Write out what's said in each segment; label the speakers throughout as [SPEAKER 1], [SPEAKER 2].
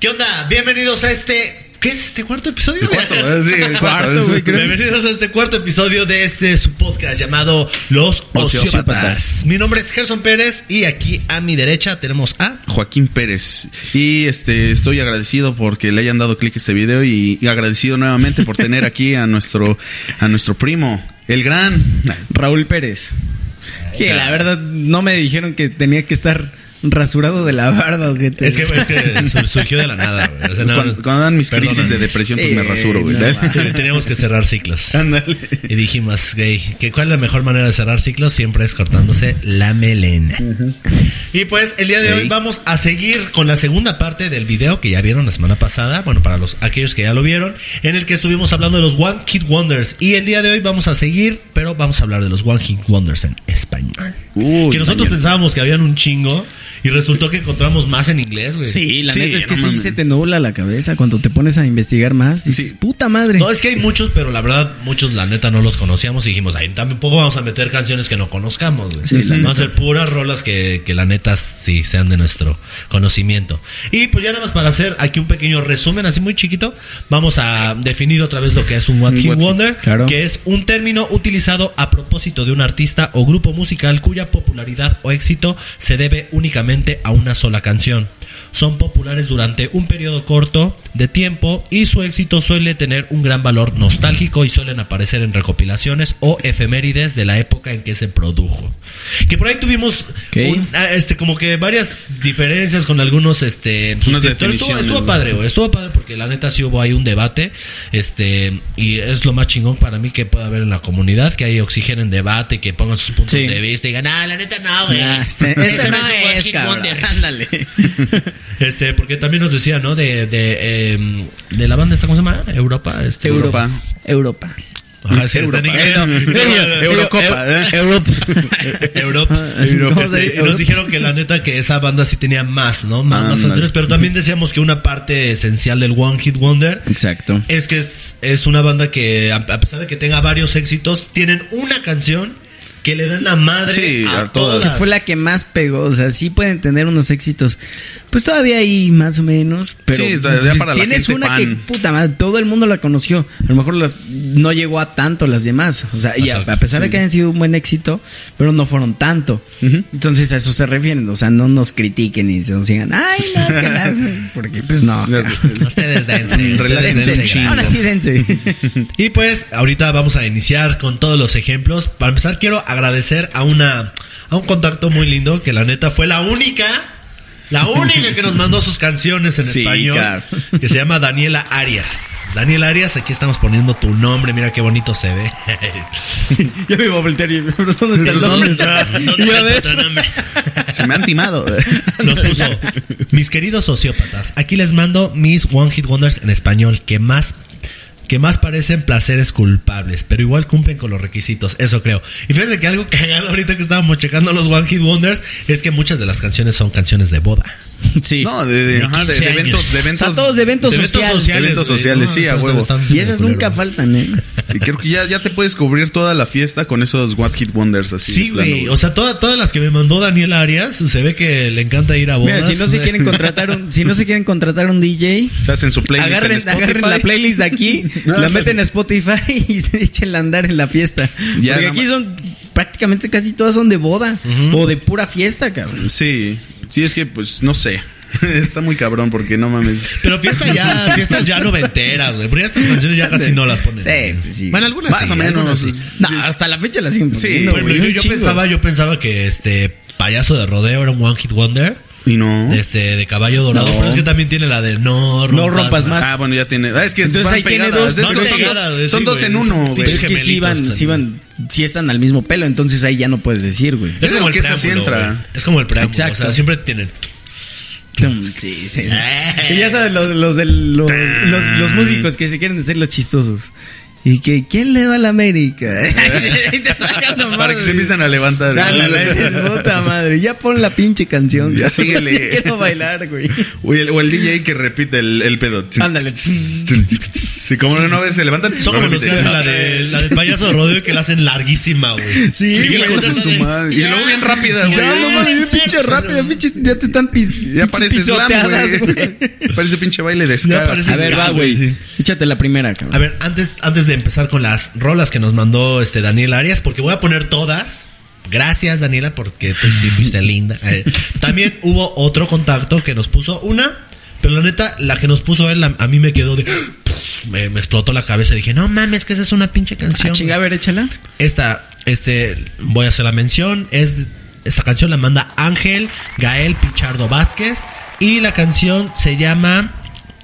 [SPEAKER 1] ¿Qué onda? Bienvenidos a este. ¿Qué es este cuarto episodio?
[SPEAKER 2] El cuarto, eh, sí, el cuarto, güey, creo.
[SPEAKER 1] Bienvenidos a este cuarto episodio de este su podcast llamado Los
[SPEAKER 2] Ociópatas.
[SPEAKER 1] Ociópatas. Mi nombre es Gerson Pérez y aquí a mi derecha tenemos a.
[SPEAKER 2] Joaquín Pérez. Y este estoy agradecido porque le hayan dado clic a este video y, y agradecido nuevamente por tener aquí a nuestro a nuestro primo, el gran.
[SPEAKER 3] Raúl Pérez. Que la verdad no me dijeron que tenía que estar rasurado de la barba. ojete.
[SPEAKER 1] Es que,
[SPEAKER 2] pues,
[SPEAKER 1] es que sur- surgió de la nada, güey. O sea, no-
[SPEAKER 2] cuando, cuando dan mis
[SPEAKER 1] perdóname.
[SPEAKER 2] crisis de depresión, pues
[SPEAKER 3] Sí,
[SPEAKER 2] me rasuro, güey.
[SPEAKER 3] no, ma.
[SPEAKER 1] Teníamos que cerrar ciclos.
[SPEAKER 2] Ándale.
[SPEAKER 1] Y dijimos, güey, que cuál es la mejor manera de cerrar ciclos siempre es cortándose la melena. Y pues el día de hoy
[SPEAKER 2] Ey.
[SPEAKER 1] vamos a seguir con la segunda parte del video que ya vieron la semana pasada, bueno, para los aquellos que ya lo vieron, en el que estuvimos hablando de los One Kid Wonders. Y el día de hoy vamos a seguir, pero vamos a hablar de los One Kid Wonders en español.
[SPEAKER 2] Uy,
[SPEAKER 1] que nosotros
[SPEAKER 2] vaya.
[SPEAKER 1] pensábamos que habían un chingo y resultó que encontramos más en inglés, güey.
[SPEAKER 3] Sí, la
[SPEAKER 2] Sí,
[SPEAKER 3] neta es que
[SPEAKER 2] no
[SPEAKER 3] sí
[SPEAKER 2] mames.
[SPEAKER 3] se te nubla la cabeza cuando te pones a investigar más. Dices,
[SPEAKER 2] Sí.
[SPEAKER 3] puta madre.
[SPEAKER 1] No, es que hay muchos, pero la verdad, muchos la neta no los conocíamos y dijimos, ahí tampoco vamos a meter canciones que no conozcamos, güey.
[SPEAKER 3] Sí, la
[SPEAKER 1] vamos a hacer puras rolas que, que la neta sí sean de nuestro conocimiento. Y pues ya nada más para hacer aquí un pequeño resumen, así muy chiquito, vamos a definir otra vez lo que es un One
[SPEAKER 2] Un
[SPEAKER 1] Hit
[SPEAKER 2] One Hit,
[SPEAKER 1] Wonder,
[SPEAKER 3] claro.
[SPEAKER 1] que es un término utilizado a propósito de un artista o grupo musical cuya popularidad o éxito se debe únicamente a una sola canción. Son populares durante un periodo corto de tiempo y su éxito suele tener un gran valor nostálgico y suelen aparecer en recopilaciones o efemérides de la época en que se produjo. Que por ahí tuvimos
[SPEAKER 3] Ok.
[SPEAKER 1] un- ah, este como que varias diferencias con algunos este suscriptores. Estuvo,
[SPEAKER 2] definiciones,
[SPEAKER 1] estuvo
[SPEAKER 2] ¿no?
[SPEAKER 1] padre, güey. Estuvo padre porque la neta sí hubo ahí un debate. Este, y es lo más chingón para mí que pueda haber en la comunidad, que ahí oxigenen debate, que pongan sus puntos
[SPEAKER 3] Sí.
[SPEAKER 1] de vista y digan, ah, la neta no, güey.
[SPEAKER 3] Ah, este-
[SPEAKER 1] Eso
[SPEAKER 3] esto
[SPEAKER 1] no es un One Hit
[SPEAKER 3] cabrón.
[SPEAKER 1] Wonder.
[SPEAKER 3] Ándale.
[SPEAKER 1] Este, porque también nos decía, ¿no? De, de, em, de la banda esta, ¿cómo se llama? Europa, este.
[SPEAKER 3] Europa.
[SPEAKER 2] Europa.
[SPEAKER 3] Europa.
[SPEAKER 1] Ajá, Ah, sí, está en
[SPEAKER 2] Europa.
[SPEAKER 1] inglés.
[SPEAKER 2] Eh, Eurocopa,
[SPEAKER 3] Eu-
[SPEAKER 2] ¿eh?
[SPEAKER 3] Europa.
[SPEAKER 1] Europa.
[SPEAKER 3] Ah,
[SPEAKER 1] Europa,
[SPEAKER 3] ¿cómo se
[SPEAKER 1] este,
[SPEAKER 3] dice?
[SPEAKER 1] y nos dijeron que la neta que esa banda sí tenía más, ¿no? Más, más
[SPEAKER 2] Ándale.
[SPEAKER 1] canciones, pero también decíamos que una parte esencial del One Hit Wonder
[SPEAKER 3] Exacto.
[SPEAKER 1] es que es, es una banda que a, a pesar de que tenga varios éxitos, tienen una canción que le dan la madre
[SPEAKER 2] Sí,
[SPEAKER 1] a, todas.
[SPEAKER 2] a todas.
[SPEAKER 3] que fue Pues la que más pegó. O sea, sí pueden tener unos éxitos. Pues todavía hay más o menos. Pero pues,
[SPEAKER 2] Sí, todavía para la
[SPEAKER 3] tienes
[SPEAKER 2] gente
[SPEAKER 3] una
[SPEAKER 2] fan.
[SPEAKER 3] que, puta madre, todo el mundo la conoció. A lo mejor las, no llegó a tanto las demás. O sea, y a,
[SPEAKER 1] Exacto,
[SPEAKER 3] a pesar de
[SPEAKER 2] sí.
[SPEAKER 3] que hayan sido un buen éxito, pero no fueron tanto. Entonces a eso se refieren. O sea, no nos critiquen y se nos digan, ay, no, que la-". Porque pues no.
[SPEAKER 1] Ustedes dense, ustedes
[SPEAKER 2] Relájense
[SPEAKER 1] dense,
[SPEAKER 2] un chingo.
[SPEAKER 3] Ahora
[SPEAKER 1] gracias.
[SPEAKER 3] sí, dense.
[SPEAKER 1] Y pues ahorita vamos a iniciar con todos los ejemplos. Para empezar quiero agradecer a una a un contacto muy lindo que la neta fue la única la única que nos mandó sus canciones en
[SPEAKER 2] Sí,
[SPEAKER 1] español
[SPEAKER 2] claro.
[SPEAKER 1] que se llama Daniela Arias. Daniela Arias, aquí estamos poniendo tu nombre, mira qué bonito se ve.
[SPEAKER 3] Yo me iba a voltear y pero ¿dónde está el nombre? Y a ver.
[SPEAKER 1] tu nombre?
[SPEAKER 2] Se me han timado.
[SPEAKER 1] Nos puso, mis queridos sociópatas, aquí les mando mis One Hit Wonders en español, que más que más parecen placeres culpables, pero igual cumplen con los requisitos, eso creo. Y fíjense que algo cagado ahorita que estábamos checando los One Hit Wonders es que muchas de las canciones son canciones de boda.
[SPEAKER 3] Sí.
[SPEAKER 2] No, de, de- ajá, de- de
[SPEAKER 1] 15
[SPEAKER 2] eventos, de
[SPEAKER 1] años.
[SPEAKER 2] eventos.
[SPEAKER 3] O sea, todos de eventos sociales.
[SPEAKER 2] eventos
[SPEAKER 1] güey,
[SPEAKER 2] sociales, sí, a
[SPEAKER 1] entonces
[SPEAKER 2] huevo.
[SPEAKER 1] están
[SPEAKER 3] Y esas
[SPEAKER 1] culero.
[SPEAKER 3] nunca faltan, ¿eh?
[SPEAKER 2] Y creo que ya, ya te puedes cubrir toda la fiesta con esos What Hit Wonders así.
[SPEAKER 1] Sí,
[SPEAKER 2] de plano,
[SPEAKER 1] güey. O sea, toda- todas las que me mandó Daniela Arias, se ve que le encanta ir a bodas.
[SPEAKER 3] Mira, si no se quieren contratar un, si no se quieren contratar un DJ,
[SPEAKER 2] Se hacen su playlist en
[SPEAKER 3] agarren,
[SPEAKER 2] Spotify.
[SPEAKER 3] agarren la playlist de aquí, la meten a Spotify y se echen a andar en la fiesta.
[SPEAKER 2] Ya,
[SPEAKER 3] Porque
[SPEAKER 2] nada
[SPEAKER 3] aquí
[SPEAKER 2] más.
[SPEAKER 3] son prácticamente casi todas son de boda o de pura fiesta, cabrón.
[SPEAKER 2] Sí, sí, es que pues no sé. Está muy cabrón porque no mames.
[SPEAKER 1] Pero fiestas ya, fiestas ya noventeras, güey. Porque estas canciones ya casi no las ponen.
[SPEAKER 3] Sí, pues sí.
[SPEAKER 1] Bueno, algunas
[SPEAKER 2] Más
[SPEAKER 1] sí,
[SPEAKER 2] o menos.
[SPEAKER 1] algunas sí.
[SPEAKER 3] No,
[SPEAKER 2] Sí, es-
[SPEAKER 3] hasta la fecha la siguen
[SPEAKER 2] Sí,
[SPEAKER 3] poniendo,
[SPEAKER 1] Bueno,
[SPEAKER 3] güey,
[SPEAKER 1] yo,
[SPEAKER 3] un
[SPEAKER 1] yo
[SPEAKER 3] chingo.
[SPEAKER 1] pensaba, yo pensaba que este payaso de rodeo era un one hit wonder,
[SPEAKER 2] Y no.
[SPEAKER 1] este de caballo dorado,
[SPEAKER 3] No.
[SPEAKER 1] pero es que también tiene la de no rompas,
[SPEAKER 3] No rompas más.
[SPEAKER 2] Ah, bueno, ya tiene. Ah, es que
[SPEAKER 3] Entonces
[SPEAKER 2] van
[SPEAKER 3] ahí tiene
[SPEAKER 2] pegadas.
[SPEAKER 3] dos,
[SPEAKER 2] es que
[SPEAKER 1] van
[SPEAKER 2] son
[SPEAKER 1] pegadas,
[SPEAKER 2] dos,
[SPEAKER 1] sí,
[SPEAKER 2] son dos
[SPEAKER 1] güey.
[SPEAKER 2] en uno,
[SPEAKER 3] Pero es
[SPEAKER 2] güey.
[SPEAKER 1] Pinche-
[SPEAKER 3] que sí
[SPEAKER 1] Gemelitos
[SPEAKER 3] van, sí
[SPEAKER 1] también.
[SPEAKER 3] van, sí están al mismo pelo, entonces ahí ya no puedes decir, güey.
[SPEAKER 1] Es
[SPEAKER 2] Yo
[SPEAKER 1] como
[SPEAKER 2] creo
[SPEAKER 1] el
[SPEAKER 2] que esa
[SPEAKER 1] preámbulo.
[SPEAKER 2] sí entra.
[SPEAKER 1] güey. Es como el preámbulo. O sea,
[SPEAKER 3] Exacto.
[SPEAKER 1] siempre tienen.
[SPEAKER 3] Tum, Mm, sí, sí. Y ya sabes, los, los, del- los, los- los músicos que se quieren hacer los chistosos. y que ¿quién le va a la América? Y te sacan nomás,
[SPEAKER 2] Para que se
[SPEAKER 3] güey.
[SPEAKER 2] empiecen a levantar. güey.
[SPEAKER 3] Ándale, dices, puta madre, ya pon la pinche canción.
[SPEAKER 2] Ya
[SPEAKER 3] güey.
[SPEAKER 2] síguele.
[SPEAKER 3] Ya quiero bailar, güey.
[SPEAKER 2] O el, o el DJ que repite el, el pedo.
[SPEAKER 3] Ándale.
[SPEAKER 2] Si como no vez se levantan,
[SPEAKER 1] Son como los que hacen la, de, la del payaso de rodeo que la hacen larguísima, güey.
[SPEAKER 3] Sí, güey.
[SPEAKER 1] la
[SPEAKER 2] Hijos de
[SPEAKER 1] cosa
[SPEAKER 2] su
[SPEAKER 1] de-
[SPEAKER 2] madre. Y luego bien rápida, güey.
[SPEAKER 3] Ya, no mames, bien pinche rápido, pinche, ya te están pis,
[SPEAKER 2] Ya
[SPEAKER 3] pinches
[SPEAKER 2] parece slam,
[SPEAKER 3] pisoteadas,
[SPEAKER 2] güey. Parece pinche baile de
[SPEAKER 1] Ya
[SPEAKER 2] ska.
[SPEAKER 1] parece-
[SPEAKER 3] A ver, va,
[SPEAKER 1] Sí.
[SPEAKER 3] güey. Échate la primera,
[SPEAKER 1] A
[SPEAKER 3] cabrón.
[SPEAKER 1] ver, antes, antes de empezar con las rolas que nos mandó este Daniel Arias, porque voy a poner todas. Gracias, Daniela, porque tú sí fuiste linda. Eh, También hubo otro contacto que nos puso una, pero la neta, la que nos puso él, a, a mí me quedó de. Me, me explotó la cabeza. Dije, no mames, que esa es una pinche
[SPEAKER 3] Ah,
[SPEAKER 1] canción.
[SPEAKER 3] chinga, a ver, échala.
[SPEAKER 1] Esta, este, voy a hacer la mención. Es, esta canción la manda Ángel Gael Pichardo Vázquez. Y la canción se llama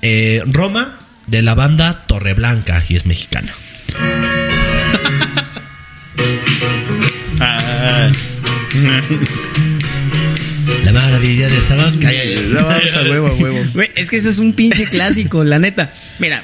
[SPEAKER 1] eh, Roma de la banda Torreblanca y es mexicana.
[SPEAKER 2] Ah,
[SPEAKER 1] La maravilla de esa banca.
[SPEAKER 2] La vamos a huevo, a huevo.
[SPEAKER 3] Güey, es que ese es un pinche clásico, la neta. Mira,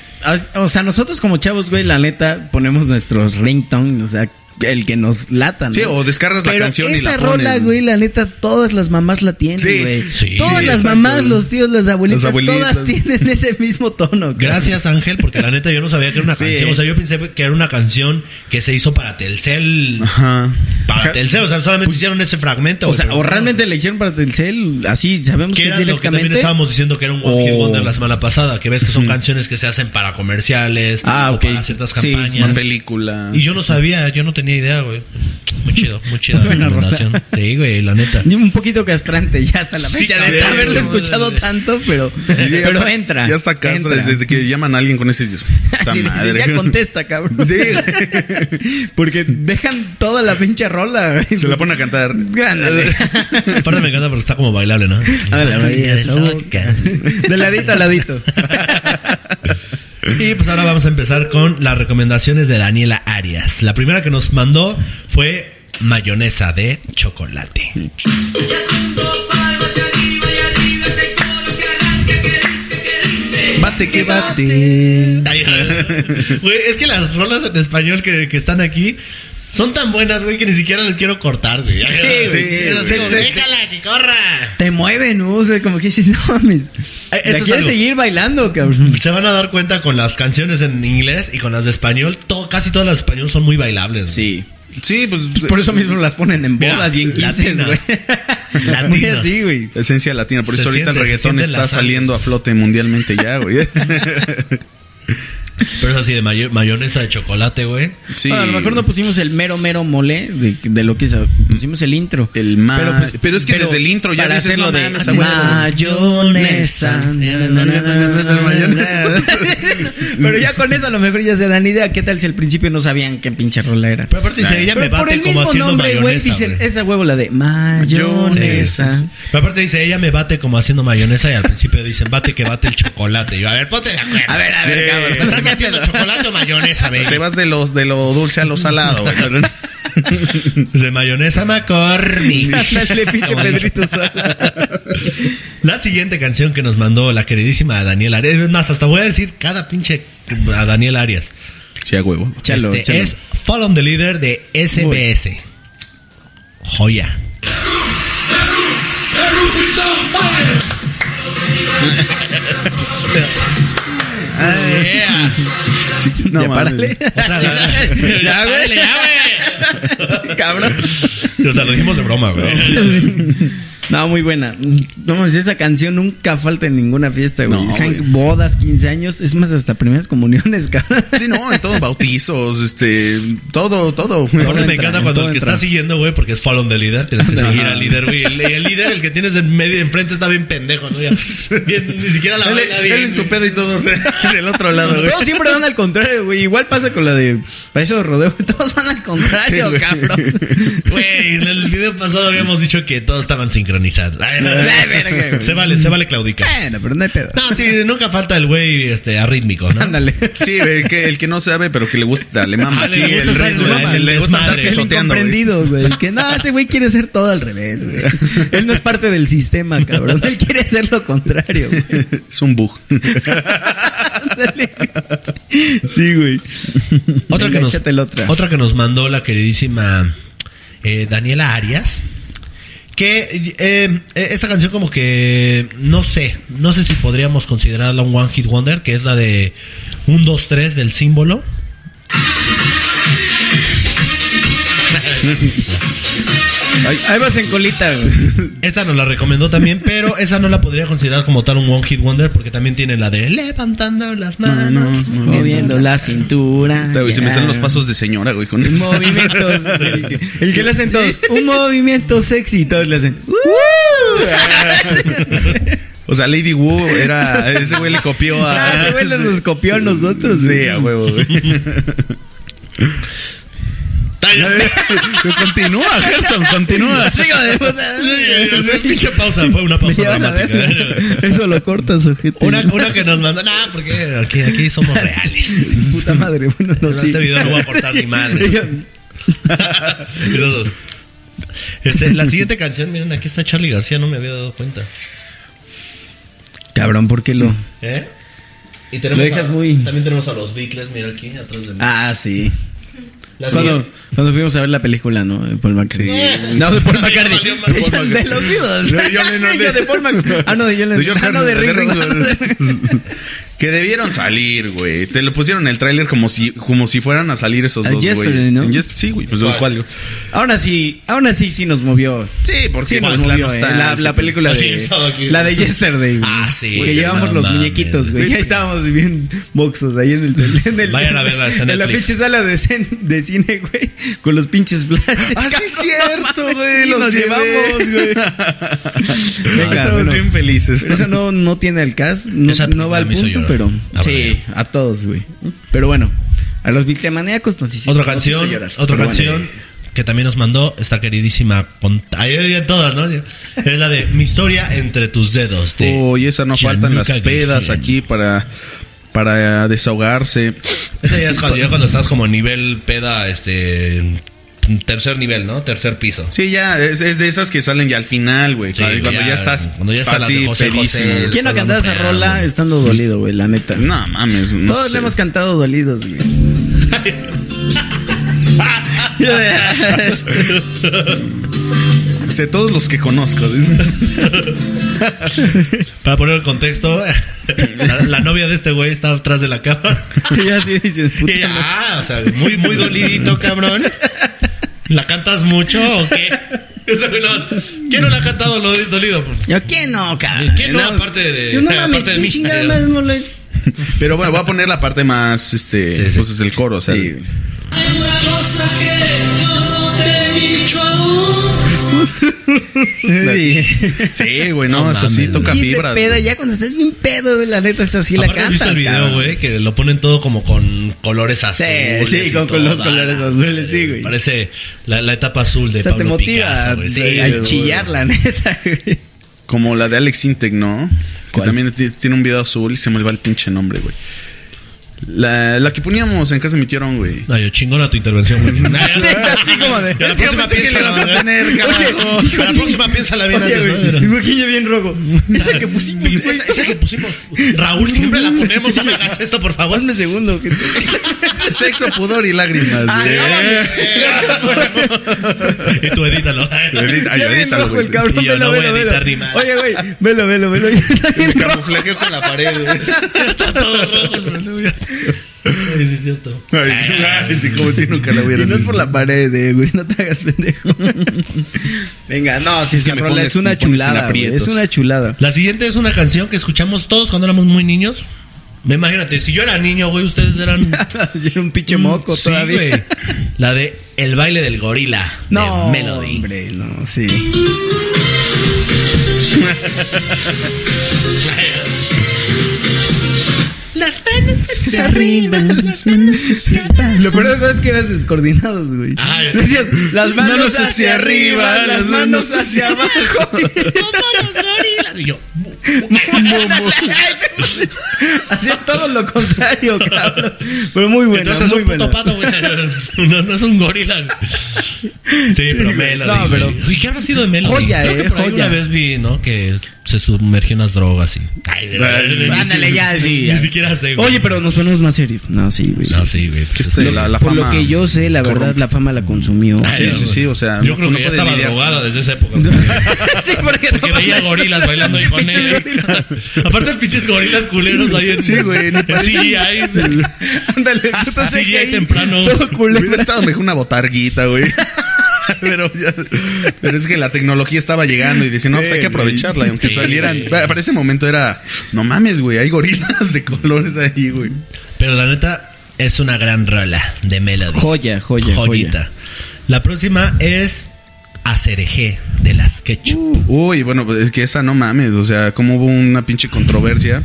[SPEAKER 3] o- o sea, nosotros como chavos, güey, la neta, ponemos nuestros ringtone, o sea, el que nos latan.
[SPEAKER 2] Sí, o descargas la canción y la
[SPEAKER 3] esa
[SPEAKER 2] pones,
[SPEAKER 3] rola,
[SPEAKER 2] güey.
[SPEAKER 3] güey, la neta, todas las mamás la tienen,
[SPEAKER 2] Sí,
[SPEAKER 3] güey.
[SPEAKER 1] sí,
[SPEAKER 3] todas
[SPEAKER 2] sí,
[SPEAKER 3] las
[SPEAKER 2] exacto.
[SPEAKER 3] mamás, los tíos, las abuelitas,
[SPEAKER 2] Las abuelitas.
[SPEAKER 3] todas tienen ese mismo tono. güey.
[SPEAKER 1] Gracias Ángel, porque la neta yo no sabía que era una
[SPEAKER 3] Sí.
[SPEAKER 1] canción. O sea, yo pensé que era una canción que se hizo para Telcel.
[SPEAKER 2] Ajá.
[SPEAKER 1] Para
[SPEAKER 3] Ajá. Pues,
[SPEAKER 1] Telcel, o sea, solamente hicieron ese fragmento.
[SPEAKER 3] O sea,
[SPEAKER 1] güey.
[SPEAKER 3] o realmente le hicieron para Telcel, así sabemos
[SPEAKER 1] Que
[SPEAKER 3] que es
[SPEAKER 1] era lo que también
[SPEAKER 3] directamente.
[SPEAKER 1] estábamos diciendo que era un One Hit
[SPEAKER 3] O-
[SPEAKER 1] Wonder la semana pasada, que ves que son canciones que se hacen para comerciales,
[SPEAKER 3] Mm. Ah,
[SPEAKER 1] o
[SPEAKER 3] ok.
[SPEAKER 1] para ciertas
[SPEAKER 3] Sí,
[SPEAKER 1] campañas.
[SPEAKER 2] Una película.
[SPEAKER 1] y yo no sabía, yo no tenía idea, güey. Muy chido, muy chida la
[SPEAKER 3] Buena rola.
[SPEAKER 1] recomendación. Sí, güey, la neta.
[SPEAKER 3] Un poquito castrante ya hasta la
[SPEAKER 1] Sí,
[SPEAKER 3] fecha de
[SPEAKER 1] cabrón.
[SPEAKER 3] haberlo escuchado tanto, pero,
[SPEAKER 2] Y ya
[SPEAKER 3] pero
[SPEAKER 2] está-
[SPEAKER 3] entra.
[SPEAKER 2] Ya está acá,
[SPEAKER 3] entra.
[SPEAKER 2] desde que llaman a alguien con ese. Dios, puta
[SPEAKER 3] Así de-
[SPEAKER 2] madre.
[SPEAKER 3] ya contesta, cabrón.
[SPEAKER 2] Sí,
[SPEAKER 3] Porque dejan toda la pinche rola. güey.
[SPEAKER 2] se la pone a cantar.
[SPEAKER 3] Ándale.
[SPEAKER 1] Aparte me encanta porque está como bailable,
[SPEAKER 3] Ah,
[SPEAKER 1] ¿no?
[SPEAKER 3] Ándale, De ladito a ladito.
[SPEAKER 1] Y pues ahora vamos a empezar con las recomendaciones de Daniela Arias. La primera que nos mandó fue mayonesa de chocolate.
[SPEAKER 4] Y haciendo palmas hacia arriba y arriba ese coro que arranca, que dice, que dice.
[SPEAKER 2] Bate que bate.
[SPEAKER 1] Ay, Güey, es que las rolas en español que, que están aquí son tan buenas, güey, que ni siquiera les quiero cortar, güey.
[SPEAKER 3] Sí,
[SPEAKER 2] sí,
[SPEAKER 1] Es así
[SPEAKER 2] güey.
[SPEAKER 1] como, déjala, que corra.
[SPEAKER 3] Te mueven, ¿no? O sea, como que dices, no
[SPEAKER 1] Eh,
[SPEAKER 3] mames. La
[SPEAKER 1] eso es
[SPEAKER 3] quieres
[SPEAKER 1] algo.
[SPEAKER 3] seguir bailando, cabrón.
[SPEAKER 1] Se van a dar cuenta con las canciones en inglés y con las de español. todo- casi todas las de español son muy bailables.
[SPEAKER 3] Sí.
[SPEAKER 2] Sí, pues.
[SPEAKER 3] Por eso mismo las ponen en
[SPEAKER 1] Mira,
[SPEAKER 3] bodas y en quinces,
[SPEAKER 1] latina.
[SPEAKER 3] güey.
[SPEAKER 1] Latinas.
[SPEAKER 3] Muy así, güey.
[SPEAKER 2] Esencia latina, por
[SPEAKER 1] Se
[SPEAKER 2] eso ahorita
[SPEAKER 1] siente,
[SPEAKER 2] el
[SPEAKER 1] se
[SPEAKER 2] reggaetón
[SPEAKER 1] siente la
[SPEAKER 2] está
[SPEAKER 1] sangre.
[SPEAKER 2] saliendo a flote mundialmente ya, güey.
[SPEAKER 1] Pero es así de mayo- mayonesa de chocolate, güey.
[SPEAKER 2] Sí.
[SPEAKER 3] Ah, a lo mejor no pusimos el mero, mero mole de, de lo que es- pusimos el intro.
[SPEAKER 2] El más. Pero,
[SPEAKER 3] pues,
[SPEAKER 2] es que desde el intro ya
[SPEAKER 3] para
[SPEAKER 2] dices
[SPEAKER 3] hacerlo
[SPEAKER 2] no
[SPEAKER 3] de
[SPEAKER 2] mames, a huevo.
[SPEAKER 3] mayonesa. Pero ya con eso a lo mejor ya se dan idea. ¿Qué tal si al principio no sabían qué pinche rola era?
[SPEAKER 1] Pero aparte dice, ella me
[SPEAKER 3] Pero por
[SPEAKER 1] bate
[SPEAKER 3] el
[SPEAKER 1] como
[SPEAKER 3] mismo
[SPEAKER 1] haciendo
[SPEAKER 3] nombre, güey,
[SPEAKER 1] mayonesa.
[SPEAKER 3] dicen,
[SPEAKER 1] güey.
[SPEAKER 3] esa huevo la de mayonesa.
[SPEAKER 1] Sí, sí, sí. Pero aparte dice, ella me bate como haciendo mayonesa y al principio dicen, bate que bate el chocolate. Y yo, a ver, ponte de acuerdo.
[SPEAKER 3] A ver, a ver,
[SPEAKER 2] Sí.
[SPEAKER 3] cabrón.
[SPEAKER 1] ¿Me estás metiendo chocolate o mayonesa, baby?
[SPEAKER 2] Te vas de los de lo dulce a lo salado, güey.
[SPEAKER 1] De mayonesa McCormick.
[SPEAKER 3] Ándale, pinche Pedrito Sola.
[SPEAKER 1] La siguiente canción que nos mandó la queridísima Daniel Arias. Es más, hasta voy a decir cada pinche a Daniel Arias.
[SPEAKER 2] Sí, a huevo.
[SPEAKER 3] Chalo,
[SPEAKER 1] Este
[SPEAKER 3] chalo.
[SPEAKER 1] Es Fall on the Leader de SBS. Joya. Yeah.
[SPEAKER 2] Sí, no
[SPEAKER 3] ya
[SPEAKER 2] mames.
[SPEAKER 3] párale.
[SPEAKER 1] Otra vez.
[SPEAKER 3] Ya, güey.
[SPEAKER 1] Ya,
[SPEAKER 3] Cabrón.
[SPEAKER 1] güey. O sea, lo dijimos de broma, güey.
[SPEAKER 3] No, muy buena. No, mames, esa canción nunca falta en ninguna fiesta, güey.
[SPEAKER 2] No,
[SPEAKER 3] Sean
[SPEAKER 2] güey.
[SPEAKER 3] bodas, 15 años, es más, hasta primeras comuniones, cabrón.
[SPEAKER 2] Sí, no, en todos bautizos, este, todo, todo.
[SPEAKER 1] Aparte me
[SPEAKER 3] entra,
[SPEAKER 1] encanta cuando
[SPEAKER 3] todo
[SPEAKER 1] el que
[SPEAKER 3] entra.
[SPEAKER 1] está siguiendo, güey, porque es follow del líder, tienes que
[SPEAKER 2] Ajá.
[SPEAKER 1] seguir al líder, güey. El, el líder, el que tienes en medio, enfrente, está bien pendejo, ¿no? Ya, bien, ni siquiera la
[SPEAKER 2] Él,
[SPEAKER 1] baila bien.
[SPEAKER 2] él en su pedo y todos eh, del otro lado, güey.
[SPEAKER 3] Todos siempre van al contrario, güey. Igual pasa con la de País de Rodeo. Todos van al
[SPEAKER 2] Sí,
[SPEAKER 3] contrario,
[SPEAKER 2] güey.
[SPEAKER 3] cabrón.
[SPEAKER 1] Güey, en el video pasado habíamos dicho que todos estaban sincronizados. Ay, no.
[SPEAKER 3] Ay, verga, güey. Eh.
[SPEAKER 1] se vale, se vale claudica.
[SPEAKER 3] Bueno, pero no hay pedo.
[SPEAKER 1] No, sí, nunca falta el güey este, arrítmico, ¿no?
[SPEAKER 3] Ándale.
[SPEAKER 2] Sí, el que, el que no sabe, pero que le gusta, le mama.
[SPEAKER 1] Ah, le
[SPEAKER 2] aquí
[SPEAKER 1] gusta
[SPEAKER 2] el
[SPEAKER 1] estar
[SPEAKER 2] ritmo,
[SPEAKER 1] en
[SPEAKER 2] le,
[SPEAKER 1] el
[SPEAKER 2] mama, le gusta andar
[SPEAKER 1] desmadre.
[SPEAKER 3] El
[SPEAKER 2] pisoteando. güey.
[SPEAKER 3] incomprendido, güey. Que no, ese güey quiere hacer todo al revés, güey. Él no es parte del sistema, cabrón. Él quiere hacer lo contrario, güey.
[SPEAKER 2] Es un bug.
[SPEAKER 3] Ándale. sí, güey.
[SPEAKER 1] Otra que,
[SPEAKER 3] Venga,
[SPEAKER 1] nos,
[SPEAKER 3] échate la otra.
[SPEAKER 1] otra que nos mandó la queridísima eh, Daniela Arias. Que eh, eh, esta canción como que no sé, no sé si podríamos considerarla un One Hit Wonder, que es la de 1, 2, 3 del símbolo.
[SPEAKER 3] Ahí, ahí vas en colita, güey.
[SPEAKER 1] Esta nos la recomendó también, pero esa no la podría considerar como tal un One Hit Wonder porque también tiene la de levantando las manos.
[SPEAKER 2] no, no.
[SPEAKER 3] Mm, Moviendo la cintura.
[SPEAKER 2] Te- Se me salen
[SPEAKER 3] Ya.
[SPEAKER 2] los pasos de señora, güey, con eso.
[SPEAKER 3] Movimientos. güey. El que le hacen todos. Un movimiento sexy. Todos le hacen. "Uh".
[SPEAKER 2] O sea, Lady Wu era. Ese güey le copió a.
[SPEAKER 3] Ah, ese güey nos- nos copió a nosotros,
[SPEAKER 2] Sí,
[SPEAKER 3] güey.
[SPEAKER 2] a huevo, güey. continúa, Gerson, continúa.
[SPEAKER 3] Así como de puta.
[SPEAKER 1] eh, Pinche pausa, fue una
[SPEAKER 3] Me
[SPEAKER 1] pausa
[SPEAKER 3] llevan a
[SPEAKER 1] dramática.
[SPEAKER 3] ver. Eso lo cortas, ojete.
[SPEAKER 1] Una, una que nos mandó, nah, porque aquí, aquí somos reales.
[SPEAKER 3] Puta madre. Bueno, no
[SPEAKER 1] No,
[SPEAKER 3] sí.
[SPEAKER 1] Este video no va a aportar ni madre. Entonces, este, la siguiente canción, miren, aquí está Charlie García, no me había dado cuenta.
[SPEAKER 3] Cabrón, ¿por qué lo.?
[SPEAKER 1] ¿Eh? Y tenemos
[SPEAKER 3] Lo dejas
[SPEAKER 1] a-
[SPEAKER 3] muy-
[SPEAKER 1] También tenemos a los Beatles, mira aquí, atrás de mí.
[SPEAKER 3] Ah, sí.
[SPEAKER 1] La
[SPEAKER 3] Cuando,
[SPEAKER 1] siguiente-
[SPEAKER 3] cuando fuimos a ver la película, ¿no? De Paul McCartney. No, de Paul
[SPEAKER 1] Sí,
[SPEAKER 3] McCartney.
[SPEAKER 1] valió más Paul
[SPEAKER 3] De- De los Beatles.
[SPEAKER 2] De John Lennon,
[SPEAKER 3] Yo de
[SPEAKER 2] de-
[SPEAKER 3] Paul McCartney. Ah, no, de John
[SPEAKER 2] De
[SPEAKER 3] Lennon.
[SPEAKER 2] George
[SPEAKER 3] Ah, no, de Ringo.
[SPEAKER 2] Harrison. Que debieron salir, güey. Te lo pusieron en el tráiler como si, como si fueran a salir esos
[SPEAKER 3] A
[SPEAKER 2] dos, güey.
[SPEAKER 3] Yesterday, ¿no?
[SPEAKER 2] En Yesterday, sí, güey. Pues
[SPEAKER 1] ¿Cuál?
[SPEAKER 2] cuál.
[SPEAKER 3] Ahora sí, aún así sí nos movió.
[SPEAKER 2] Sí, porque
[SPEAKER 3] Sí, nos
[SPEAKER 2] pues, la
[SPEAKER 3] movió, eh.
[SPEAKER 2] nostalgia,
[SPEAKER 3] la, la película
[SPEAKER 1] Así
[SPEAKER 3] de,
[SPEAKER 1] estaba aquí.
[SPEAKER 3] la de Yesterday. güey.
[SPEAKER 1] Ah, sí,
[SPEAKER 3] Que
[SPEAKER 1] es
[SPEAKER 3] llevamos
[SPEAKER 1] la
[SPEAKER 3] los
[SPEAKER 1] madre.
[SPEAKER 3] muñequitos, güey. Ya estábamos bien boxos ahí en el. En el
[SPEAKER 1] Vayan a verla, está en
[SPEAKER 3] la
[SPEAKER 1] Netflix.
[SPEAKER 3] pinche sala de, cen- de cine, güey. Con los pinches flashes.
[SPEAKER 2] Ah, sí,
[SPEAKER 3] cabrón,
[SPEAKER 2] cierto,
[SPEAKER 3] no mames,
[SPEAKER 2] güey,
[SPEAKER 3] sí,
[SPEAKER 2] los
[SPEAKER 3] nos
[SPEAKER 2] llevé.
[SPEAKER 3] llevamos, güey.
[SPEAKER 1] Ah,
[SPEAKER 2] Venga,
[SPEAKER 3] Venga,
[SPEAKER 2] estamos
[SPEAKER 3] bueno.
[SPEAKER 2] bien felices.
[SPEAKER 3] Pero eso no, no tiene el cast, no,
[SPEAKER 1] Esa
[SPEAKER 3] no va al
[SPEAKER 1] me hizo
[SPEAKER 3] punto,
[SPEAKER 1] llorar.
[SPEAKER 3] pero.
[SPEAKER 1] Ah,
[SPEAKER 3] sí, a todos, güey. Pero bueno, a los victimaníacos nos hicieron.
[SPEAKER 1] otra
[SPEAKER 3] nos hizo
[SPEAKER 1] canción,
[SPEAKER 3] llorar.
[SPEAKER 1] otra
[SPEAKER 3] Pero
[SPEAKER 1] canción
[SPEAKER 3] bueno.
[SPEAKER 2] eh.
[SPEAKER 1] que también nos mandó esta queridísima. con- Ay, yo diría todas, ¿no? Es la de Mi historia entre tus dedos. de
[SPEAKER 2] Uy, esa no faltan las
[SPEAKER 1] Gianluca
[SPEAKER 2] pedas
[SPEAKER 1] Grigiani.
[SPEAKER 2] aquí para, para desahogarse.
[SPEAKER 1] Esa ya es cuando, ya cuando estás como nivel peda, este. Tercer nivel, ¿no? Tercer piso.
[SPEAKER 2] Sí, ya, es, es de esas que salen ya al final, güey.
[SPEAKER 1] Sí,
[SPEAKER 2] cuando
[SPEAKER 1] ya,
[SPEAKER 2] ya estás
[SPEAKER 1] cuando ya está la de
[SPEAKER 2] así
[SPEAKER 1] José José.
[SPEAKER 2] pedísimo.
[SPEAKER 3] ¿Quién no
[SPEAKER 1] Perdón,
[SPEAKER 3] cantaba esa
[SPEAKER 1] pero-
[SPEAKER 3] rola estando dolido, güey? La neta.
[SPEAKER 2] No mames, no
[SPEAKER 3] Todos
[SPEAKER 2] sé.
[SPEAKER 3] le hemos cantado dolidos, güey. este,
[SPEAKER 2] Sé todos los que conozco. dice.
[SPEAKER 1] Para poner el contexto, la, la novia de este güey está atrás de la cámara.
[SPEAKER 3] y así dices,
[SPEAKER 1] Y
[SPEAKER 3] puta
[SPEAKER 1] ella,
[SPEAKER 3] madre.
[SPEAKER 1] ah, o sea, muy, muy dolidito, cabrón. ¿La cantas mucho o qué? Ese güey no- ¿Quién no la ha cantado lo dolido? Pues
[SPEAKER 3] Yo, ¿quién Ah, no, cabrón?
[SPEAKER 1] ¿Quién no? Aparte de-
[SPEAKER 3] Yo, no
[SPEAKER 1] aparte
[SPEAKER 3] mames,
[SPEAKER 1] de
[SPEAKER 3] ¿quién
[SPEAKER 1] mí.
[SPEAKER 3] chingada más no le...
[SPEAKER 2] Pero bueno, voy a poner la parte más, este,
[SPEAKER 1] Sí, sí.
[SPEAKER 2] pues es el coro, o sea.
[SPEAKER 3] Sí, güey.
[SPEAKER 4] Hay una cosa que yo no te he dicho aún.
[SPEAKER 3] Sí.
[SPEAKER 2] Sí, güey, no,
[SPEAKER 1] No
[SPEAKER 2] eso sí
[SPEAKER 1] mames,
[SPEAKER 2] toca
[SPEAKER 3] Y de
[SPEAKER 2] fibras.
[SPEAKER 3] pedo,
[SPEAKER 2] güey.
[SPEAKER 3] ya cuando estás bien pedo, güey, la neta, esa sí la
[SPEAKER 1] Aparte, ¿has
[SPEAKER 3] cantas,
[SPEAKER 1] visto el video,
[SPEAKER 3] cabrón.
[SPEAKER 1] güey? Que lo ponen todo como con colores azules.
[SPEAKER 3] sí,
[SPEAKER 1] y
[SPEAKER 3] con
[SPEAKER 1] todo.
[SPEAKER 3] los colores azules, sí, güey.
[SPEAKER 1] Parece la, la etapa azul de
[SPEAKER 3] O sea, te
[SPEAKER 1] Pablo
[SPEAKER 3] motiva
[SPEAKER 1] Picasso, güey.
[SPEAKER 3] de-
[SPEAKER 1] Sí,
[SPEAKER 3] a
[SPEAKER 1] güey.
[SPEAKER 3] chillar, la neta, güey.
[SPEAKER 2] Como la de Alex Intec, ¿no? Que
[SPEAKER 3] ¿Cuál?
[SPEAKER 2] también t- tiene un video azul y se me va el pinche nombre, güey. La, la que poníamos en casa de mi tío, Aaron, güey.
[SPEAKER 1] No, yo chingona tu intervención, güey.
[SPEAKER 3] así como de-
[SPEAKER 1] Ya la
[SPEAKER 2] Es que yo
[SPEAKER 1] próxima
[SPEAKER 2] pensé que le
[SPEAKER 1] piénsala,
[SPEAKER 2] vas a
[SPEAKER 1] güey.
[SPEAKER 2] tener, carajo.
[SPEAKER 1] Oye, para la próxima piénsala bien
[SPEAKER 3] Oye,
[SPEAKER 1] antes,
[SPEAKER 3] güey,
[SPEAKER 1] ¿no?
[SPEAKER 3] imagínate bien rojo. Esa que pusimos, güey.
[SPEAKER 1] Esa, esa que pusimos, Raúl, siempre la ponemos. No me hagas esto, por favor.
[SPEAKER 3] Ponme segundo, gente.
[SPEAKER 2] Sexo, pudor y lágrimas. güey.
[SPEAKER 3] Eh.
[SPEAKER 1] Y tú edítalo.
[SPEAKER 2] Edita- ay,
[SPEAKER 3] Ya bien
[SPEAKER 2] edítalo,
[SPEAKER 3] rojo
[SPEAKER 2] güey.
[SPEAKER 3] el cabrón,
[SPEAKER 1] Y yo
[SPEAKER 3] velo,
[SPEAKER 1] no voy a
[SPEAKER 3] velo, velo.
[SPEAKER 1] editar ni madre.
[SPEAKER 3] Oye, güey, velo, velo, velo. Está bien
[SPEAKER 2] Me
[SPEAKER 3] rojo.
[SPEAKER 2] camuflajeo con la pared, güey.
[SPEAKER 1] Está todo rojo, güey. Ay, sí es cierto.
[SPEAKER 2] Ay, ay, sí, como si nunca la hubiera
[SPEAKER 3] Y no es por la pared, eh, güey, no te hagas pendejo. Venga, no, si
[SPEAKER 2] Es que
[SPEAKER 3] esa
[SPEAKER 2] me
[SPEAKER 3] rola
[SPEAKER 2] pones-
[SPEAKER 3] es una
[SPEAKER 2] me pones en
[SPEAKER 3] chulada, güey, es
[SPEAKER 2] aprietos.
[SPEAKER 3] una chulada.
[SPEAKER 1] La siguiente es una canción que escuchamos todos cuando éramos muy niños. Me imagínate, si yo era niño, güey, ustedes eran. Mm,
[SPEAKER 3] Yo era un pinche moco
[SPEAKER 1] Sí,
[SPEAKER 3] todavía.
[SPEAKER 1] güey. La de El baile del gorila.
[SPEAKER 3] No,
[SPEAKER 1] De Melody.
[SPEAKER 3] hombre, no, sí.
[SPEAKER 4] Las penas se
[SPEAKER 3] Lo peor de todo es que eras descoordinados, güey.
[SPEAKER 1] Ah, ya.
[SPEAKER 3] Decías, las manos,
[SPEAKER 2] Manos hacia
[SPEAKER 3] hacia
[SPEAKER 2] arriba,
[SPEAKER 3] arriba, las manos hacia abajo.
[SPEAKER 1] Como los gorilas. Y yo,
[SPEAKER 3] Hacías todo lo contrario, cabrón. Pero muy bueno,
[SPEAKER 1] Entonces es
[SPEAKER 3] muy
[SPEAKER 1] un
[SPEAKER 3] bueno.
[SPEAKER 1] puto pato, güey. No, no es un gorila. güey. Sí, pero
[SPEAKER 3] güey.
[SPEAKER 1] Melody.
[SPEAKER 3] No,
[SPEAKER 1] No,
[SPEAKER 3] pero-
[SPEAKER 1] pero... ¿Y qué habrá sido de Melody?
[SPEAKER 3] Joya,
[SPEAKER 1] Creo que
[SPEAKER 3] eh,
[SPEAKER 1] por ahí
[SPEAKER 3] joya.
[SPEAKER 1] Una vez vi, ¿no? Que se sumergió en las drogas y... Ay, de verdad,
[SPEAKER 2] Ay,
[SPEAKER 3] Ándale, ya, sí. ya.
[SPEAKER 1] Ni siquiera sé, güey.
[SPEAKER 3] Oye, pero nos ponemos más serios. No, sí, güey.
[SPEAKER 1] No, sí, güey.
[SPEAKER 2] Que
[SPEAKER 1] pues,
[SPEAKER 2] este, la, la
[SPEAKER 3] Por
[SPEAKER 2] fama
[SPEAKER 3] lo que yo sé, la verdad,
[SPEAKER 2] corrompe.
[SPEAKER 3] la fama la consumió.
[SPEAKER 1] Ay,
[SPEAKER 2] Sí,
[SPEAKER 1] no,
[SPEAKER 2] sí,
[SPEAKER 1] güey.
[SPEAKER 2] sí, o sea,
[SPEAKER 1] Yo creo
[SPEAKER 2] uno
[SPEAKER 1] que ya
[SPEAKER 2] puede
[SPEAKER 1] estaba
[SPEAKER 2] lidiar.
[SPEAKER 1] drogada desde esa época.
[SPEAKER 3] sí, porque
[SPEAKER 1] Porque veía gorilas bailando ahí con
[SPEAKER 3] Pinches
[SPEAKER 1] ella.
[SPEAKER 3] gorilas.
[SPEAKER 1] Aparte, pinches gorilas culeros ahí en.
[SPEAKER 2] Sí, güey, ni
[SPEAKER 1] en
[SPEAKER 2] parecen.
[SPEAKER 1] CGI.
[SPEAKER 3] Ándale,
[SPEAKER 1] Ah,
[SPEAKER 3] puta,
[SPEAKER 1] sí,
[SPEAKER 3] CGI,
[SPEAKER 1] ahí temprano.
[SPEAKER 3] Todo culero.
[SPEAKER 2] Hubiera estado mejor una botarguita, güey. Pero, ya- pero es que la tecnología estaba llegando y decían, no, pues hay que aprovecharla. Y aunque
[SPEAKER 1] Sí,
[SPEAKER 2] salieran.
[SPEAKER 1] güey.
[SPEAKER 2] Para ese momento era, no mames, güey, hay gorilas de colores ahí, güey.
[SPEAKER 1] Pero la neta, es una gran rola de Melody.
[SPEAKER 3] Joya, joya,
[SPEAKER 1] Joyita.
[SPEAKER 3] joya.
[SPEAKER 1] La próxima es Acereje de las Ketchup.
[SPEAKER 2] Uy, bueno, pues es que esa no mames. O sea, como hubo una pinche controversia.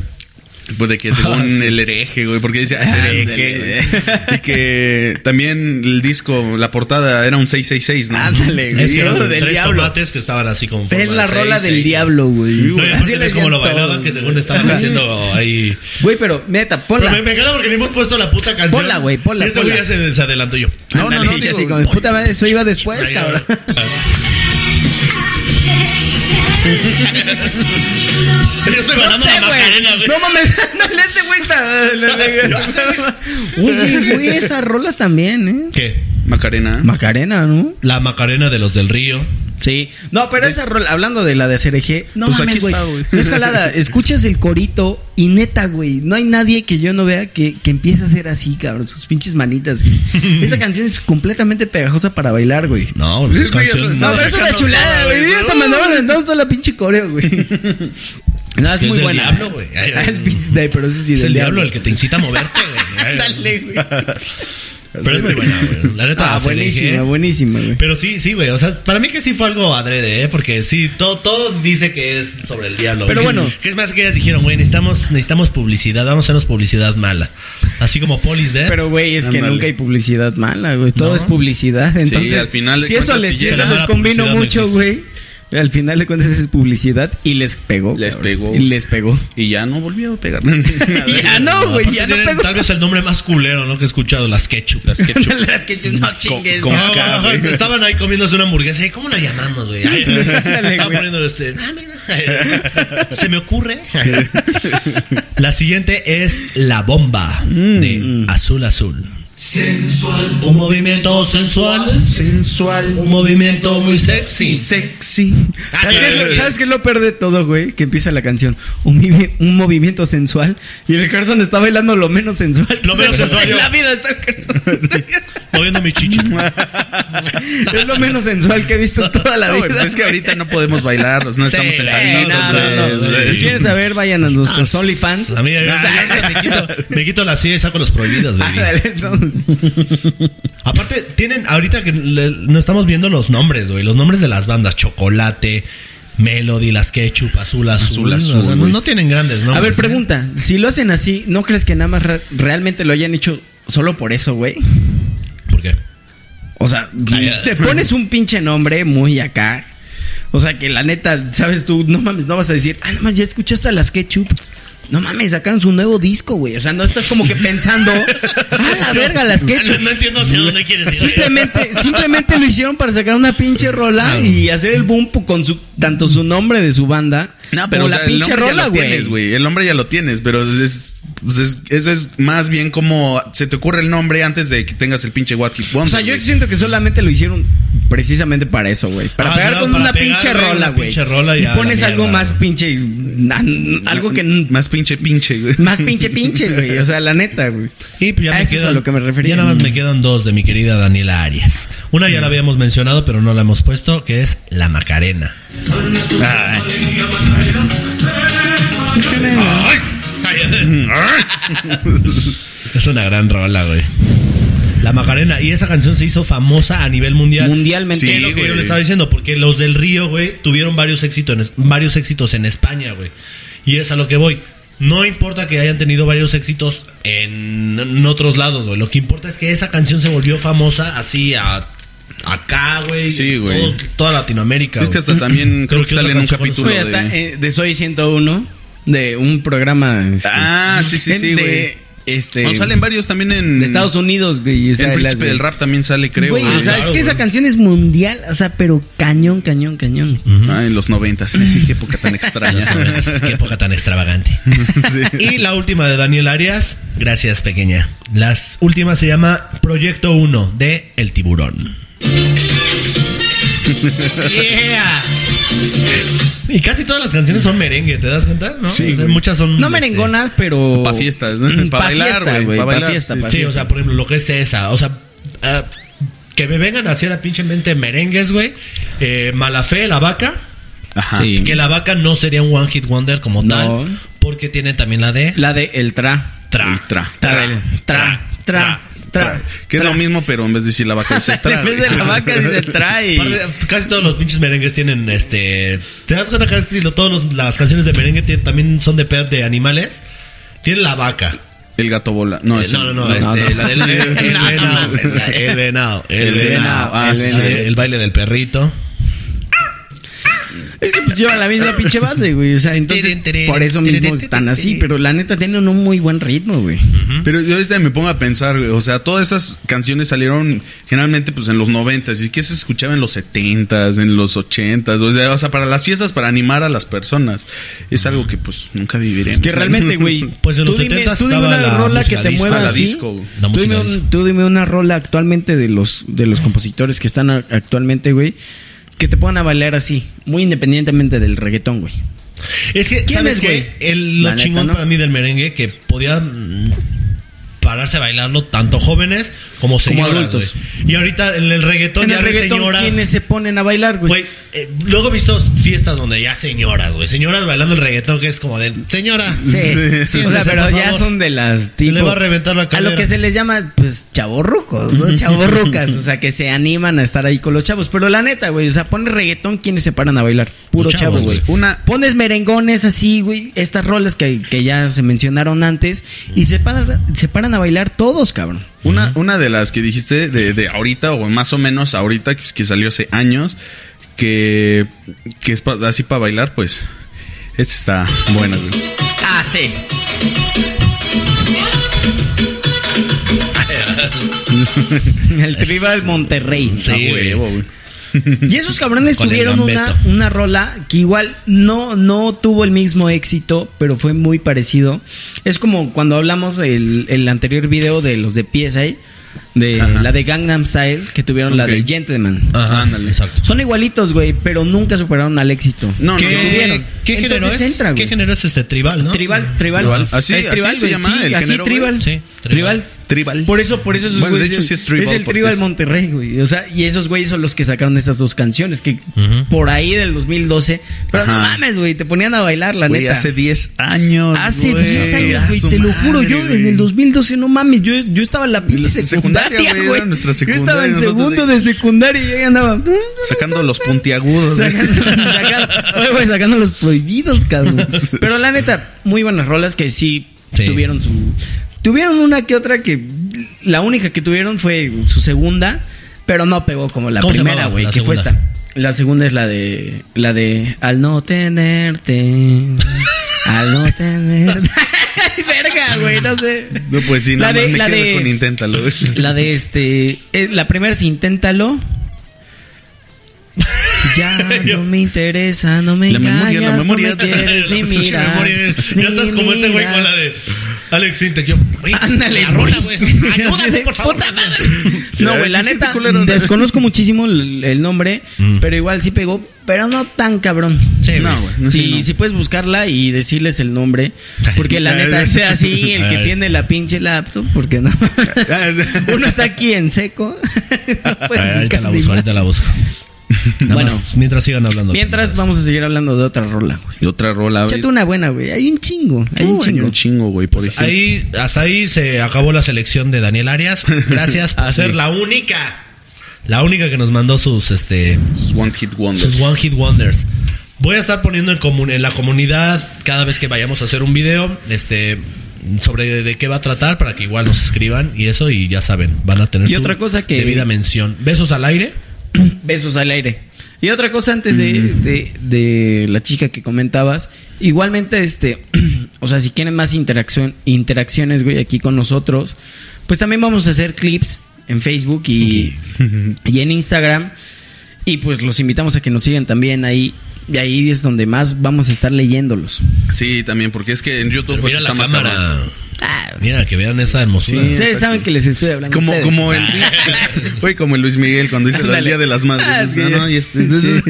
[SPEAKER 2] Pues de que según el hereje, güey, porque dice, "Ah, es hereje. güey. Y que también el disco, la portada era un 666, ¿no?
[SPEAKER 3] Ándale, güey.
[SPEAKER 2] Sí,
[SPEAKER 1] es que eran
[SPEAKER 3] eso del
[SPEAKER 1] tres
[SPEAKER 3] diablo.
[SPEAKER 1] tomates que estaban así con forma
[SPEAKER 3] Es la
[SPEAKER 1] de
[SPEAKER 3] rola
[SPEAKER 1] seis,
[SPEAKER 3] del
[SPEAKER 1] seis.
[SPEAKER 3] diablo, güey.
[SPEAKER 1] No, y
[SPEAKER 3] Así
[SPEAKER 1] aparte
[SPEAKER 3] le
[SPEAKER 1] ves como lo
[SPEAKER 3] hacían
[SPEAKER 1] bailaban,
[SPEAKER 3] todo,
[SPEAKER 1] que
[SPEAKER 3] güey.
[SPEAKER 1] según estaban haciendo ahí.
[SPEAKER 3] Güey, pero neta,
[SPEAKER 1] Pero
[SPEAKER 3] ponla.
[SPEAKER 1] me, me encanta porque le hemos puesto la puta canción.
[SPEAKER 3] Ponla, güey, ponla,
[SPEAKER 1] Y este
[SPEAKER 3] ponla.
[SPEAKER 1] güey ya se desadelantó yo.
[SPEAKER 3] No, no,
[SPEAKER 2] Ándale,
[SPEAKER 3] no,
[SPEAKER 2] y
[SPEAKER 3] digo,
[SPEAKER 2] así
[SPEAKER 3] como, puta madre, eso iba después,
[SPEAKER 1] Ahí,
[SPEAKER 3] cabrón.
[SPEAKER 1] Yo estoy
[SPEAKER 3] No
[SPEAKER 1] bailando
[SPEAKER 3] sé,
[SPEAKER 1] la Macarena,
[SPEAKER 3] güey.
[SPEAKER 1] güey.
[SPEAKER 3] No mames, ándale, este güey está. Uy, güey, esa rola también, ¿eh?
[SPEAKER 1] ¿Qué?
[SPEAKER 2] Macarena.
[SPEAKER 3] Macarena, ¿no?
[SPEAKER 1] La Macarena de los del Río.
[SPEAKER 3] Sí. No, pero esa rola, hablando de la de CRG, no
[SPEAKER 2] Pues
[SPEAKER 3] mames,
[SPEAKER 2] aquí
[SPEAKER 3] güey.
[SPEAKER 2] está, güey.
[SPEAKER 3] No es jalada. Escuchas el corito y neta, güey. No hay nadie que yo no vea que, que empiece a ser así, cabrón. Sus pinches manitas. güey. Esa canción es completamente pegajosa para bailar, güey.
[SPEAKER 1] No,
[SPEAKER 2] es que ya se-
[SPEAKER 3] No, pero es una chulada, güey. Y hasta mandaban andando toda la pinche coreo, güey. No, es,
[SPEAKER 1] que es
[SPEAKER 3] muy
[SPEAKER 1] del
[SPEAKER 3] buena.
[SPEAKER 1] diablo, güey. Ay,
[SPEAKER 3] Ah, es pinche- ay, pero eso sí,
[SPEAKER 1] Es
[SPEAKER 3] del
[SPEAKER 1] el diablo el que te incita a moverte, güey. Ay,
[SPEAKER 3] Dale, güey.
[SPEAKER 1] Pero es muy buena, güey. La neta,
[SPEAKER 3] Ah,
[SPEAKER 1] se le dije.
[SPEAKER 3] buenísima, buenísima, güey.
[SPEAKER 1] Pero sí, sí, güey. O sea, para mí que sí fue algo adrede, ¿eh? Porque sí, todo, todo dice que es sobre el diablo.
[SPEAKER 3] Pero
[SPEAKER 1] güey.
[SPEAKER 3] bueno.
[SPEAKER 1] Que es más que ellas dijeron, güey, necesitamos, necesitamos publicidad. Vamos a hacernos publicidad mala. Así como Polis de.
[SPEAKER 3] Pero, güey, es que
[SPEAKER 2] Ándale.
[SPEAKER 3] nunca hay publicidad mala, güey. Todo
[SPEAKER 1] No.
[SPEAKER 3] es publicidad. Entonces,
[SPEAKER 2] al final de
[SPEAKER 3] si eso
[SPEAKER 2] cuentas,
[SPEAKER 3] les,
[SPEAKER 2] si
[SPEAKER 3] si
[SPEAKER 2] llega
[SPEAKER 3] eso
[SPEAKER 1] mala
[SPEAKER 3] les convino
[SPEAKER 1] publicidad, no
[SPEAKER 3] mucho, güey. Al final de cuentas es publicidad y les pegó.
[SPEAKER 2] Les
[SPEAKER 3] cabrón.
[SPEAKER 2] pegó.
[SPEAKER 3] Y les pegó.
[SPEAKER 2] Y ya no volvió a pegar.
[SPEAKER 3] ya Ah, no, güey,
[SPEAKER 1] Aparte
[SPEAKER 3] ya no
[SPEAKER 1] tienen
[SPEAKER 3] pegó.
[SPEAKER 1] Tal vez el nombre más culero, ¿no? Que he escuchado, las ketchup. Las
[SPEAKER 3] Las que no chingues.
[SPEAKER 2] con-
[SPEAKER 3] güey.
[SPEAKER 2] K, güey.
[SPEAKER 1] estaban ahí comiéndose una hamburguesa. ¿eh? ¿Cómo la llamamos, güey? Ay,
[SPEAKER 3] Ándale,
[SPEAKER 1] Estaba
[SPEAKER 3] güey.
[SPEAKER 1] poniendo este. "Ah, mira". Se me ocurre. La siguiente es La Bomba
[SPEAKER 3] Mm.
[SPEAKER 1] de Azul Azul. Sensual. Un movimiento sensual.
[SPEAKER 2] Sensual.
[SPEAKER 1] Un movimiento muy sexy.
[SPEAKER 2] Sexy.
[SPEAKER 3] ¿Sabes qué, es
[SPEAKER 2] eh.
[SPEAKER 3] lo, sabes qué es lo peor de todo, güey? Que empieza la canción. Un, movi- un movimiento sensual. Y el Carson está bailando lo menos sensual.
[SPEAKER 1] Lo menos sensual, yo.
[SPEAKER 3] En la vida está el Gerson.
[SPEAKER 1] Moviendo mi chichi.
[SPEAKER 3] es lo menos sensual que he visto en toda la
[SPEAKER 2] No,
[SPEAKER 3] vida.
[SPEAKER 2] güey, pues es que ahorita no podemos bailar, no estamos
[SPEAKER 1] Sí,
[SPEAKER 3] Sí,
[SPEAKER 2] sentaditos.
[SPEAKER 3] no, no, no.
[SPEAKER 2] güey.
[SPEAKER 3] Si quieren saber, vayan a nuestros
[SPEAKER 1] Ah,
[SPEAKER 3] OnlyFans.
[SPEAKER 1] A mí, yo- yo me, quito, me quito la silla y saco los prohibidos, baby.
[SPEAKER 3] Ándale, entonces.
[SPEAKER 1] Aparte, tienen, ahorita que le- no estamos viendo los nombres, güey, los nombres de las bandas, Chocolate, Melody, las Ketchup, Azul, Azul,
[SPEAKER 2] Azul, Azul,
[SPEAKER 1] o sea, no,
[SPEAKER 2] güey.
[SPEAKER 1] no tienen grandes nombres.
[SPEAKER 3] A ver,
[SPEAKER 1] ¿eh?
[SPEAKER 2] pues,
[SPEAKER 3] pregunta. Si lo hacen así, ¿no crees que nada más re- realmente lo hayan hecho solo por eso, güey?
[SPEAKER 1] ¿Por qué?
[SPEAKER 3] O sea,
[SPEAKER 1] Ay, ay.
[SPEAKER 3] te pones un pinche nombre muy acá. O sea, que la neta, sabes tú, no mames, no vas a decir, ah, no mames, ya escuchaste a las Ketchup. No mames, sacaron su nuevo disco, güey. O sea, no estás como que pensando, ah, la verga, las
[SPEAKER 1] No,
[SPEAKER 3] Ketchup.
[SPEAKER 1] no entiendo hacia dónde quieres ir.
[SPEAKER 3] Simplemente, simplemente lo hicieron para sacar una pinche
[SPEAKER 2] Ah,
[SPEAKER 3] rola y hacer el boom pu- con su, tanto su nombre de su banda
[SPEAKER 2] No, pero
[SPEAKER 3] como
[SPEAKER 2] o sea,
[SPEAKER 3] la
[SPEAKER 2] el
[SPEAKER 3] pinche
[SPEAKER 2] nombre ya
[SPEAKER 3] rola,
[SPEAKER 2] lo tienes,
[SPEAKER 3] güey.
[SPEAKER 2] güey. El nombre ya lo tienes, pero es, es- pues es- eso es más bien como se te ocurre el nombre antes de que tengas el pinche What Hit
[SPEAKER 3] O
[SPEAKER 2] Wonder,
[SPEAKER 3] sea, yo
[SPEAKER 2] güey.
[SPEAKER 3] siento que solamente lo hicieron precisamente para eso, güey. Para
[SPEAKER 1] Ah,
[SPEAKER 3] pegar
[SPEAKER 1] no,
[SPEAKER 3] con
[SPEAKER 1] para
[SPEAKER 3] una
[SPEAKER 1] pegar,
[SPEAKER 3] pinche
[SPEAKER 1] güey,
[SPEAKER 3] rola,
[SPEAKER 1] una
[SPEAKER 3] güey.
[SPEAKER 1] pinche rola y
[SPEAKER 3] Y
[SPEAKER 1] a la
[SPEAKER 3] pones algo
[SPEAKER 1] mierda.
[SPEAKER 3] más pinche. na- n- algo que. n-
[SPEAKER 2] Más pinche pinche, güey.
[SPEAKER 3] Más pinche pinche, güey. O sea, la neta, güey.
[SPEAKER 1] Y pues ya
[SPEAKER 3] Ah,
[SPEAKER 1] me
[SPEAKER 3] eso es
[SPEAKER 1] quedan,
[SPEAKER 3] a lo que me refería. Mm.
[SPEAKER 1] Ya nada más me quedan dos de mi querida Daniela Arias. Una ya la habíamos mencionado, pero no la hemos puesto, que es La Macarena. Es una gran rola, güey. La Macarena. Y esa canción se hizo famosa a nivel mundial.
[SPEAKER 3] Mundialmente.
[SPEAKER 1] Sí, es lo que
[SPEAKER 2] güey.
[SPEAKER 1] yo le estaba diciendo, porque los del Río, güey, tuvieron varios éxitos en, es- varios éxitos en España, güey. Y es a lo que voy. No importa que hayan tenido varios éxitos en, en otros lados, güey. Lo que importa es que esa canción se volvió famosa así a, acá, güey.
[SPEAKER 2] Sí, güey.
[SPEAKER 1] todo- Toda Latinoamérica.
[SPEAKER 2] Es que
[SPEAKER 1] güey.
[SPEAKER 2] hasta también creo
[SPEAKER 1] Creo
[SPEAKER 2] que,
[SPEAKER 1] que
[SPEAKER 2] sale en un
[SPEAKER 1] otra canción
[SPEAKER 2] capítulo
[SPEAKER 3] Oye, hasta, eh,
[SPEAKER 2] de...
[SPEAKER 3] de... Soy 101, de un programa. este,
[SPEAKER 2] Ah, sí, sí, sí,
[SPEAKER 3] de-
[SPEAKER 2] güey.
[SPEAKER 3] Este,
[SPEAKER 2] No, salen varios también en...
[SPEAKER 3] de Estados Unidos, güey. o sea,
[SPEAKER 2] En
[SPEAKER 3] las
[SPEAKER 2] Príncipe
[SPEAKER 3] de-
[SPEAKER 2] del Rap también sale, creo.
[SPEAKER 3] Güey,
[SPEAKER 2] güey.
[SPEAKER 3] o sea,
[SPEAKER 1] claro,
[SPEAKER 3] es que esa
[SPEAKER 1] güey.
[SPEAKER 3] canción es mundial, o sea, pero cañón, cañón, cañón.
[SPEAKER 2] Ah, en los noventas. Qué época tan extraña.
[SPEAKER 1] Qué época tan extravagante.
[SPEAKER 2] Sí.
[SPEAKER 1] Y la última de Daniel Arias, gracias pequeña. Las últimas se llama Proyecto 1 de El Tiburón. Yeah. Y casi todas las canciones son merengue, ¿te das cuenta? ¿No?
[SPEAKER 2] Sí,
[SPEAKER 1] O sea,
[SPEAKER 2] güey.
[SPEAKER 1] muchas son...
[SPEAKER 3] No
[SPEAKER 1] este,
[SPEAKER 3] merengonas, pero.
[SPEAKER 2] Pa' fiestas, ¿no?
[SPEAKER 3] Mm,
[SPEAKER 2] Pa'
[SPEAKER 3] pa'
[SPEAKER 2] bailar,
[SPEAKER 3] fiesta,
[SPEAKER 2] güey,
[SPEAKER 3] güey.
[SPEAKER 2] pa'
[SPEAKER 3] Pa'
[SPEAKER 2] bailar,
[SPEAKER 3] fiesta,
[SPEAKER 2] sí,
[SPEAKER 3] pa'
[SPEAKER 1] Sí, o
[SPEAKER 3] fiesta.
[SPEAKER 1] sea, por ejemplo, lo que es esa. O sea, ah, que me vengan así a la pinche mente merengues, güey. Eh, Malafé, la vaca.
[SPEAKER 2] Ajá.
[SPEAKER 3] Sí.
[SPEAKER 1] Que la vaca no sería un One Hit Wonder como
[SPEAKER 3] No.
[SPEAKER 1] tal. Porque tiene también la de...
[SPEAKER 3] La de El Tra.
[SPEAKER 1] Tra.
[SPEAKER 2] El tra.
[SPEAKER 3] Tra, del- tra, tra, tra.
[SPEAKER 2] Que es lo mismo, pero en vez de decir la vaca, dice tra.
[SPEAKER 3] En vez de
[SPEAKER 2] güey.
[SPEAKER 3] la vaca, dice Tra y.
[SPEAKER 1] Aparte, Casi todos los pinches merengues tienen este. ¿Te das cuenta? Casi lo- todas los- las canciones de merengue tienen- también son de per de animales. Tiene la vaca.
[SPEAKER 2] El gato bola. No,
[SPEAKER 1] Eh,
[SPEAKER 2] es
[SPEAKER 1] no, no, no,
[SPEAKER 3] no,
[SPEAKER 1] este,
[SPEAKER 3] no.
[SPEAKER 1] la del el venado. El venado. El
[SPEAKER 2] El
[SPEAKER 1] venado.
[SPEAKER 2] venado,
[SPEAKER 1] Ah,
[SPEAKER 2] el
[SPEAKER 1] sí,
[SPEAKER 2] venado.
[SPEAKER 1] El baile del perrito.
[SPEAKER 3] Es que pues lleva la misma pinche base, güey. O sea, entonces.
[SPEAKER 1] Tirin, tirin,
[SPEAKER 3] Por eso
[SPEAKER 1] tirin,
[SPEAKER 3] mismo
[SPEAKER 1] tirin,
[SPEAKER 3] están
[SPEAKER 1] tirin,
[SPEAKER 3] así,
[SPEAKER 1] tirin.
[SPEAKER 3] pero la neta tienen un muy buen ritmo, güey.
[SPEAKER 2] Pero yo ahorita me pongo a pensar, güey, o sea, todas esas canciones salieron generalmente pues en los noventas, y que se escuchaba en los setentas, en los ochentas, o sea, o sea, para las fiestas, para animar a las personas. Es algo que pues nunca viviremos.
[SPEAKER 3] Es que realmente, güey.
[SPEAKER 1] Pues en
[SPEAKER 3] tú
[SPEAKER 1] los
[SPEAKER 3] dime,
[SPEAKER 1] 70s
[SPEAKER 3] tú dime
[SPEAKER 1] estaba
[SPEAKER 3] una
[SPEAKER 1] la
[SPEAKER 3] rola que
[SPEAKER 1] música
[SPEAKER 3] te
[SPEAKER 1] disco.
[SPEAKER 3] mueva
[SPEAKER 2] Ah, la
[SPEAKER 3] así.
[SPEAKER 2] disco, güey.
[SPEAKER 1] La
[SPEAKER 3] tú, dime
[SPEAKER 1] música
[SPEAKER 3] un-
[SPEAKER 1] disco.
[SPEAKER 3] tú dime una rola actualmente de los, de los compositores que están a- actualmente, güey. Que te puedan bailar así, muy independientemente del reggaetón, güey.
[SPEAKER 1] Es que,
[SPEAKER 3] ¿Quién
[SPEAKER 1] ¿sabes
[SPEAKER 3] es,
[SPEAKER 1] qué?
[SPEAKER 3] güey?
[SPEAKER 1] El- Lo
[SPEAKER 3] La neta,
[SPEAKER 1] chingón
[SPEAKER 3] ¿no?
[SPEAKER 1] para mí del merengue que podía mm, pararse a bailarlo tanto jóvenes como señoras.
[SPEAKER 3] adultos.
[SPEAKER 1] güey. Y ahorita en el reggaetón
[SPEAKER 3] En
[SPEAKER 1] ya
[SPEAKER 3] el
[SPEAKER 1] ves
[SPEAKER 3] reggaetón,
[SPEAKER 1] señoras.
[SPEAKER 3] ¿quiénes se ponen a bailar, güey?
[SPEAKER 1] Güey, eh, luego he visto fiestas donde ya señoras, güey. Señoras bailando el reggaetón que es como de... Señora.
[SPEAKER 3] Sí. o sea,
[SPEAKER 1] siéntese,
[SPEAKER 3] pero
[SPEAKER 1] por
[SPEAKER 3] ya
[SPEAKER 1] favor".
[SPEAKER 3] son de las
[SPEAKER 1] Se
[SPEAKER 3] tipo.
[SPEAKER 1] le va a reventar la
[SPEAKER 3] a
[SPEAKER 1] cadera.
[SPEAKER 3] lo que se les llama, pues, chavorrucos, ¿no? Chavorrucas. o sea, que se animan a estar ahí con los chavos. Pero la neta, güey, o sea, pones reggaetón, ¿quiénes se paran a bailar? Puro
[SPEAKER 1] Los chavos,
[SPEAKER 3] chavo, güey.
[SPEAKER 2] Una
[SPEAKER 3] Pones merengones así, güey. Estas rolas que, que ya se mencionaron antes. Y se paran, se paran a bailar todos, cabrón.
[SPEAKER 2] una una de las que dijiste de, de ahorita o más o menos ahorita que, que salió hace años que que es pa- así para bailar, pues esta está buena, güey.
[SPEAKER 3] Ah, sí. El tribal Monterrey.
[SPEAKER 1] Sí,
[SPEAKER 2] A
[SPEAKER 1] güey.
[SPEAKER 2] huevo, güey.
[SPEAKER 3] Y esos cabrones
[SPEAKER 1] Con el
[SPEAKER 3] tuvieron una,
[SPEAKER 1] gambeto.
[SPEAKER 3] una rola que igual no, no tuvo el mismo éxito, pero fue muy parecido. Es como cuando hablamos el, el anterior video de los de PSI, de
[SPEAKER 2] Ajá.
[SPEAKER 3] la de Gangnam Style, que tuvieron la
[SPEAKER 2] Ok.
[SPEAKER 3] de Gentleman.
[SPEAKER 1] Ajá,
[SPEAKER 2] Ándale.
[SPEAKER 1] Exacto.
[SPEAKER 3] Son igualitos, güey, pero nunca superaron al éxito.
[SPEAKER 2] No,
[SPEAKER 1] ¿Qué,
[SPEAKER 2] no, no.
[SPEAKER 3] tuvieron.
[SPEAKER 1] qué
[SPEAKER 3] Entonces
[SPEAKER 1] género es?
[SPEAKER 3] entra, güey.
[SPEAKER 1] ¿Qué género es este tribal, no?
[SPEAKER 3] Tribal, tribal.
[SPEAKER 2] Tribal. Así-
[SPEAKER 3] Es
[SPEAKER 2] así
[SPEAKER 3] tribal,
[SPEAKER 2] se
[SPEAKER 3] güey,
[SPEAKER 2] llama
[SPEAKER 3] sí,
[SPEAKER 2] el
[SPEAKER 3] así
[SPEAKER 2] género, güey.
[SPEAKER 3] tribal.
[SPEAKER 1] Sí, tribal.
[SPEAKER 3] tribal.
[SPEAKER 2] Tribal.
[SPEAKER 3] Por eso, por eso esos
[SPEAKER 2] Bueno, de
[SPEAKER 3] güeyes
[SPEAKER 2] hecho, sí es tribal,
[SPEAKER 3] el
[SPEAKER 2] porque
[SPEAKER 3] tribal
[SPEAKER 2] es-
[SPEAKER 3] Monterrey, güey. O sea, y esos güeyes son los que sacaron esas dos canciones que
[SPEAKER 1] Ujú.
[SPEAKER 3] por ahí del 2012. Pero no
[SPEAKER 2] Ajá.
[SPEAKER 3] mames, güey, te ponían a bailar, la
[SPEAKER 2] Güey,
[SPEAKER 3] neta.
[SPEAKER 2] hace 10 años.
[SPEAKER 3] Hace
[SPEAKER 2] güey.
[SPEAKER 3] 10
[SPEAKER 2] A
[SPEAKER 3] años,
[SPEAKER 2] su
[SPEAKER 3] güey, te lo juro. Yo
[SPEAKER 2] madre,
[SPEAKER 3] en el
[SPEAKER 2] güey.
[SPEAKER 3] 2012, no mames, yo, yo estaba en la pinche
[SPEAKER 2] En la secundaria,
[SPEAKER 3] secundaria,
[SPEAKER 2] güey,
[SPEAKER 3] güey.
[SPEAKER 2] era nuestra
[SPEAKER 3] Yo estaba
[SPEAKER 2] secundaria,
[SPEAKER 3] en
[SPEAKER 2] nosotros
[SPEAKER 3] segundo
[SPEAKER 2] de-
[SPEAKER 3] de secundaria y ya andaba.
[SPEAKER 2] Sacando los puntiagudos. güey.
[SPEAKER 3] Sacando, sacando- oye, güey, sacando los prohibidos, cabrón. Pero la neta, muy buenas rolas que sí,
[SPEAKER 1] Sí.
[SPEAKER 3] tuvieron su. Tuvieron una que otra que. La única que tuvieron fue su segunda, pero no pegó como la
[SPEAKER 1] ¿Cómo se
[SPEAKER 3] primera,
[SPEAKER 1] llamaba
[SPEAKER 3] güey,
[SPEAKER 1] la
[SPEAKER 3] que fue
[SPEAKER 1] segunda?
[SPEAKER 3] esta. La segunda es la de. La de. Al no tenerte. Al no tenerte. Ay, Verga, güey, no sé.
[SPEAKER 2] No, pues sí,
[SPEAKER 3] La
[SPEAKER 2] nada más
[SPEAKER 3] de-
[SPEAKER 2] me
[SPEAKER 3] la
[SPEAKER 2] quedo
[SPEAKER 3] de-
[SPEAKER 2] con inténtalo. güey.
[SPEAKER 3] La de este. eh, la primera es inténtalo. Ya no me interesa, no me
[SPEAKER 2] La memoria, la
[SPEAKER 3] engañas,
[SPEAKER 2] memoria.
[SPEAKER 3] no me quieres ni
[SPEAKER 1] Su
[SPEAKER 3] mirar,
[SPEAKER 1] memoria.
[SPEAKER 3] ni
[SPEAKER 1] Ya estás como este güey
[SPEAKER 3] mirar.
[SPEAKER 1] con la de Alex Intec. Yo, güey,
[SPEAKER 3] Ándale,
[SPEAKER 1] la rola,
[SPEAKER 3] güey.
[SPEAKER 1] güey. Ayúdame, por favor.
[SPEAKER 3] Puta madre. No, güey, la
[SPEAKER 2] Sí, sí,
[SPEAKER 3] neta,
[SPEAKER 2] te culero, ¿no?
[SPEAKER 3] desconozco muchísimo el, el nombre,
[SPEAKER 1] Mm.
[SPEAKER 3] pero igual sí pegó, pero no tan cabrón.
[SPEAKER 1] Sí,
[SPEAKER 2] No,
[SPEAKER 1] güey.
[SPEAKER 2] güey.
[SPEAKER 3] Sí,
[SPEAKER 2] Sí, no.
[SPEAKER 3] sí puedes buscarla y decirles el nombre, porque la neta sea así el que tiene la pinche laptop, porque no.
[SPEAKER 2] Ah, es-
[SPEAKER 3] Uno está aquí en seco. No puede
[SPEAKER 1] Ay,
[SPEAKER 3] buscar
[SPEAKER 1] Ahorita la
[SPEAKER 3] ni
[SPEAKER 1] busco,
[SPEAKER 3] más.
[SPEAKER 1] ahorita la busco. Nada
[SPEAKER 3] Bueno.
[SPEAKER 1] más, mientras sigan hablando.
[SPEAKER 3] Mientras vamos a seguir hablando de otra rola, güey.
[SPEAKER 2] Y otra rola, güey.
[SPEAKER 3] Échate una Pues buena, güey. Hay un chingo. Hay un
[SPEAKER 2] Uh, hay
[SPEAKER 3] chingo.
[SPEAKER 2] un chingo, güey, por ejemplo.
[SPEAKER 1] Pues Ahí, hasta ahí se acabó la selección de Daniel Arias. Gracias por
[SPEAKER 3] Ah, sí.
[SPEAKER 1] ser la única. La única que nos mandó sus este
[SPEAKER 2] Sus One Hit Wonders.
[SPEAKER 1] sus One Hit Wonders. Voy a estar poniendo en, comun- en la comunidad cada vez que vayamos a hacer un video este sobre de, de qué va a tratar para que igual nos escriban y eso y ya saben, van a tener
[SPEAKER 3] Y otra cosa que-
[SPEAKER 1] debida mención. Besos al aire.
[SPEAKER 3] Besos al aire. Y otra cosa antes de,
[SPEAKER 1] Mm.
[SPEAKER 3] de- de la chica que comentabas, igualmente, este, o sea, si quieren más interacción, interacciones, güey, aquí con nosotros, pues también vamos a hacer clips en Facebook y, y en Instagram. Y pues los invitamos a que nos sigan también ahí. Y ahí es donde más vamos a estar leyéndolos.
[SPEAKER 2] Sí, también, porque es que en YouTube
[SPEAKER 1] Pero
[SPEAKER 2] pues,
[SPEAKER 1] mira
[SPEAKER 2] está
[SPEAKER 1] la
[SPEAKER 2] más cabrón.
[SPEAKER 1] cámara.
[SPEAKER 3] Ah,
[SPEAKER 1] Mira, que vean esa hermosura.
[SPEAKER 2] Sí,
[SPEAKER 3] ustedes
[SPEAKER 2] exacto.
[SPEAKER 3] saben que les estoy hablando. a
[SPEAKER 2] Como,
[SPEAKER 3] ustedes. Ah.
[SPEAKER 2] como el Oye, como el Luis Miguel cuando dice el
[SPEAKER 3] Ándale.
[SPEAKER 2] Día de las Madres.
[SPEAKER 3] Ah, sí.
[SPEAKER 2] No, no, y este, sí.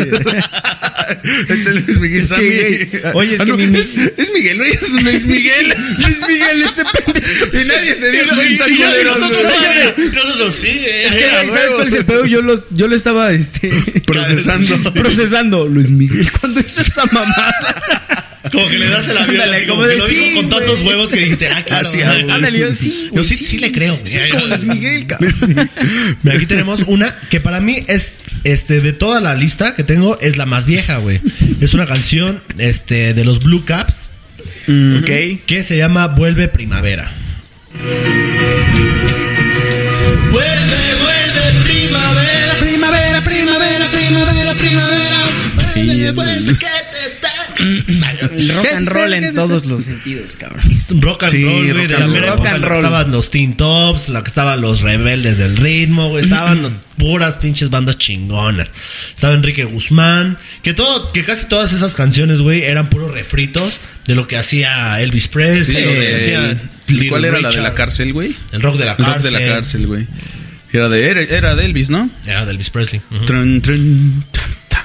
[SPEAKER 2] Este Luis Miguel
[SPEAKER 3] Es que,
[SPEAKER 2] Sammy. Ah,
[SPEAKER 3] güey, oye, es que mi-
[SPEAKER 2] es, es Miguel, no es Luis Miguel. Luis Miguel, este pendejo. Y nadie se dio cuenta, culeros, güey.
[SPEAKER 1] nosotros sí, eh.
[SPEAKER 3] Es que, güey, ¿sabes cuál es el pedo? Yo lo, yo lo estaba este,
[SPEAKER 2] Procesando.
[SPEAKER 3] procesando. Luis Miguel, cuando hizo esa mamada?
[SPEAKER 1] Como que le das el avión
[SPEAKER 3] Ándale,
[SPEAKER 1] así, como
[SPEAKER 3] como
[SPEAKER 1] que
[SPEAKER 3] de
[SPEAKER 1] lo dijo
[SPEAKER 3] sí,
[SPEAKER 1] con tantos
[SPEAKER 3] güey.
[SPEAKER 1] huevos que dijiste, ah, claro.
[SPEAKER 2] Así,
[SPEAKER 1] güey.
[SPEAKER 2] ah,
[SPEAKER 3] Ándale, yo sí,
[SPEAKER 1] Yo
[SPEAKER 3] güey,
[SPEAKER 1] sí, sí le creo.
[SPEAKER 3] Sí,
[SPEAKER 1] Ya,
[SPEAKER 3] como
[SPEAKER 1] ya.
[SPEAKER 3] Luis Miguel, cabrón.
[SPEAKER 1] Mira, aquí tenemos una que para mí es, este, de toda la lista que tengo, es la más vieja, güey. Es una canción, este, de los Blue Caps
[SPEAKER 3] Ok.
[SPEAKER 1] que se llama Vuelve Primavera. Vuelve, vuelve primavera.
[SPEAKER 4] Primavera, primavera, primavera, primavera.
[SPEAKER 3] Sí, es-
[SPEAKER 4] Vuelve que te está.
[SPEAKER 3] El rock and roll en todos los sentidos, cabrón.
[SPEAKER 1] Rock and
[SPEAKER 2] Sí,
[SPEAKER 1] roll, güey,
[SPEAKER 2] rock
[SPEAKER 1] de la
[SPEAKER 2] and roll.
[SPEAKER 1] mera
[SPEAKER 3] Rock
[SPEAKER 1] época
[SPEAKER 3] and
[SPEAKER 1] en la que
[SPEAKER 3] roll.
[SPEAKER 1] estaban los Teen Tops, la que estaban los rebeldes del ritmo, güey, estaban los- puras pinches bandas chingonas. Estaba Enrique Guzmán, que todo, que casi todas esas canciones, güey, eran puros refritos de lo que hacía Elvis
[SPEAKER 2] Sí,
[SPEAKER 1] Presley,
[SPEAKER 2] lo
[SPEAKER 1] lo que
[SPEAKER 2] del-
[SPEAKER 1] hacía
[SPEAKER 2] ¿Cuál
[SPEAKER 1] Little
[SPEAKER 2] era la de
[SPEAKER 1] Richard,
[SPEAKER 2] la cárcel, güey?
[SPEAKER 1] El rock de la
[SPEAKER 2] El
[SPEAKER 1] cárcel.
[SPEAKER 2] rock de la cárcel, Mm. güey. Era de, era, era de Elvis, ¿no?
[SPEAKER 1] Era de Elvis Presley. ujú.
[SPEAKER 2] Trun, trun, tan, tan,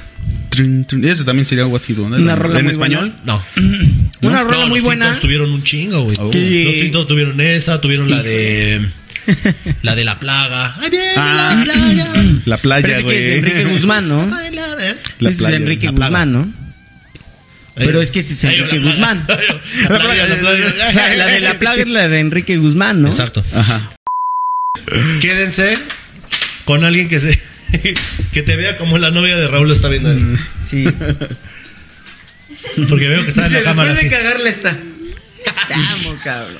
[SPEAKER 2] trun, trun. Ese también sería What He Done. ¿no?
[SPEAKER 3] Una rola
[SPEAKER 2] ¿En
[SPEAKER 3] muy
[SPEAKER 2] español?
[SPEAKER 1] No.
[SPEAKER 3] Una
[SPEAKER 1] No,
[SPEAKER 3] rola
[SPEAKER 1] los
[SPEAKER 3] muy
[SPEAKER 1] Teen
[SPEAKER 3] buena.
[SPEAKER 1] Tops tuvieron un chingo,
[SPEAKER 2] Oh.
[SPEAKER 1] güey. Los
[SPEAKER 3] Que-
[SPEAKER 1] Teen Tops tuvieron esa, tuvieron la de la de la plaga. Ay, bien,
[SPEAKER 2] Ah.
[SPEAKER 1] la plaga.
[SPEAKER 2] La playa,
[SPEAKER 3] Parece
[SPEAKER 2] güey.
[SPEAKER 3] que es Enrique Guzmán, ¿no?
[SPEAKER 1] Bailar, ¿eh?
[SPEAKER 2] La
[SPEAKER 3] Ese es
[SPEAKER 2] playa.
[SPEAKER 3] Enrique
[SPEAKER 1] La plaga.
[SPEAKER 3] Guzmán, ¿no? Pero es que ese es
[SPEAKER 1] Ay,
[SPEAKER 3] Enrique
[SPEAKER 1] la-
[SPEAKER 3] Guzmán.
[SPEAKER 1] La plaga, la plaga.
[SPEAKER 3] O sea, la de la plaga es la de Enrique Guzmán, ¿no?
[SPEAKER 1] Exacto.
[SPEAKER 2] Ajá.
[SPEAKER 1] Quédense con alguien que se que te vea como la novia de Raúl lo está viendo. él.
[SPEAKER 3] Sí.
[SPEAKER 1] Porque veo que está en la cámara así.
[SPEAKER 3] cagarle está. Te amo, cabrón.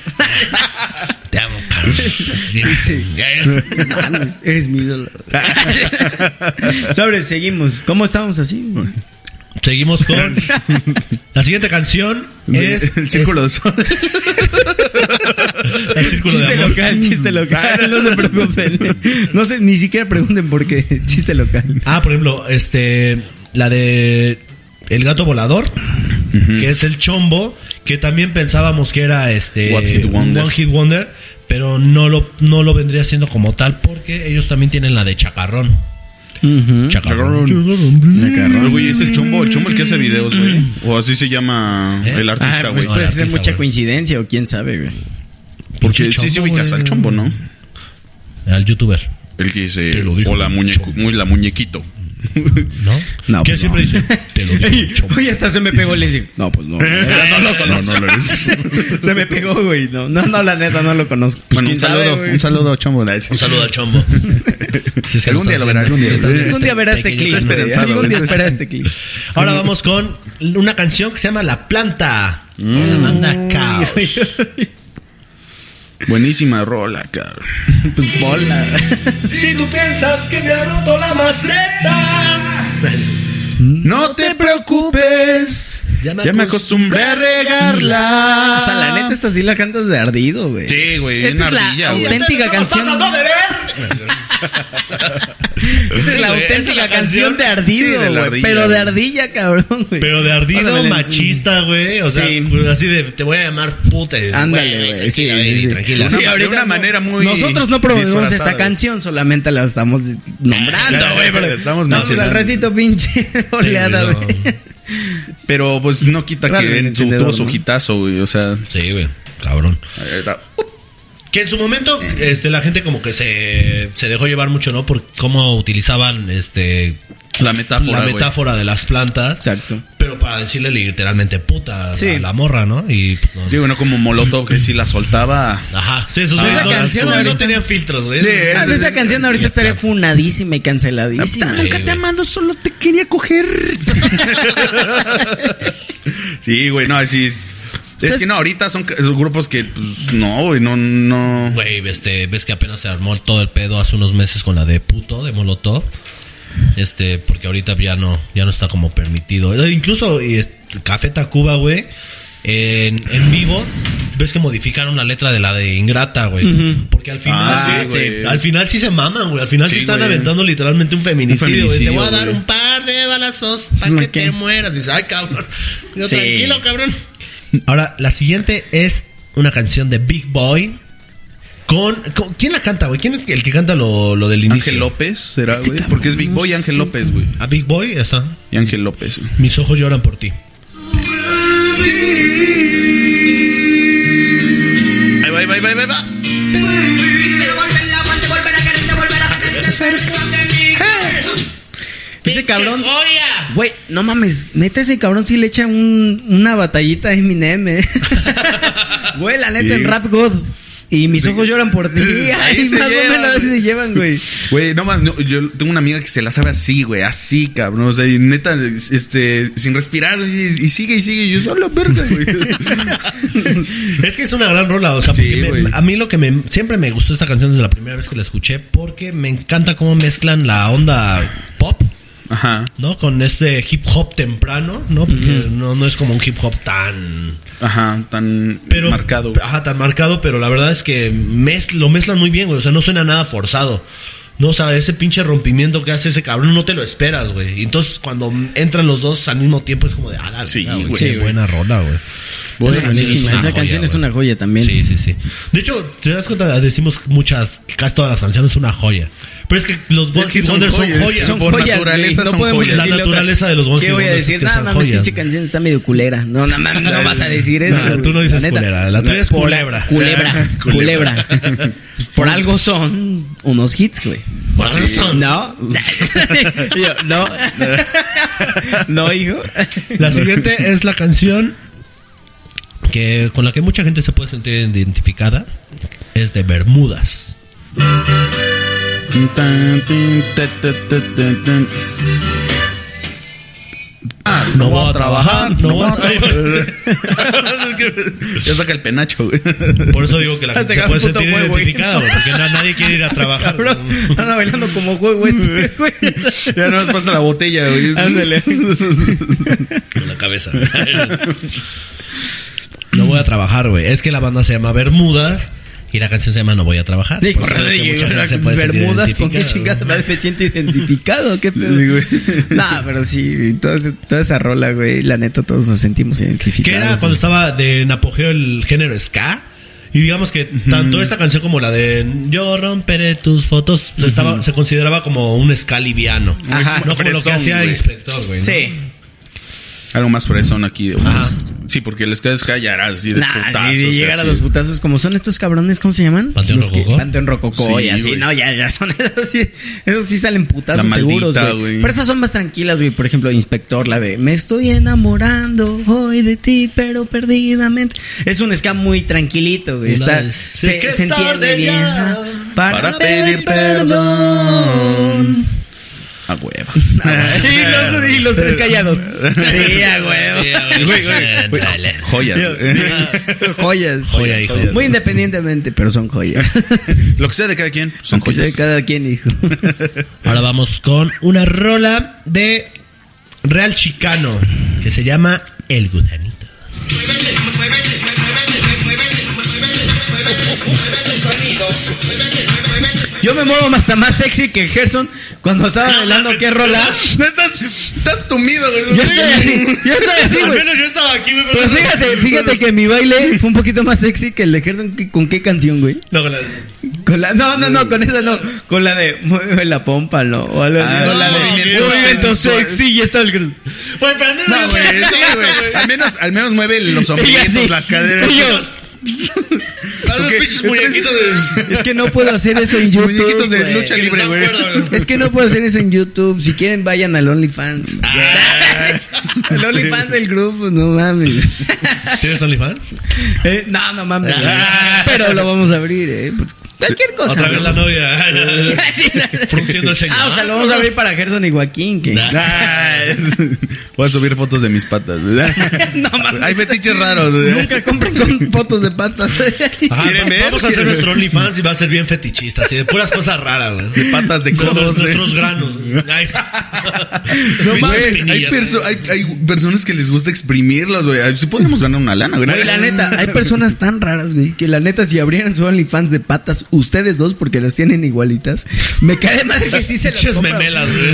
[SPEAKER 1] Te amo, cabrón.
[SPEAKER 3] Mames, eres mi ídolo. Sobre, seguimos. ¿Cómo estamos así?
[SPEAKER 1] Seguimos con la siguiente canción es
[SPEAKER 2] el círculo de sol.
[SPEAKER 1] es- el círculo de
[SPEAKER 3] Chiste
[SPEAKER 1] amor.
[SPEAKER 3] local, chiste local. No se preocupen. No sé, ni siquiera pregunten por qué. Chiste local.
[SPEAKER 1] Ah, por ejemplo, este la de el gato volador, que es el chombo, que también pensábamos que era este
[SPEAKER 2] One Hit Wonder.
[SPEAKER 1] One Hit Wonder, pero no lo no lo vendría siendo como tal porque ellos también tienen la de chacarrón.
[SPEAKER 2] ¿Mm?
[SPEAKER 1] Chacarrón.
[SPEAKER 2] Güey, es el chombo, el chombo el que hace videos, güey. O así se llama
[SPEAKER 1] ¿Eh?
[SPEAKER 2] el artista,
[SPEAKER 3] Ah, pues
[SPEAKER 2] güey.
[SPEAKER 1] No, el
[SPEAKER 3] puede ser
[SPEAKER 1] artista,
[SPEAKER 3] mucha
[SPEAKER 1] güey.
[SPEAKER 3] coincidencia o quién sabe, güey.
[SPEAKER 2] Porque sí se ubicas al chombo, ¿no?
[SPEAKER 1] Al youtuber,
[SPEAKER 2] El que dice,
[SPEAKER 1] Te lo dijo
[SPEAKER 2] o la,
[SPEAKER 1] el
[SPEAKER 2] muñeco, muy, la muñequito.
[SPEAKER 1] ¿no?
[SPEAKER 3] No,
[SPEAKER 1] que
[SPEAKER 3] pues
[SPEAKER 1] siempre
[SPEAKER 3] no.
[SPEAKER 1] dice, te lo digo, chombo.
[SPEAKER 3] Oye, hasta se me pegó el decir. No, pues no.
[SPEAKER 2] no lo conozco. No, no lo es.
[SPEAKER 3] Se me pegó, güey. No, no, no, la neta, no lo conozco. Pues,
[SPEAKER 2] Bueno, un
[SPEAKER 3] ¿quién sabe,
[SPEAKER 2] saludo,
[SPEAKER 3] güey?
[SPEAKER 2] un saludo, chombo.
[SPEAKER 1] Un saludo al chombo. Si es que
[SPEAKER 2] Algún
[SPEAKER 1] nos
[SPEAKER 2] día
[SPEAKER 1] estás
[SPEAKER 2] lo
[SPEAKER 1] viendo,
[SPEAKER 2] verá, algún día.
[SPEAKER 1] si estás viendo
[SPEAKER 3] Algún día verás este clip.
[SPEAKER 1] pequeño
[SPEAKER 2] Está
[SPEAKER 3] güey.
[SPEAKER 2] esperanzado,
[SPEAKER 3] Algún día
[SPEAKER 2] güey.
[SPEAKER 3] esperarás este clip.
[SPEAKER 1] Ahora vamos con una canción que se llama La Planta.
[SPEAKER 2] Mm.
[SPEAKER 1] La banda Caos.
[SPEAKER 2] Buenísima rola, cabrón.
[SPEAKER 3] Pues bola.
[SPEAKER 1] Si tú piensas que me ha roto la maceta.
[SPEAKER 2] No te preocupes, ya
[SPEAKER 1] Ya
[SPEAKER 2] me,
[SPEAKER 1] me
[SPEAKER 2] acostumbré a regarla.
[SPEAKER 3] O sea, la neta, esta sí la cantas de ardido, güey.
[SPEAKER 2] Sí, güey, bien
[SPEAKER 3] Esta es
[SPEAKER 2] ardilla,
[SPEAKER 3] la
[SPEAKER 2] güey.
[SPEAKER 3] auténtica canción. Esa es la
[SPEAKER 1] Sí, güey,
[SPEAKER 3] auténtica
[SPEAKER 1] esa es la
[SPEAKER 3] canción
[SPEAKER 1] canción.
[SPEAKER 3] de
[SPEAKER 2] Sí, de
[SPEAKER 3] ardido,
[SPEAKER 2] la
[SPEAKER 3] güey.
[SPEAKER 2] ardilla,
[SPEAKER 3] pero de
[SPEAKER 2] güey.
[SPEAKER 3] ardilla, cabrón, güey.
[SPEAKER 1] Pero de ardido
[SPEAKER 3] Ándale,
[SPEAKER 1] machista, güey. O sea,
[SPEAKER 3] Sí.
[SPEAKER 1] pues, así de te voy a llamar puta. y dices,
[SPEAKER 3] Ándale, güey, sí,
[SPEAKER 1] tranquila,
[SPEAKER 3] sí,
[SPEAKER 1] baby,
[SPEAKER 3] sí.
[SPEAKER 1] tranquila.
[SPEAKER 2] Sí,
[SPEAKER 1] No,
[SPEAKER 2] de
[SPEAKER 1] ahorita
[SPEAKER 2] una
[SPEAKER 1] no.
[SPEAKER 2] manera muy.
[SPEAKER 3] Nosotros no promovemos
[SPEAKER 2] disfrazada,
[SPEAKER 3] esta
[SPEAKER 2] güey.
[SPEAKER 3] canción, solamente la estamos nombrando,
[SPEAKER 2] Claro,
[SPEAKER 3] güey.
[SPEAKER 2] la
[SPEAKER 3] pero-
[SPEAKER 2] estamos
[SPEAKER 3] No, pues al
[SPEAKER 2] mencionando.
[SPEAKER 3] ratito pinche oleada,
[SPEAKER 1] no.
[SPEAKER 3] güey.
[SPEAKER 2] Pero pues no quita
[SPEAKER 3] Raro
[SPEAKER 2] que
[SPEAKER 3] el
[SPEAKER 2] en su,
[SPEAKER 3] entendedor,
[SPEAKER 2] tuvo su
[SPEAKER 3] ¿no?
[SPEAKER 2] hitazo, güey. O sea, eh,
[SPEAKER 1] Sí, güey. Cabrón.
[SPEAKER 2] ahí está.
[SPEAKER 1] Que en su momento
[SPEAKER 3] Eh.
[SPEAKER 1] este, la gente como que se, se dejó llevar mucho, ¿no? Por cómo utilizaban este
[SPEAKER 2] la metáfora.
[SPEAKER 1] la
[SPEAKER 2] güey.
[SPEAKER 1] metáfora de las plantas.
[SPEAKER 3] Exacto.
[SPEAKER 1] Pero para decirle literalmente puta a la-
[SPEAKER 3] Sí.
[SPEAKER 1] a la morra, ¿no? Y pues, no.
[SPEAKER 2] Sí, bueno, como Molotov, que si la soltaba.
[SPEAKER 1] Ajá, sí, eso
[SPEAKER 3] Ah,
[SPEAKER 1] sí,
[SPEAKER 3] esa
[SPEAKER 1] no,
[SPEAKER 3] canción
[SPEAKER 1] no,
[SPEAKER 3] ahorita-
[SPEAKER 1] no tenía filtros, güey.
[SPEAKER 2] Sí,
[SPEAKER 3] Ah,
[SPEAKER 2] esa-
[SPEAKER 3] esta canción ahorita estaría funadísima y canceladísima.
[SPEAKER 1] Nunca te he
[SPEAKER 2] amado, solo te quería coger. sí, güey, no, así es. Es que no, ahorita son ca- esos grupos que, pues, no, güey, no, no.
[SPEAKER 1] Güey, este, ves que apenas se armó todo el pedo hace unos meses con la de puto de Molotov. Este, porque ahorita ya no, ya no está como permitido. Eh, Incluso y, eh, Café Tacuba, güey, en, en vivo, ves que modificaron la letra de la de Ingrata, güey.
[SPEAKER 3] Ujú.
[SPEAKER 1] Porque al final,
[SPEAKER 2] Ah,
[SPEAKER 3] sí,
[SPEAKER 2] güey.
[SPEAKER 1] al final sí se maman, güey. Al final Eh, sí,
[SPEAKER 2] Sí,
[SPEAKER 1] están
[SPEAKER 2] güey.
[SPEAKER 1] aventando literalmente un feminicidio,
[SPEAKER 2] Un
[SPEAKER 1] güey. Te voy a
[SPEAKER 2] feminicidio,
[SPEAKER 1] dar
[SPEAKER 2] güey.
[SPEAKER 1] un par de balazos para que
[SPEAKER 3] Ok.
[SPEAKER 1] te mueras. Dices, ay, cabrón. Yo,
[SPEAKER 3] Sí.
[SPEAKER 1] Tranquilo, cabrón. Ahora, la siguiente es una canción de Big Boy. Con, con- ¿Quién la canta, güey? ¿Quién es el que canta lo, lo del inicio?
[SPEAKER 2] Ángel López, será,
[SPEAKER 3] Este
[SPEAKER 2] güey.
[SPEAKER 3] cabrón,
[SPEAKER 2] Porque es Big Boy y Ángel
[SPEAKER 3] sí.
[SPEAKER 2] López, güey.
[SPEAKER 1] A Big Boy, esa.
[SPEAKER 2] Y Ángel López. güey.
[SPEAKER 1] Mis ojos lloran por ti.
[SPEAKER 2] Ahí va, ahí va, ahí va, ahí va.
[SPEAKER 4] Quiero volver a aguante, volver a quererte, volver a meterte cerca de mí.
[SPEAKER 3] Ese cabrón.
[SPEAKER 1] ¡Gloria!
[SPEAKER 3] Güey, no mames, neta ese cabrón sí le echa un- una batallita a Eminem, eh. Güey, la neta,
[SPEAKER 2] Sí.
[SPEAKER 3] el rap god. Y mis ojos lloran por ti.
[SPEAKER 2] Ahí
[SPEAKER 3] Ahí
[SPEAKER 2] se
[SPEAKER 3] más o
[SPEAKER 2] llevan.
[SPEAKER 3] menos se llevan, güey.
[SPEAKER 2] Güey, no más, yo tengo una amiga que se la sabe así, güey, así, cabrón. O sea, y neta, este, sin respirar, y, y sigue y sigue. y Yo solo, verga, güey.
[SPEAKER 1] Es que es una gran rola, o sea,
[SPEAKER 2] Sí,
[SPEAKER 1] porque me-
[SPEAKER 2] güey.
[SPEAKER 1] a mí lo que me, siempre me gustó esta canción desde la primera vez que la escuché, porque me encanta cómo mezclan la onda pop,
[SPEAKER 2] Ajá,
[SPEAKER 1] ¿no? Con este hip hop temprano, ¿no? Porque no, no es como un hip hop tan...
[SPEAKER 2] ajá, tan
[SPEAKER 1] Pero,
[SPEAKER 2] marcado.
[SPEAKER 3] ah,
[SPEAKER 1] Ajá, tan marcado, pero la verdad es que mez- lo mezclan muy bien, güey. O sea, no suena nada forzado. No, o sea, ese pinche rompimiento que hace ese cabrón no te lo esperas, güey. Y entonces cuando entran los dos al mismo tiempo es como de, ah, la
[SPEAKER 2] Sí,
[SPEAKER 1] verga, güey,
[SPEAKER 2] güey,
[SPEAKER 1] qué
[SPEAKER 3] sí,
[SPEAKER 1] buena rola, güey. Esa
[SPEAKER 3] Buenísima,
[SPEAKER 1] canción es una
[SPEAKER 3] Esa
[SPEAKER 1] joya,
[SPEAKER 3] canción es
[SPEAKER 1] güey.
[SPEAKER 3] una joya también.
[SPEAKER 1] Sí, sí, sí. De hecho, te das cuenta, decimos muchas, casi todas las canciones una joya. Pero es que los Boys
[SPEAKER 2] que son
[SPEAKER 1] Wonder son
[SPEAKER 2] joyas,
[SPEAKER 1] joyas.
[SPEAKER 2] es que son- por naturaleza
[SPEAKER 3] güey.
[SPEAKER 2] son
[SPEAKER 3] podemos
[SPEAKER 2] joyas.
[SPEAKER 3] decirle
[SPEAKER 1] La naturaleza de los Guns
[SPEAKER 3] ¿Qué
[SPEAKER 1] N'
[SPEAKER 3] voy a
[SPEAKER 1] Roses es
[SPEAKER 3] decir?
[SPEAKER 1] que
[SPEAKER 3] Nada
[SPEAKER 1] son
[SPEAKER 3] mames,
[SPEAKER 1] joyas,
[SPEAKER 3] pinche
[SPEAKER 1] güey.
[SPEAKER 3] canción está medio culera. No, no mames, no vas a decir eso.
[SPEAKER 1] No,
[SPEAKER 3] güey,
[SPEAKER 1] tú no
[SPEAKER 3] la
[SPEAKER 1] dices
[SPEAKER 3] neta.
[SPEAKER 1] culera, la tuya es
[SPEAKER 3] Cul-
[SPEAKER 1] culebra.
[SPEAKER 3] Culebra, culebra. Por algo son unos hits, güey.
[SPEAKER 1] Por algo son.
[SPEAKER 3] ¿No? Y yo, no. no, hijo.
[SPEAKER 1] La siguiente es la canción que con la que mucha gente se puede sentir identificada. Es de Bermudas.
[SPEAKER 2] Tan, tin, ta, ta, ta, ta, tan. Ah,
[SPEAKER 1] No voy a trabajar, no voy a
[SPEAKER 2] ya saca el penacho, güey.
[SPEAKER 1] Por eso digo que la gente
[SPEAKER 3] Te
[SPEAKER 1] se puede
[SPEAKER 3] cago en Este puto
[SPEAKER 1] sentir
[SPEAKER 3] huevo, güey.
[SPEAKER 1] identificada, güey, porque na- nadie quiere ir a trabajar.
[SPEAKER 3] Cabrón, anda bailando como juego este, güey.
[SPEAKER 2] Ya no más pasa la botella, güey.
[SPEAKER 3] Ándale.
[SPEAKER 1] Con la cabeza. No voy a trabajar, güey. Es que la banda se llama Bermudas y la canción se llama No voy a trabajar.
[SPEAKER 3] Sí,
[SPEAKER 1] Por eso
[SPEAKER 3] corre,
[SPEAKER 1] es que
[SPEAKER 3] yo,
[SPEAKER 1] mucha gente se puede sentir
[SPEAKER 3] Bermudas, ¿con qué
[SPEAKER 1] identificada,
[SPEAKER 3] chingada
[SPEAKER 1] güey.
[SPEAKER 3] madre me siento identificado? ¿Qué pedo?
[SPEAKER 2] Sí, güey.
[SPEAKER 3] nah, pero sí, toda, ese- toda esa rola, güey, la neta, todos nos sentimos
[SPEAKER 1] Que
[SPEAKER 3] identificados.
[SPEAKER 1] era cuando
[SPEAKER 3] güey.
[SPEAKER 1] estaba de, en apogeo el género ska. Y digamos que tanto esta canción como la de Yo romperé tus fotos se estaba, se consideraba como un ska liviano.
[SPEAKER 3] Ajá.
[SPEAKER 1] no como lo que
[SPEAKER 2] Fresón,
[SPEAKER 1] hacía
[SPEAKER 2] güey.
[SPEAKER 1] Inspector, güey. ¿no?
[SPEAKER 3] Sí,
[SPEAKER 2] Algo más fresón aquí. güey.
[SPEAKER 1] Ajá.
[SPEAKER 2] Sí, porque les quedas callar así de
[SPEAKER 3] nah,
[SPEAKER 2] putazos,
[SPEAKER 3] sí, de llegar a los
[SPEAKER 2] así.
[SPEAKER 3] putazos, como son estos cabrones, ¿cómo se llaman?
[SPEAKER 1] Panteón
[SPEAKER 3] Los que-
[SPEAKER 1] Rococó.
[SPEAKER 3] Panteón Rococó y
[SPEAKER 2] Sí,
[SPEAKER 3] así,
[SPEAKER 2] güey.
[SPEAKER 3] no, ya, ya son esos sí, esos sí salen putazos
[SPEAKER 2] La maldita,
[SPEAKER 3] seguros, güey.
[SPEAKER 2] güey.
[SPEAKER 3] Pero esas son más tranquilas, güey, por ejemplo, Inspector, la de Me estoy enamorando hoy de ti, pero perdidamente. Es un ska muy tranquilito, güey,
[SPEAKER 1] Una
[SPEAKER 3] está,
[SPEAKER 1] vez. Sí,
[SPEAKER 3] se,
[SPEAKER 1] que es
[SPEAKER 3] se entiende
[SPEAKER 1] tarde
[SPEAKER 3] bien.
[SPEAKER 1] ya
[SPEAKER 3] ajá. Para,
[SPEAKER 2] para
[SPEAKER 3] pedir
[SPEAKER 2] pedir
[SPEAKER 3] perdón.
[SPEAKER 2] A hueva.
[SPEAKER 3] y, los, y los tres callados. Sí, a huevo.
[SPEAKER 1] Sí, güey,
[SPEAKER 2] Güey,
[SPEAKER 1] sí,
[SPEAKER 2] güey, güey,
[SPEAKER 1] dale.
[SPEAKER 2] Joyas. güey.
[SPEAKER 3] joyas.
[SPEAKER 1] Joya, hijo.
[SPEAKER 3] Muy independientemente, pero son joyas.
[SPEAKER 2] Lo que sea de cada quien son
[SPEAKER 3] Que sea
[SPEAKER 2] joyas.
[SPEAKER 3] cada quien, hijo.
[SPEAKER 1] Ahora vamos con una rola de Real Chicano que se llama El Gutanito.
[SPEAKER 3] Yo me muevo hasta más sexy que Gerson cuando estaba bailando qué rola.
[SPEAKER 2] No estás, estás tumido, güey.
[SPEAKER 3] Yo estoy así, yo estoy así, güey.
[SPEAKER 1] yo estaba aquí, güey.
[SPEAKER 3] Pero fíjate, fíjate que mi baile fue un poquito más sexy que el de Gerson. ¿Qué- ¿Con qué canción, güey?
[SPEAKER 1] No, con la-
[SPEAKER 3] Con la, no, no, no, con esa no. Con la de Mueve la pompa, ¿no? O algo así.
[SPEAKER 2] Ah,
[SPEAKER 3] con la
[SPEAKER 1] no,
[SPEAKER 3] de
[SPEAKER 1] movimiento
[SPEAKER 3] Movimiento
[SPEAKER 2] sensual.
[SPEAKER 3] sexy y estaba el Gerson.
[SPEAKER 1] Güey, pero no,
[SPEAKER 2] No, güey, sí, güey. Al menos, al menos mueve los
[SPEAKER 3] Y así.
[SPEAKER 2] omblitos, las caderas.
[SPEAKER 3] Y yo,
[SPEAKER 2] ¿Tú qué?
[SPEAKER 3] es que no puedo hacer eso en YouTube.
[SPEAKER 2] Muñequitos de
[SPEAKER 3] güey.
[SPEAKER 2] lucha libre, güey.
[SPEAKER 3] Es que no puedo hacer eso en YouTube. Si quieren, vayan al OnlyFans. el OnlyFans del grupo, no mames.
[SPEAKER 1] ¿Tienes OnlyFans?
[SPEAKER 3] Eh, no, no mames.
[SPEAKER 1] Ah.
[SPEAKER 3] Pero lo vamos a abrir, ¿eh? Pues, Cualquier cosa.
[SPEAKER 1] Otra vez
[SPEAKER 3] ¿no?
[SPEAKER 1] la novia.
[SPEAKER 3] Sí.
[SPEAKER 1] Frunciendo el ceño.
[SPEAKER 3] Ah, o sea, lo vamos a abrir para Gerson y Joaquín. Que...
[SPEAKER 1] Nah.
[SPEAKER 2] Ah, es- Voy a subir fotos de mis patas. ¿verdad?
[SPEAKER 3] No mames.
[SPEAKER 2] Hay fetiches raros. ¿verdad?
[SPEAKER 3] Nunca compren con fotos de patas.
[SPEAKER 1] Ajá,
[SPEAKER 2] ¿Quieren
[SPEAKER 1] va-
[SPEAKER 2] ver?
[SPEAKER 1] Vamos a hacer
[SPEAKER 2] ¿Quieren ver?
[SPEAKER 1] nuestro OnlyFans y va a ser bien fetichista, así de puras cosas raras. güey.
[SPEAKER 2] De patas de codos.
[SPEAKER 1] Nuestros-
[SPEAKER 2] ¿eh?
[SPEAKER 1] Nuestros granos. güey. Ay.
[SPEAKER 2] No
[SPEAKER 1] Pinches
[SPEAKER 2] mames, hay,
[SPEAKER 1] espinillas,
[SPEAKER 2] perso-
[SPEAKER 1] güey.
[SPEAKER 2] hay, hay personas que les gusta exprimirlas, güey. Si podemos ganar una lana, güey.
[SPEAKER 3] Güey, la neta, hay personas tan raras, güey, que la neta, si abrieran su OnlyFans de patas, ustedes dos, porque las tienen igualitas, me cae de madre que sí se las
[SPEAKER 1] Pinches
[SPEAKER 3] compran.
[SPEAKER 1] memelas, güey.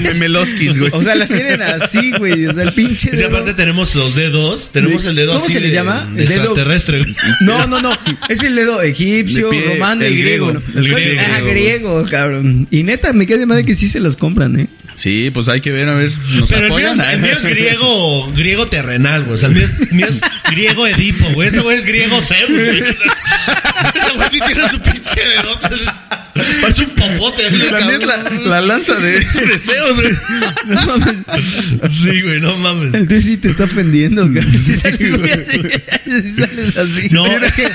[SPEAKER 2] memeloskis, güey.
[SPEAKER 3] O sea, las tienen así, güey, o sea, el pinche
[SPEAKER 1] Y si
[SPEAKER 3] dedo.
[SPEAKER 1] aparte tenemos los dedos, tenemos el dedo
[SPEAKER 3] ¿Cómo
[SPEAKER 1] así
[SPEAKER 3] se les
[SPEAKER 1] de-
[SPEAKER 3] llama?
[SPEAKER 1] de
[SPEAKER 3] El dedo-
[SPEAKER 1] extraterrestre. güey.
[SPEAKER 3] No, no, no, es el dedo egipcio,
[SPEAKER 2] De pie,
[SPEAKER 3] romano
[SPEAKER 2] el
[SPEAKER 3] y griego.
[SPEAKER 2] griego,
[SPEAKER 3] ¿no?
[SPEAKER 2] el
[SPEAKER 3] Güey,
[SPEAKER 2] griego.
[SPEAKER 3] ah, griego, cabrón. Y neta, me cae de madre que sí se las compran, ¿eh?
[SPEAKER 2] Sí, pues hay que ver, a ver. ¿Nos
[SPEAKER 1] Pero el mío,
[SPEAKER 2] apoyan?
[SPEAKER 1] es- el mío es griego, griego terrenal, güey. O sea, el mío, es- mío es griego Edipo, güey. Este güey es griego Zeus, güey. Ese güey sí tiene su pinche dedote. es- Parece un popote. así,
[SPEAKER 2] La mía es la,
[SPEAKER 1] cabrón.
[SPEAKER 2] la lanza de deseos, güey.
[SPEAKER 3] No mames.
[SPEAKER 1] Sí, güey, no mames.
[SPEAKER 3] El tuyo sí te está ofendiendo, güey. Si sales, güey, así, si sales así.
[SPEAKER 1] No, es que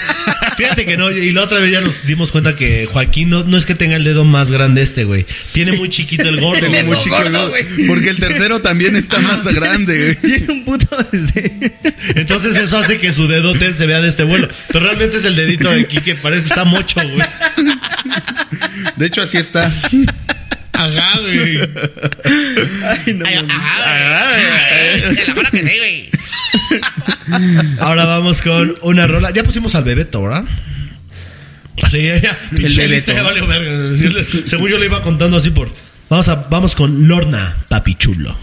[SPEAKER 1] fíjate que no, y la otra vez ya nos dimos cuenta que Joaquín no, no es que tenga el dedo más grande este, güey. Tiene muy chiquito el gordo.
[SPEAKER 2] Tengo
[SPEAKER 1] güey.
[SPEAKER 2] muy chico el
[SPEAKER 3] gordo,
[SPEAKER 2] dedo.
[SPEAKER 3] güey.
[SPEAKER 2] Porque el tercero también está más grande, güey.
[SPEAKER 3] Tiene un puto este.
[SPEAKER 1] Entonces eso hace que su dedote se vea de este vuelo. Pero realmente es el dedito de aquí que parece que está mocho, güey.
[SPEAKER 2] De hecho, así está.
[SPEAKER 1] Ajá, güey.
[SPEAKER 3] Ay, no,
[SPEAKER 1] Ay, ah. Ajá,
[SPEAKER 3] mames.
[SPEAKER 1] güey. Te la juro que sí, güey. Ahora vamos con una rola. Ya pusimos al Bebeto, ¿verdad? Sí, ya, ya. Pinche
[SPEAKER 3] Bebeto.
[SPEAKER 1] lista, ya valió verga. Según yo lo iba contando así por. Vamos, a, vamos con Lorna, papi chulo.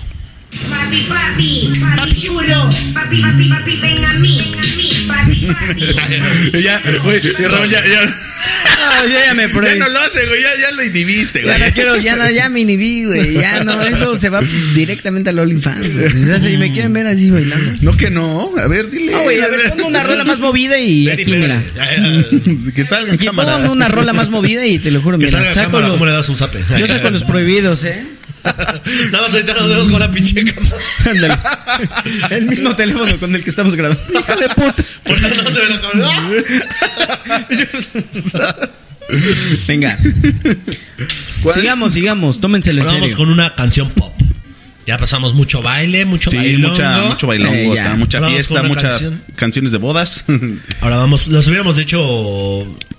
[SPEAKER 5] Papi, papi, papi chulo, papi, papi, papi, ven a mí, ven a mí, papi, papi.
[SPEAKER 2] Ya, güey. y Ramón, ya, ya.
[SPEAKER 3] Ah, yo
[SPEAKER 1] Eh,
[SPEAKER 3] ya me probé.
[SPEAKER 2] Eh, Ya no lo hace, güey. Ya, ya lo inhibiste,
[SPEAKER 3] Ya
[SPEAKER 2] güey.
[SPEAKER 3] no quiero, ya no, ya me inhibí, güey. Ya no, eso se va directamente al OnlyFans. güey. O sea, Si me quieren ver así bailando.
[SPEAKER 2] No que no. A ver, dile.
[SPEAKER 3] No, güey, a ver, pongo una rola más movida y
[SPEAKER 1] Ven y
[SPEAKER 3] aquí,
[SPEAKER 1] ven.
[SPEAKER 3] mira.
[SPEAKER 2] Que salga en
[SPEAKER 3] Aquí
[SPEAKER 2] cámara.
[SPEAKER 3] pongo una rola más movida y te lo juro,
[SPEAKER 1] Que
[SPEAKER 3] mira.
[SPEAKER 1] salga a
[SPEAKER 3] Saco
[SPEAKER 1] cámara,
[SPEAKER 3] los,
[SPEAKER 1] ¿cómo le das un zape?
[SPEAKER 3] yo saco los prohibidos, ¿eh?
[SPEAKER 1] Nada más ahorita los dedos con la pinche cámara.
[SPEAKER 3] Ándale. El mismo teléfono con el que estamos grabando. Hijo de puta.
[SPEAKER 1] Por eso no se ve la cámara. ¡Ah!
[SPEAKER 3] Venga. Sigamos, sigamos. Tómenselo en
[SPEAKER 1] Ahora vamos
[SPEAKER 3] serio.
[SPEAKER 1] con una canción pop. Ya pasamos mucho baile, mucho
[SPEAKER 2] Sí,
[SPEAKER 1] bailongo.
[SPEAKER 2] mucha, mucho
[SPEAKER 3] Eh,
[SPEAKER 2] bailongo
[SPEAKER 3] ya.
[SPEAKER 2] acá, mucha
[SPEAKER 1] Vamos con
[SPEAKER 2] fiesta,
[SPEAKER 1] una
[SPEAKER 2] muchas
[SPEAKER 1] canción.
[SPEAKER 2] canciones de bodas.
[SPEAKER 1] Ahora vamos, los hubiéramos de hecho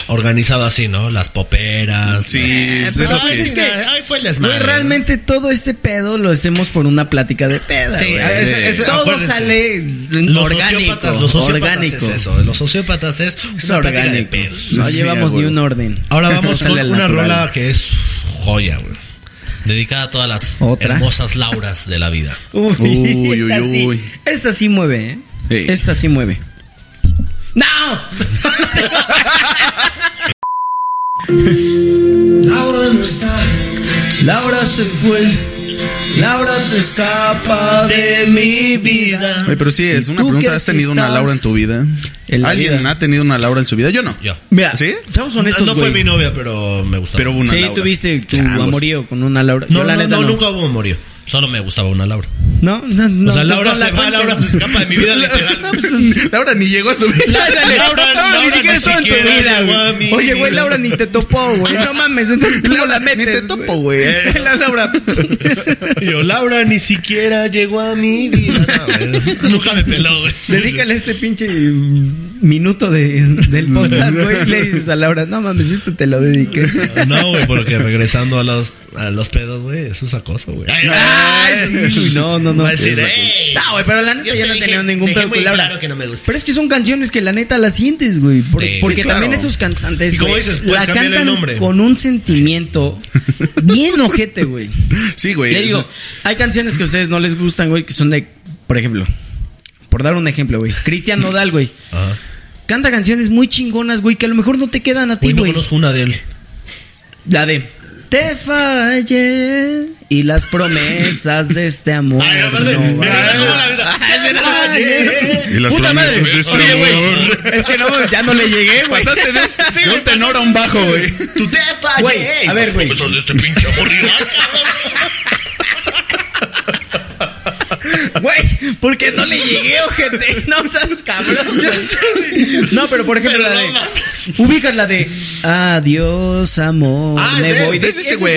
[SPEAKER 1] organizado así, ¿no? Las poperas.
[SPEAKER 2] sí,
[SPEAKER 1] Eh,
[SPEAKER 2] pues es
[SPEAKER 3] pero
[SPEAKER 2] lo
[SPEAKER 3] a
[SPEAKER 1] Ay,
[SPEAKER 3] veces
[SPEAKER 2] que...
[SPEAKER 1] es que ay, fue el desmadre.
[SPEAKER 3] Güey, realmente todo este pedo lo hacemos por una plática de peda.
[SPEAKER 1] Sí,
[SPEAKER 3] güey.
[SPEAKER 1] eso- eso-
[SPEAKER 3] todo
[SPEAKER 1] acuérdense.
[SPEAKER 3] sale
[SPEAKER 1] Los
[SPEAKER 3] orgánico.
[SPEAKER 1] sociópatas, los sociópatas
[SPEAKER 3] orgánico.
[SPEAKER 1] es eso. Los sociópatas es una
[SPEAKER 3] Es
[SPEAKER 1] plática de
[SPEAKER 3] orgánico.
[SPEAKER 1] pedos.
[SPEAKER 3] No
[SPEAKER 2] Sí,
[SPEAKER 3] llevamos
[SPEAKER 2] güey.
[SPEAKER 3] ni un orden.
[SPEAKER 1] Ahora
[SPEAKER 3] Todo
[SPEAKER 1] vamos con
[SPEAKER 3] sale al
[SPEAKER 1] una
[SPEAKER 3] natural.
[SPEAKER 1] rola que es joya, güey. Dedicada a todas las
[SPEAKER 3] ¿Otra?
[SPEAKER 1] hermosas lauras de la vida.
[SPEAKER 3] Uy,
[SPEAKER 2] Uy, uy,
[SPEAKER 3] esta,
[SPEAKER 2] uy.
[SPEAKER 3] Sí, esta sí mueve, ¿eh?
[SPEAKER 2] Sí.
[SPEAKER 3] Esta sí mueve. ¡No!
[SPEAKER 6] Laura no está, Laura se fue, Laura se escapa de mi vida.
[SPEAKER 1] Ah,
[SPEAKER 2] Oye, pero sí, es
[SPEAKER 3] ¿Y
[SPEAKER 2] una
[SPEAKER 3] tú
[SPEAKER 2] pregunta.
[SPEAKER 3] qué
[SPEAKER 2] ¿Has tenido
[SPEAKER 3] estás
[SPEAKER 2] una Laura en tu vida?
[SPEAKER 3] en la
[SPEAKER 2] ¿Alguien
[SPEAKER 3] vida?
[SPEAKER 2] ha tenido una Laura en su vida? Yo no.
[SPEAKER 1] Yo.
[SPEAKER 3] Mira,
[SPEAKER 2] ¿Sí?
[SPEAKER 3] seamos
[SPEAKER 1] No,
[SPEAKER 3] honestos,
[SPEAKER 1] no fue
[SPEAKER 3] güey.
[SPEAKER 1] mi novia, pero me gustaba.
[SPEAKER 2] Pero hubo una
[SPEAKER 3] Sí,
[SPEAKER 2] Laura.
[SPEAKER 3] tuviste tu
[SPEAKER 2] Changos.
[SPEAKER 3] amorío con una Laura.
[SPEAKER 1] no,
[SPEAKER 3] Yo, la
[SPEAKER 1] no,
[SPEAKER 3] neta,
[SPEAKER 1] no,
[SPEAKER 3] no.
[SPEAKER 1] nunca hubo morío. Solo me gustaba una Laura.
[SPEAKER 3] No, no, no.
[SPEAKER 1] o sea, Laura
[SPEAKER 3] no
[SPEAKER 1] se
[SPEAKER 3] la
[SPEAKER 1] va,
[SPEAKER 3] cuentes.
[SPEAKER 1] Laura se escapa de mi vida literal.
[SPEAKER 2] Laura ni llegó a su vida.
[SPEAKER 3] Ándale,
[SPEAKER 1] Laura,
[SPEAKER 3] Laura, no,
[SPEAKER 1] Laura
[SPEAKER 3] ni siquiera
[SPEAKER 1] ni
[SPEAKER 3] estuvo en tu
[SPEAKER 1] siquiera
[SPEAKER 3] vida,
[SPEAKER 1] llegó a
[SPEAKER 3] güey.
[SPEAKER 1] mi
[SPEAKER 3] Oye, güey,
[SPEAKER 1] vida.
[SPEAKER 3] Laura ni te topó, güey. No mames, entonces ¿cómo la metes?
[SPEAKER 2] ni te topo, güey.
[SPEAKER 3] La Laura.
[SPEAKER 1] Yo, Laura ni siquiera llegó a mi vida. No, güey. Nunca me peló, güey.
[SPEAKER 3] Dedícale este pinche mm, minuto de, del podcast, güey. y Le dices a Laura, no mames, esto te lo dediqué.
[SPEAKER 1] No, güey, porque regresando a los, a los pedos, güey, eso es acoso, güey.
[SPEAKER 3] Ay, sí, no, no, no.
[SPEAKER 1] Va a decir,
[SPEAKER 3] Exacto.
[SPEAKER 1] "Ey,
[SPEAKER 3] No, güey, pero la neta
[SPEAKER 1] yo
[SPEAKER 3] yo
[SPEAKER 1] te
[SPEAKER 3] no he
[SPEAKER 1] dije-
[SPEAKER 3] tenido ningún
[SPEAKER 1] dejé
[SPEAKER 3] pedo
[SPEAKER 1] muy
[SPEAKER 3] con Laura.
[SPEAKER 1] claro que no me gusta.
[SPEAKER 3] Pero es que son canciones que la neta las sientes, güey. por-
[SPEAKER 1] Sí.
[SPEAKER 3] porque
[SPEAKER 1] Sí,
[SPEAKER 2] claro.
[SPEAKER 3] también esos cantantes,
[SPEAKER 1] Y como
[SPEAKER 3] güey,
[SPEAKER 1] dices, puedes
[SPEAKER 3] la
[SPEAKER 1] cambiarle el
[SPEAKER 3] cantan
[SPEAKER 1] nombre.
[SPEAKER 3] con un sentimiento bien ojete, güey.
[SPEAKER 2] Sí, güey.
[SPEAKER 3] Le digo,
[SPEAKER 2] eso
[SPEAKER 3] hay canciones que a ustedes no les gustan, güey, que son de, por ejemplo, por dar un ejemplo, güey, Cristian Nodal, güey.
[SPEAKER 1] Ajá.
[SPEAKER 3] Canta canciones muy chingonas, güey, que a lo mejor no te quedan a ti,
[SPEAKER 1] Güey, no
[SPEAKER 3] güey.
[SPEAKER 1] conozco una de él.
[SPEAKER 3] La de Te fallé y las promesas de este amor.
[SPEAKER 1] Ay, aparte,
[SPEAKER 3] no
[SPEAKER 1] me
[SPEAKER 3] van".
[SPEAKER 1] ganó la vida.
[SPEAKER 3] Ay, se la fallé.
[SPEAKER 2] Y las
[SPEAKER 3] Puta madre.
[SPEAKER 2] promesas de este
[SPEAKER 3] Oye, güey,
[SPEAKER 2] amor.
[SPEAKER 3] es que no, ya no le llegué, güey.
[SPEAKER 2] Pasaste de, de un tenor a un bajo, güey.
[SPEAKER 1] ¡Tú te
[SPEAKER 3] Güey, a ver, güey.
[SPEAKER 1] de este pinche amor rival,
[SPEAKER 3] Güey, Porque no le llegué, ojete. No seas cabrón. No, pero por ejemplo, la de. ubicas la de. Adiós, amor.
[SPEAKER 2] Ah,
[SPEAKER 3] me
[SPEAKER 2] es de-
[SPEAKER 3] voy.
[SPEAKER 2] es de ese güey.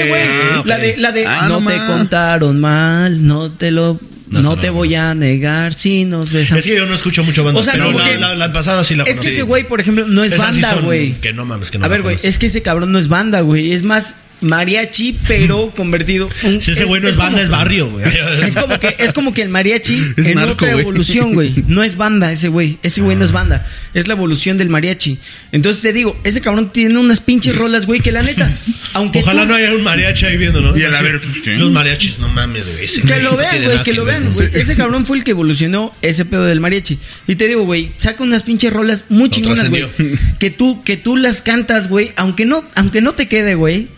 [SPEAKER 2] Ah, ok.
[SPEAKER 3] La de. La de
[SPEAKER 2] Ah,
[SPEAKER 3] no,
[SPEAKER 2] no
[SPEAKER 3] te
[SPEAKER 2] más.
[SPEAKER 3] contaron mal. No te lo.
[SPEAKER 7] No,
[SPEAKER 3] No,
[SPEAKER 7] esa no
[SPEAKER 3] te
[SPEAKER 7] la
[SPEAKER 3] voy a negar si nos besamos.
[SPEAKER 1] Es que yo no escucho mucho banda,
[SPEAKER 3] O sea,
[SPEAKER 1] pero
[SPEAKER 3] no,
[SPEAKER 1] la,
[SPEAKER 3] porque-
[SPEAKER 1] la- la pasada sí la
[SPEAKER 3] Es que
[SPEAKER 1] conocí.
[SPEAKER 3] ese güey, por ejemplo, no es
[SPEAKER 1] Esas sí
[SPEAKER 3] banda,
[SPEAKER 1] son-
[SPEAKER 3] güey.
[SPEAKER 1] Que no mames, que no
[SPEAKER 3] a
[SPEAKER 1] la
[SPEAKER 3] ver, güey,
[SPEAKER 1] conoces.
[SPEAKER 3] es que ese cabrón no es banda, güey. Es más mariachi, pero convertido. un-
[SPEAKER 1] Si ese güey no es banda,
[SPEAKER 3] como-
[SPEAKER 1] es barrio, güey.
[SPEAKER 3] Es como que, es como que el mariachi
[SPEAKER 2] Es
[SPEAKER 3] en
[SPEAKER 2] narco,
[SPEAKER 3] otra
[SPEAKER 2] güey.
[SPEAKER 3] evolución, güey. No es banda ese güey. Ese güey no
[SPEAKER 1] Ah.
[SPEAKER 3] es banda. Es la evolución del mariachi. Entonces te digo, ese cabrón tiene unas pinches rolas, güey, que la neta. Aunque
[SPEAKER 1] Ojalá
[SPEAKER 3] tú-
[SPEAKER 1] no haya un mariachi ahí viendo, ¿no?
[SPEAKER 2] Y a la
[SPEAKER 1] Así,
[SPEAKER 2] ver, pues, ¿qué?
[SPEAKER 1] Los mariachis, no mames, güey. ese
[SPEAKER 3] Que
[SPEAKER 1] güey
[SPEAKER 3] lo
[SPEAKER 1] no
[SPEAKER 3] vean,
[SPEAKER 1] tiene
[SPEAKER 3] güey,
[SPEAKER 1] nada
[SPEAKER 3] que lo
[SPEAKER 1] ver,
[SPEAKER 3] vean,
[SPEAKER 1] ¿no?
[SPEAKER 3] güey. Ese cabrón fue el que evolucionó ese pedo del mariachi. Y te digo, güey, saca unas pinches rolas muy chingonas, güey. Que tú, que tú las cantas, güey, aunque no, aunque no te quede, güey.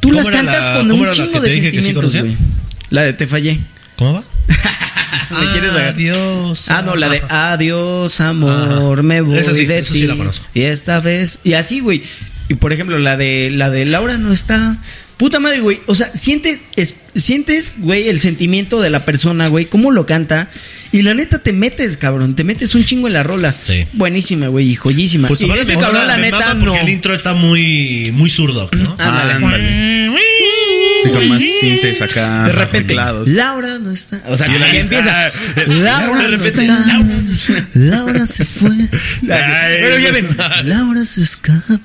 [SPEAKER 3] Tú
[SPEAKER 1] ¿Cómo
[SPEAKER 3] las
[SPEAKER 1] era la-
[SPEAKER 3] cantas con
[SPEAKER 1] cómo era
[SPEAKER 3] un
[SPEAKER 1] la que
[SPEAKER 3] chingo
[SPEAKER 1] te
[SPEAKER 3] de
[SPEAKER 1] dije que sí
[SPEAKER 3] sentimientos,
[SPEAKER 1] conocía?
[SPEAKER 3] güey. La de te fallé.
[SPEAKER 1] ¿Cómo va?
[SPEAKER 3] ¿Te
[SPEAKER 1] Ah,
[SPEAKER 3] quieres agarrar?
[SPEAKER 1] Adiós.
[SPEAKER 3] Ah, no, la de adiós, amor,
[SPEAKER 1] Ajá.
[SPEAKER 3] me voy
[SPEAKER 1] Ah, Esa sí,
[SPEAKER 3] de
[SPEAKER 1] esa
[SPEAKER 3] ti.
[SPEAKER 1] sí la conozco.
[SPEAKER 3] Y esta vez, y así, güey. Y por ejemplo, la de la de Laura no está. Puta madre, güey. O sea, sientes, es- sientes, güey, el sentimiento de la persona, güey, cómo lo canta. Y la neta te metes, cabrón. Te metes un chingo en la rola.
[SPEAKER 1] Sí.
[SPEAKER 3] Buenísima, güey, y joyísima.
[SPEAKER 1] Pues
[SPEAKER 3] y
[SPEAKER 1] ahora
[SPEAKER 3] ese
[SPEAKER 1] me
[SPEAKER 3] cabrón,
[SPEAKER 1] mama-
[SPEAKER 3] la
[SPEAKER 1] me
[SPEAKER 3] neta,
[SPEAKER 1] mama
[SPEAKER 3] no.
[SPEAKER 1] Porque el intro está muy, muy zurdo, ¿no?
[SPEAKER 3] Ándale.
[SPEAKER 2] Ándale. Y con más cintes acá.
[SPEAKER 3] De repente,
[SPEAKER 2] arreglados.
[SPEAKER 3] Laura no está. O sea, que la que empieza.
[SPEAKER 1] de
[SPEAKER 3] Laura no
[SPEAKER 1] repente,
[SPEAKER 3] está. Laura se fue.
[SPEAKER 2] Ay,
[SPEAKER 3] Pero ya ven. Laura se escapa.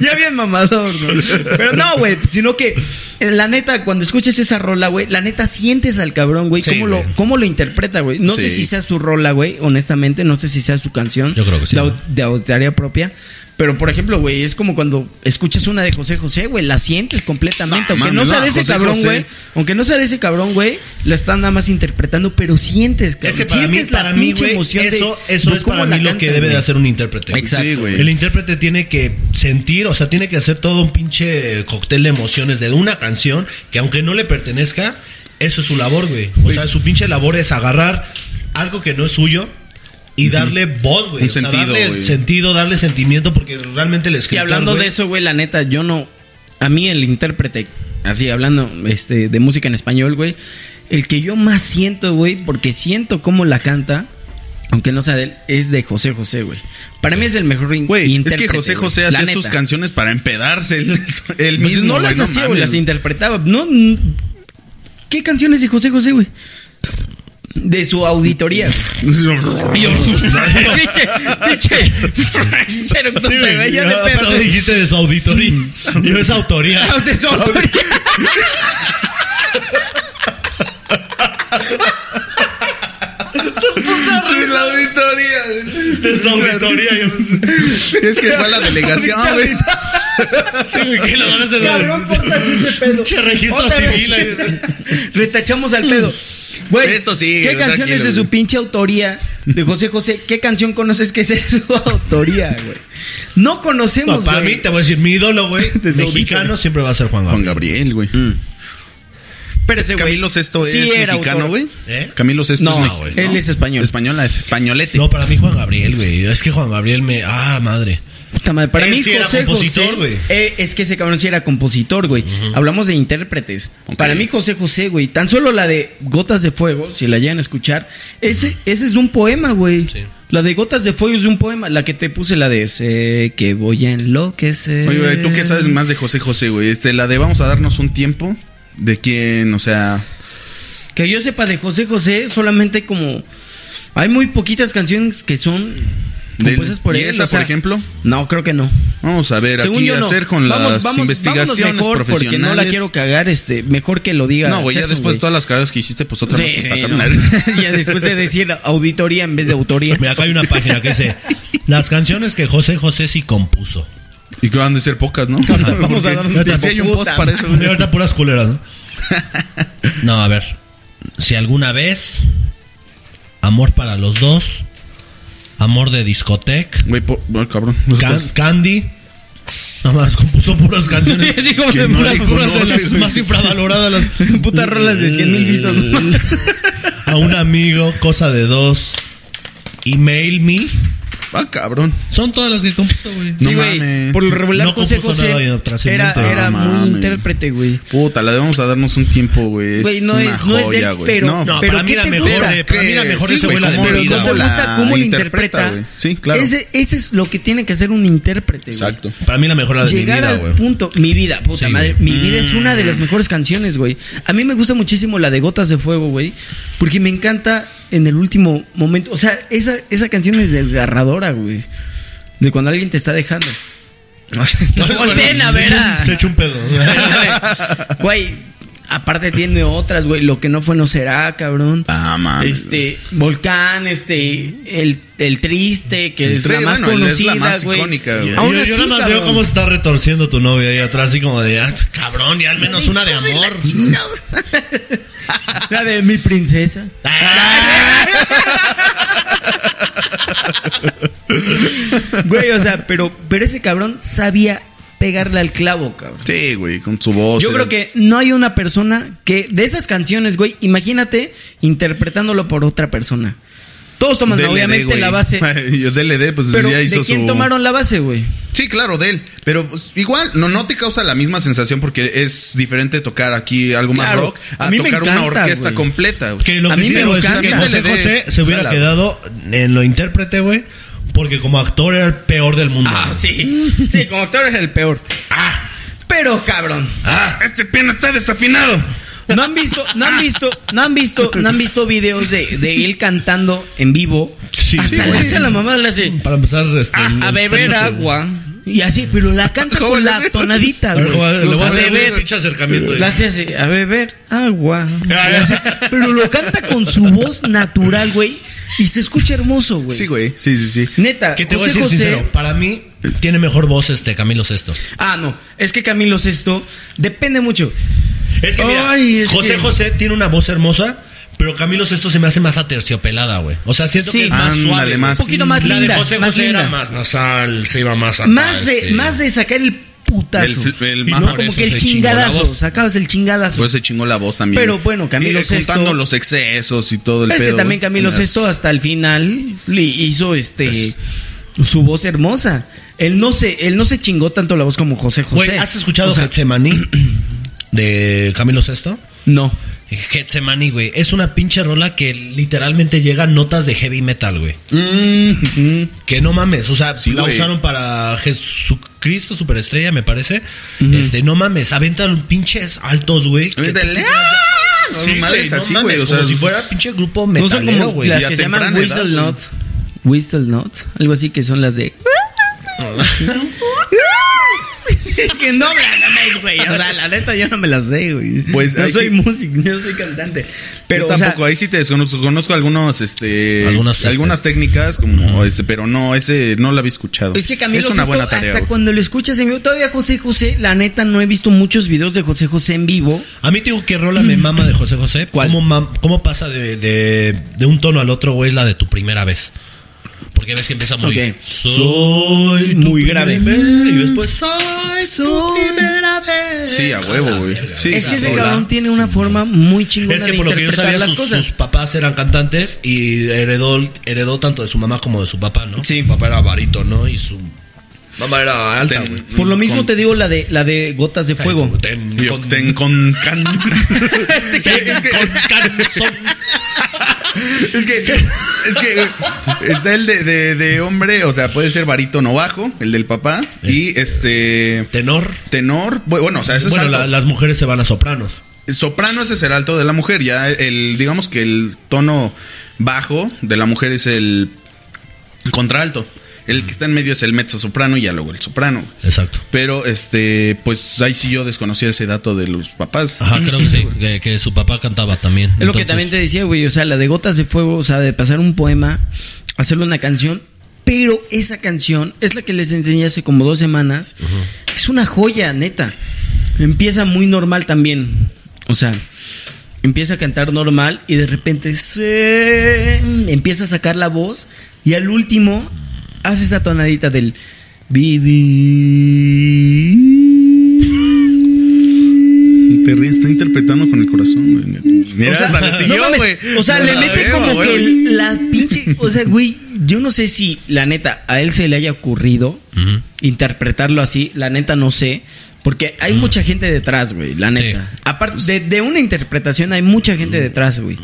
[SPEAKER 3] ya bien mamador, ¿no? Pero no, güey. Sino que, eh, la neta, cuando escuchas esa rola, güey, la neta sientes al cabrón, güey.
[SPEAKER 1] Sí,
[SPEAKER 3] ¿Cómo, lo,
[SPEAKER 1] güey.
[SPEAKER 3] ¿Cómo lo interpreta, güey? No sé
[SPEAKER 2] Sí.
[SPEAKER 3] si sea su rola, güey. Honestamente, no sé si sea su canción.
[SPEAKER 7] Yo creo que sí,
[SPEAKER 3] De,
[SPEAKER 7] ¿no?
[SPEAKER 3] au- de autoría propia. Pero, por ejemplo, güey, es como cuando escuchas una de José José, güey, la sientes completamente.
[SPEAKER 2] No,
[SPEAKER 3] aunque
[SPEAKER 2] mames,
[SPEAKER 3] no sea
[SPEAKER 2] no,
[SPEAKER 3] de ese
[SPEAKER 2] José
[SPEAKER 3] cabrón,
[SPEAKER 2] José.
[SPEAKER 3] güey. Aunque no sea de ese cabrón, güey, la están nada más interpretando, pero sientes,
[SPEAKER 1] Es
[SPEAKER 3] cabrón,
[SPEAKER 1] que para mí,
[SPEAKER 3] sientes
[SPEAKER 1] para
[SPEAKER 3] la
[SPEAKER 1] mí,
[SPEAKER 3] pinche
[SPEAKER 1] güey,
[SPEAKER 3] emoción de-
[SPEAKER 1] eso, eso
[SPEAKER 3] de
[SPEAKER 1] es
[SPEAKER 3] cómo
[SPEAKER 1] para
[SPEAKER 3] la
[SPEAKER 1] mí lo que
[SPEAKER 3] cantan,
[SPEAKER 1] debe de
[SPEAKER 3] güey.
[SPEAKER 1] hacer un intérprete. güey.
[SPEAKER 3] Exacto.
[SPEAKER 2] Sí, güey.
[SPEAKER 1] El intérprete tiene que sentir, o sea, tiene que hacer todo un pinche cóctel de emociones de una canción que aunque no le pertenezca, eso es su labor, güey. O sea, su pinche labor es agarrar algo que no es suyo y darle voz, güey.
[SPEAKER 2] Un
[SPEAKER 1] O sea,
[SPEAKER 2] sentido,
[SPEAKER 1] darle
[SPEAKER 2] güey.
[SPEAKER 1] sentido, darle sentimiento porque realmente el
[SPEAKER 3] Y
[SPEAKER 1] escritor,
[SPEAKER 3] hablando
[SPEAKER 1] güey,
[SPEAKER 3] de eso, güey, la neta, yo no. A mí el intérprete, así hablando este, de música en español, güey, el que yo más siento, güey, porque siento cómo la canta, aunque no sea de él, es de José José, güey. Para mí es el mejor in-
[SPEAKER 2] Güey, es
[SPEAKER 3] intérprete.
[SPEAKER 2] que José
[SPEAKER 3] güey,
[SPEAKER 2] José
[SPEAKER 3] la
[SPEAKER 2] hacía
[SPEAKER 3] neta.
[SPEAKER 2] sus canciones para empedarse él, él
[SPEAKER 3] Pues
[SPEAKER 2] mismo.
[SPEAKER 3] no las
[SPEAKER 2] güey,
[SPEAKER 3] hacía, güey,
[SPEAKER 2] mames.
[SPEAKER 3] las interpretaba. No, n- ¿Qué canciones de José José, güey? De su auditoría. güey. Pinche, pinche. Cero tonta,
[SPEAKER 1] Sí, güey,
[SPEAKER 3] güey, ya de
[SPEAKER 1] ya
[SPEAKER 3] pedo. Ah,
[SPEAKER 1] aparte dijiste de su auditoría. Yo es autoría.
[SPEAKER 3] De su auditoría.
[SPEAKER 2] la auditoría. güey.
[SPEAKER 1] De su auditoría. yo-
[SPEAKER 2] Es que fue a la delegación, güey.
[SPEAKER 1] Sí, güey, ¿qué le van a hacer?
[SPEAKER 3] Cabrón, cortas ese pedo.
[SPEAKER 1] Pinche registro
[SPEAKER 3] Otra vez.
[SPEAKER 1] civil. eh. ahí.
[SPEAKER 3] Retachamos al pedo. Güey,
[SPEAKER 2] Mm. Esto sigue,
[SPEAKER 3] ¿qué
[SPEAKER 2] güey,
[SPEAKER 3] canciones de
[SPEAKER 2] tranquilo,
[SPEAKER 3] su
[SPEAKER 2] güey.
[SPEAKER 3] pinche autoría de José José? ¿Qué canción conoces que es de su autoría, güey? No conocemos,
[SPEAKER 1] No, para
[SPEAKER 3] güey.
[SPEAKER 1] mí, te voy a decir, mi ídolo, güey,
[SPEAKER 3] De su
[SPEAKER 1] mexicano
[SPEAKER 3] auditorio.
[SPEAKER 1] siempre va a ser Juan
[SPEAKER 2] Juan
[SPEAKER 1] Gabriel.
[SPEAKER 2] Gabriel, güey.
[SPEAKER 3] Mm. Pero ese güey
[SPEAKER 2] Camilo Sesto
[SPEAKER 3] sí
[SPEAKER 2] es
[SPEAKER 3] era
[SPEAKER 2] mexicano,
[SPEAKER 3] autor.
[SPEAKER 2] güey.
[SPEAKER 1] ¿Eh?
[SPEAKER 2] Camilo Sesto
[SPEAKER 3] No,
[SPEAKER 2] es mexicano.
[SPEAKER 3] él es español.
[SPEAKER 2] Española, ah, españolete.
[SPEAKER 1] No, para mí Juan Gabriel, güey. Es que Juan Gabriel me... Ah, madre.
[SPEAKER 3] Puta madre, Para
[SPEAKER 1] Él
[SPEAKER 3] mí,
[SPEAKER 1] sí era
[SPEAKER 3] José
[SPEAKER 1] compositor,
[SPEAKER 3] José,
[SPEAKER 1] güey.
[SPEAKER 3] eh, es que ese cabrón sí era compositor, güey. Hablamos de intérpretes.
[SPEAKER 2] Ok.
[SPEAKER 3] Para mí, José José, güey. Tan solo la de Gotas de Fuego, si la llegan a escuchar, ese, ese es un poema, güey.
[SPEAKER 1] Sí.
[SPEAKER 3] La de Gotas de Fuego es de un poema. La que te puse, la de Sé que voy a enloquecer.
[SPEAKER 2] Oye, güey, ¿tú qué sabes más de José José, güey? Este, la de vamos a darnos un tiempo. ¿De quién? O sea.
[SPEAKER 3] Que yo sepa de José José, solamente como. Hay muy poquitas canciones que son
[SPEAKER 2] de-
[SPEAKER 3] compuestas Pues, por
[SPEAKER 2] ¿Y
[SPEAKER 3] él.
[SPEAKER 2] esa,
[SPEAKER 3] o sea,
[SPEAKER 2] por ejemplo?
[SPEAKER 3] No, creo que no.
[SPEAKER 2] Vamos a ver,
[SPEAKER 3] Según
[SPEAKER 2] aquí
[SPEAKER 3] yo no.
[SPEAKER 2] hacer con las
[SPEAKER 3] Vamos- vamos-
[SPEAKER 2] investigaciones
[SPEAKER 3] vámonos mejor porque
[SPEAKER 2] profesionales.
[SPEAKER 3] no la quiero cagar, este, mejor que lo diga.
[SPEAKER 2] No, güey, ya
[SPEAKER 3] Gerson,
[SPEAKER 2] después
[SPEAKER 3] güey.
[SPEAKER 2] todas las cagadas que hiciste, pues otra vez
[SPEAKER 3] Sí,
[SPEAKER 2] que está
[SPEAKER 3] sí,
[SPEAKER 2] carnal.
[SPEAKER 3] no. ya después de decir auditoría en vez de autoría.
[SPEAKER 1] Mira, acá hay una página que dice las canciones que José José sí compuso.
[SPEAKER 2] Y que van de ser pocas, ¿no?
[SPEAKER 3] Vamos a dar un
[SPEAKER 1] Porque-
[SPEAKER 3] sí hay un
[SPEAKER 2] Puta
[SPEAKER 3] post
[SPEAKER 2] madre.
[SPEAKER 3] para eso.
[SPEAKER 1] Y ahorita puras culeras, ¿no? No, a ver. Si alguna vez... Amor para los dos. Amor de discoteca.
[SPEAKER 2] Güey, po- bueno, cabrón.
[SPEAKER 1] Can- Candy. Nada más compuso puras canciones.
[SPEAKER 3] Sí, como
[SPEAKER 1] Que
[SPEAKER 3] de
[SPEAKER 1] no
[SPEAKER 3] puras-
[SPEAKER 1] le puras de
[SPEAKER 2] conoces,
[SPEAKER 1] las
[SPEAKER 2] güey.
[SPEAKER 1] más infravaloradas. Las
[SPEAKER 3] Putas rolas de 100,000 vistas, ¿no?
[SPEAKER 1] A un amigo, cosa de dos. Email me.
[SPEAKER 2] Ah, cabrón.
[SPEAKER 8] Son todas las que compuso, güey.
[SPEAKER 2] No
[SPEAKER 3] sí, güey.
[SPEAKER 2] mames.
[SPEAKER 3] Por lo regular,
[SPEAKER 8] No
[SPEAKER 3] José
[SPEAKER 8] compuso
[SPEAKER 3] José
[SPEAKER 8] nada de trascendente.
[SPEAKER 3] era, era
[SPEAKER 2] Ah,
[SPEAKER 3] muy
[SPEAKER 2] mames.
[SPEAKER 3] intérprete, güey.
[SPEAKER 2] Puta, la debemos a darnos un tiempo, güey. Es
[SPEAKER 3] Güey, no
[SPEAKER 2] una
[SPEAKER 3] es- no es de
[SPEAKER 2] joya,
[SPEAKER 3] él,
[SPEAKER 2] güey.
[SPEAKER 3] pero-
[SPEAKER 2] No,
[SPEAKER 8] No,
[SPEAKER 3] Pero
[SPEAKER 8] para mí
[SPEAKER 3] ¿qué
[SPEAKER 8] era
[SPEAKER 3] te
[SPEAKER 8] mejor,
[SPEAKER 3] gusta?
[SPEAKER 8] de, para mí era
[SPEAKER 2] ¿Qué?
[SPEAKER 8] mejor
[SPEAKER 2] Sí,
[SPEAKER 8] ese
[SPEAKER 2] güey,
[SPEAKER 8] güey, la de
[SPEAKER 2] ¿cómo
[SPEAKER 8] mi
[SPEAKER 3] Pero
[SPEAKER 8] vida.
[SPEAKER 2] olvidar,
[SPEAKER 3] no te
[SPEAKER 2] güey.
[SPEAKER 8] güey.
[SPEAKER 3] gusta
[SPEAKER 2] La
[SPEAKER 3] cómo lo
[SPEAKER 2] interpreta,
[SPEAKER 3] interpreta.
[SPEAKER 2] güey. Sí, claro.
[SPEAKER 3] Ese, ese es lo que tiene que hacer un intérprete, güey.
[SPEAKER 2] Exacto.
[SPEAKER 8] Para mí la mejor la de mi
[SPEAKER 3] Llegar
[SPEAKER 8] vida,
[SPEAKER 3] al
[SPEAKER 8] güey.
[SPEAKER 3] punto, mi vida, puta
[SPEAKER 8] Sí,
[SPEAKER 3] madre, mi vida es una de las mejores canciones, güey. A mí me gusta muchísimo la de Gotas de Fuego, güey, porque me encanta en el último momento, o sea, esa, esa canción es desgarradora, güey, de cuando alguien te está dejando. No me volteen a ver a-
[SPEAKER 1] Se echó un pedo.
[SPEAKER 3] Güey, aparte tiene otras, güey, lo que no fue no será, cabrón.
[SPEAKER 2] Ah, mames.
[SPEAKER 3] Este, Volcán, este, el, el Triste, que
[SPEAKER 2] El
[SPEAKER 3] es,
[SPEAKER 2] Tri-
[SPEAKER 3] la más
[SPEAKER 2] bueno, es la
[SPEAKER 3] conocida,
[SPEAKER 2] más
[SPEAKER 3] güey.
[SPEAKER 2] icónica, güey.
[SPEAKER 3] Aún
[SPEAKER 1] yo, yo
[SPEAKER 3] así,
[SPEAKER 1] nada más veo
[SPEAKER 3] cabrón.
[SPEAKER 1] cómo se está retorciendo tu novia ahí atrás, así como de, ah, cabrón, y al menos una de amor.
[SPEAKER 3] La de mi princesa.
[SPEAKER 1] Ah,
[SPEAKER 3] Güey, o sea, pero, pero ese cabrón sabía pegarle al clavo, cabrón.
[SPEAKER 2] Sí, güey, con su voz. eh,
[SPEAKER 3] Yo
[SPEAKER 2] era-
[SPEAKER 3] creo que no hay una persona que de esas canciones, güey, imagínate interpretándolo por otra persona. Todos toman
[SPEAKER 2] DLD,
[SPEAKER 3] obviamente
[SPEAKER 2] güey.
[SPEAKER 3] la base.
[SPEAKER 2] Yo DLD, pues
[SPEAKER 3] Pero
[SPEAKER 2] ya
[SPEAKER 3] ¿de
[SPEAKER 2] hizo
[SPEAKER 3] quién
[SPEAKER 2] su-
[SPEAKER 3] tomaron la base, güey?
[SPEAKER 2] Sí, claro, de él. Pero pues, igual, no, no te causa la misma sensación porque es diferente tocar aquí algo más
[SPEAKER 3] Claro.
[SPEAKER 2] rock a,
[SPEAKER 3] A mí me
[SPEAKER 2] tocar una
[SPEAKER 3] encanta,
[SPEAKER 2] orquesta
[SPEAKER 3] güey.
[SPEAKER 2] completa. güey.
[SPEAKER 1] Que lo
[SPEAKER 3] A
[SPEAKER 1] que
[SPEAKER 3] mí
[SPEAKER 1] sí
[SPEAKER 3] me
[SPEAKER 1] debo decir
[SPEAKER 3] encanta.
[SPEAKER 1] que José José se hubiera
[SPEAKER 2] Jálala.
[SPEAKER 1] quedado en lo intérprete, güey, porque como actor era el peor del mundo.
[SPEAKER 2] Ah.
[SPEAKER 3] Ah,
[SPEAKER 1] güey.
[SPEAKER 3] sí. Sí, como actor eres el peor. Ah, pero cabrón.
[SPEAKER 2] Ah, este piano está desafinado.
[SPEAKER 3] No han visto, no han visto, no han visto, no han visto videos de, de él cantando en vivo.
[SPEAKER 1] Sí,
[SPEAKER 3] Hasta
[SPEAKER 1] sí,
[SPEAKER 3] le
[SPEAKER 1] güey.
[SPEAKER 3] hace a la mamá, le hace
[SPEAKER 1] Para empezar, este,
[SPEAKER 3] a
[SPEAKER 1] el-
[SPEAKER 3] beber
[SPEAKER 1] el-
[SPEAKER 3] agua. Y así, pero la canta con la tonadita,
[SPEAKER 1] A ver,
[SPEAKER 3] güey.
[SPEAKER 1] Le voy a
[SPEAKER 3] A
[SPEAKER 1] hacer un
[SPEAKER 3] beber.
[SPEAKER 1] pinche acercamiento.
[SPEAKER 3] La hace así, a beber agua. O sea, Pero lo canta con su voz natural, güey. Y se escucha hermoso, güey.
[SPEAKER 2] Sí, güey. Sí, sí, sí.
[SPEAKER 3] Neta,
[SPEAKER 1] Que te voy a
[SPEAKER 3] José
[SPEAKER 1] decir
[SPEAKER 3] José.
[SPEAKER 1] sincero, para mí tiene mejor voz este Camilo Sesto.
[SPEAKER 3] Ah, no. Es que Camilo Sesto depende mucho.
[SPEAKER 1] Es que mira,
[SPEAKER 3] Ay, es
[SPEAKER 1] José
[SPEAKER 3] que-
[SPEAKER 1] José tiene una voz hermosa, pero Camilo Sesto se me hace más aterciopelada, güey. O sea, siento
[SPEAKER 3] Sí.
[SPEAKER 1] que es más
[SPEAKER 2] Ándale,
[SPEAKER 1] suave.
[SPEAKER 2] más-
[SPEAKER 1] güey.
[SPEAKER 3] Un poquito más
[SPEAKER 1] la
[SPEAKER 3] linda,
[SPEAKER 1] de José
[SPEAKER 3] más
[SPEAKER 1] José era
[SPEAKER 3] linda.
[SPEAKER 1] más nasal, se iba más acá,
[SPEAKER 3] Más de,
[SPEAKER 1] este.
[SPEAKER 3] más de sacar el putazo.
[SPEAKER 2] El fl- el
[SPEAKER 3] Y
[SPEAKER 2] más
[SPEAKER 3] no,
[SPEAKER 2] por
[SPEAKER 3] como
[SPEAKER 2] eso
[SPEAKER 3] que el
[SPEAKER 1] se chingó la
[SPEAKER 3] chingadazo.
[SPEAKER 1] voz.
[SPEAKER 3] Sacabas el chingadazo.
[SPEAKER 2] Pues se chingó la voz también.
[SPEAKER 3] Pero bueno, Camilo
[SPEAKER 2] Y, eh, Contando
[SPEAKER 3] Sesto-
[SPEAKER 2] los excesos y todo el
[SPEAKER 3] es
[SPEAKER 2] pedo.
[SPEAKER 3] que Este también
[SPEAKER 2] güey.
[SPEAKER 3] Camilo
[SPEAKER 2] Las- Pues,
[SPEAKER 3] Sesto hasta el final le hizo este
[SPEAKER 2] Es-
[SPEAKER 3] su voz hermosa. Él no se, él no se chingó tanto la voz como José José.
[SPEAKER 1] Güey, ¿has escuchado
[SPEAKER 3] Pues O sea,
[SPEAKER 1] Getsemaní de Camilo Sesto?
[SPEAKER 3] No.
[SPEAKER 1] Getsemaní, güey, es una pinche rola que literalmente llega a notas de heavy metal, güey.
[SPEAKER 2] Mm, mm.
[SPEAKER 1] Que no mames, o sea,
[SPEAKER 2] Sí,
[SPEAKER 1] la
[SPEAKER 2] güey.
[SPEAKER 1] usaron para Jesucristo Superestrella, me parece. Este, no mames, aventan pinches altos, güey. que-
[SPEAKER 2] Ándale, ah, no,
[SPEAKER 1] Sí,
[SPEAKER 2] madres,
[SPEAKER 1] güey,
[SPEAKER 2] así,
[SPEAKER 1] no
[SPEAKER 2] güey.
[SPEAKER 1] mames,
[SPEAKER 2] O sea,
[SPEAKER 1] como si fuera pinche grupo
[SPEAKER 3] No son
[SPEAKER 1] metalero,
[SPEAKER 3] como
[SPEAKER 1] güey.
[SPEAKER 3] las
[SPEAKER 2] Ya
[SPEAKER 3] que se llaman
[SPEAKER 2] temprana edad,
[SPEAKER 3] Whistle
[SPEAKER 2] güey.
[SPEAKER 3] Nuts. Whistle Nuts. Algo así que son las de. que no me la mames, güey. O sea, la neta yo no me las sé, güey.
[SPEAKER 2] Pues,
[SPEAKER 3] no
[SPEAKER 2] ahí
[SPEAKER 3] soy
[SPEAKER 2] sí.
[SPEAKER 3] músico, no soy cantante. Pero
[SPEAKER 2] Ah, Yo
[SPEAKER 3] o sea,
[SPEAKER 2] tampoco, ahí sí te desconozco. Conozco algunos, este,
[SPEAKER 1] Algunas-
[SPEAKER 2] algunas, técnicas, como este, pero no, ese no la había escuchado.
[SPEAKER 3] Es que Camilo
[SPEAKER 2] es una
[SPEAKER 3] Sesto,
[SPEAKER 2] buena tarea.
[SPEAKER 3] hasta
[SPEAKER 2] güey.
[SPEAKER 3] cuando lo escuchas en vivo, todavía José José, la neta no he visto muchos videos de José José en vivo.
[SPEAKER 1] A mí te digo que rola me mama de José José.
[SPEAKER 3] ¿Cuál?
[SPEAKER 1] ¿Cómo, mam- cómo pasa de, de- de un tono al otro, güey? Es la de tu primera vez. Porque ves que empieza muy...
[SPEAKER 3] Ok.
[SPEAKER 1] Soy
[SPEAKER 3] Muy grave.
[SPEAKER 1] primer- Y después soy, tu primera vez.
[SPEAKER 2] Sí, a huevo, güey. Sí,
[SPEAKER 3] es que ese
[SPEAKER 2] sola.
[SPEAKER 3] cabrón tiene una forma muy chingona
[SPEAKER 1] Es que
[SPEAKER 3] de
[SPEAKER 1] por lo que yo
[SPEAKER 3] interpretar
[SPEAKER 1] sabía,
[SPEAKER 3] las
[SPEAKER 1] sus,
[SPEAKER 3] cosas.
[SPEAKER 1] sus papás eran cantantes y heredó, heredó tanto de su mamá como de su papá, ¿no?
[SPEAKER 3] Sí.
[SPEAKER 1] Su papá era varito, ¿no? Y su mamá era alta,
[SPEAKER 2] Ten-
[SPEAKER 1] güey.
[SPEAKER 3] Por lo mismo
[SPEAKER 2] con-
[SPEAKER 3] te digo la de la de gotas de fuego.
[SPEAKER 1] Ten-
[SPEAKER 2] Yo
[SPEAKER 1] con-
[SPEAKER 2] ten con can-
[SPEAKER 1] ten- con calzón.
[SPEAKER 2] es que, es que eh, está el de, de, de hombre, o sea, puede ser barítono bajo, el del papá, y este
[SPEAKER 1] Tenor.
[SPEAKER 2] tenor, bu- bueno, o sea, ese
[SPEAKER 1] Bueno,
[SPEAKER 2] es
[SPEAKER 1] la-
[SPEAKER 2] alto.
[SPEAKER 1] las mujeres se van a sopranos.
[SPEAKER 2] Soprano ese es el alto de la mujer, ya el, digamos que el tono bajo de la mujer es el contralto. El que está en medio es el mezzo soprano y ya luego el soprano.
[SPEAKER 1] Exacto.
[SPEAKER 2] Pero este, pues ahí sí yo desconocía ese dato de los papás.
[SPEAKER 1] Ajá, creo que sí, que, que su papá cantaba también.
[SPEAKER 3] Es lo que también te decía, güey. O sea, la de Gotas de Fuego, o sea, de pasar un poema, hacerle una canción. Pero esa canción es la que les enseñé hace como dos semanas. Es una joya, neta. Empieza muy normal también. O sea, empieza a cantar normal y de repente se empieza a sacar la voz. Y al último, hace esa tonadita del vivir.
[SPEAKER 2] Terry está interpretando con el corazón, güey. Mira,
[SPEAKER 3] O sea,
[SPEAKER 2] hasta le siguió,
[SPEAKER 3] no mames,
[SPEAKER 2] güey.
[SPEAKER 3] o sea, le
[SPEAKER 2] La
[SPEAKER 3] mete
[SPEAKER 2] verga,
[SPEAKER 3] como
[SPEAKER 2] güey.
[SPEAKER 3] que la pinche. O sea, güey, yo no sé si, la neta, a él se le haya ocurrido interpretarlo así. La neta, no sé. Porque
[SPEAKER 2] Mm.
[SPEAKER 3] hay mucha gente detrás, güey, la neta.
[SPEAKER 9] Sí.
[SPEAKER 3] Aparte
[SPEAKER 2] Pues
[SPEAKER 3] de, de una interpretación, hay mucha gente
[SPEAKER 2] Mm.
[SPEAKER 3] detrás, güey.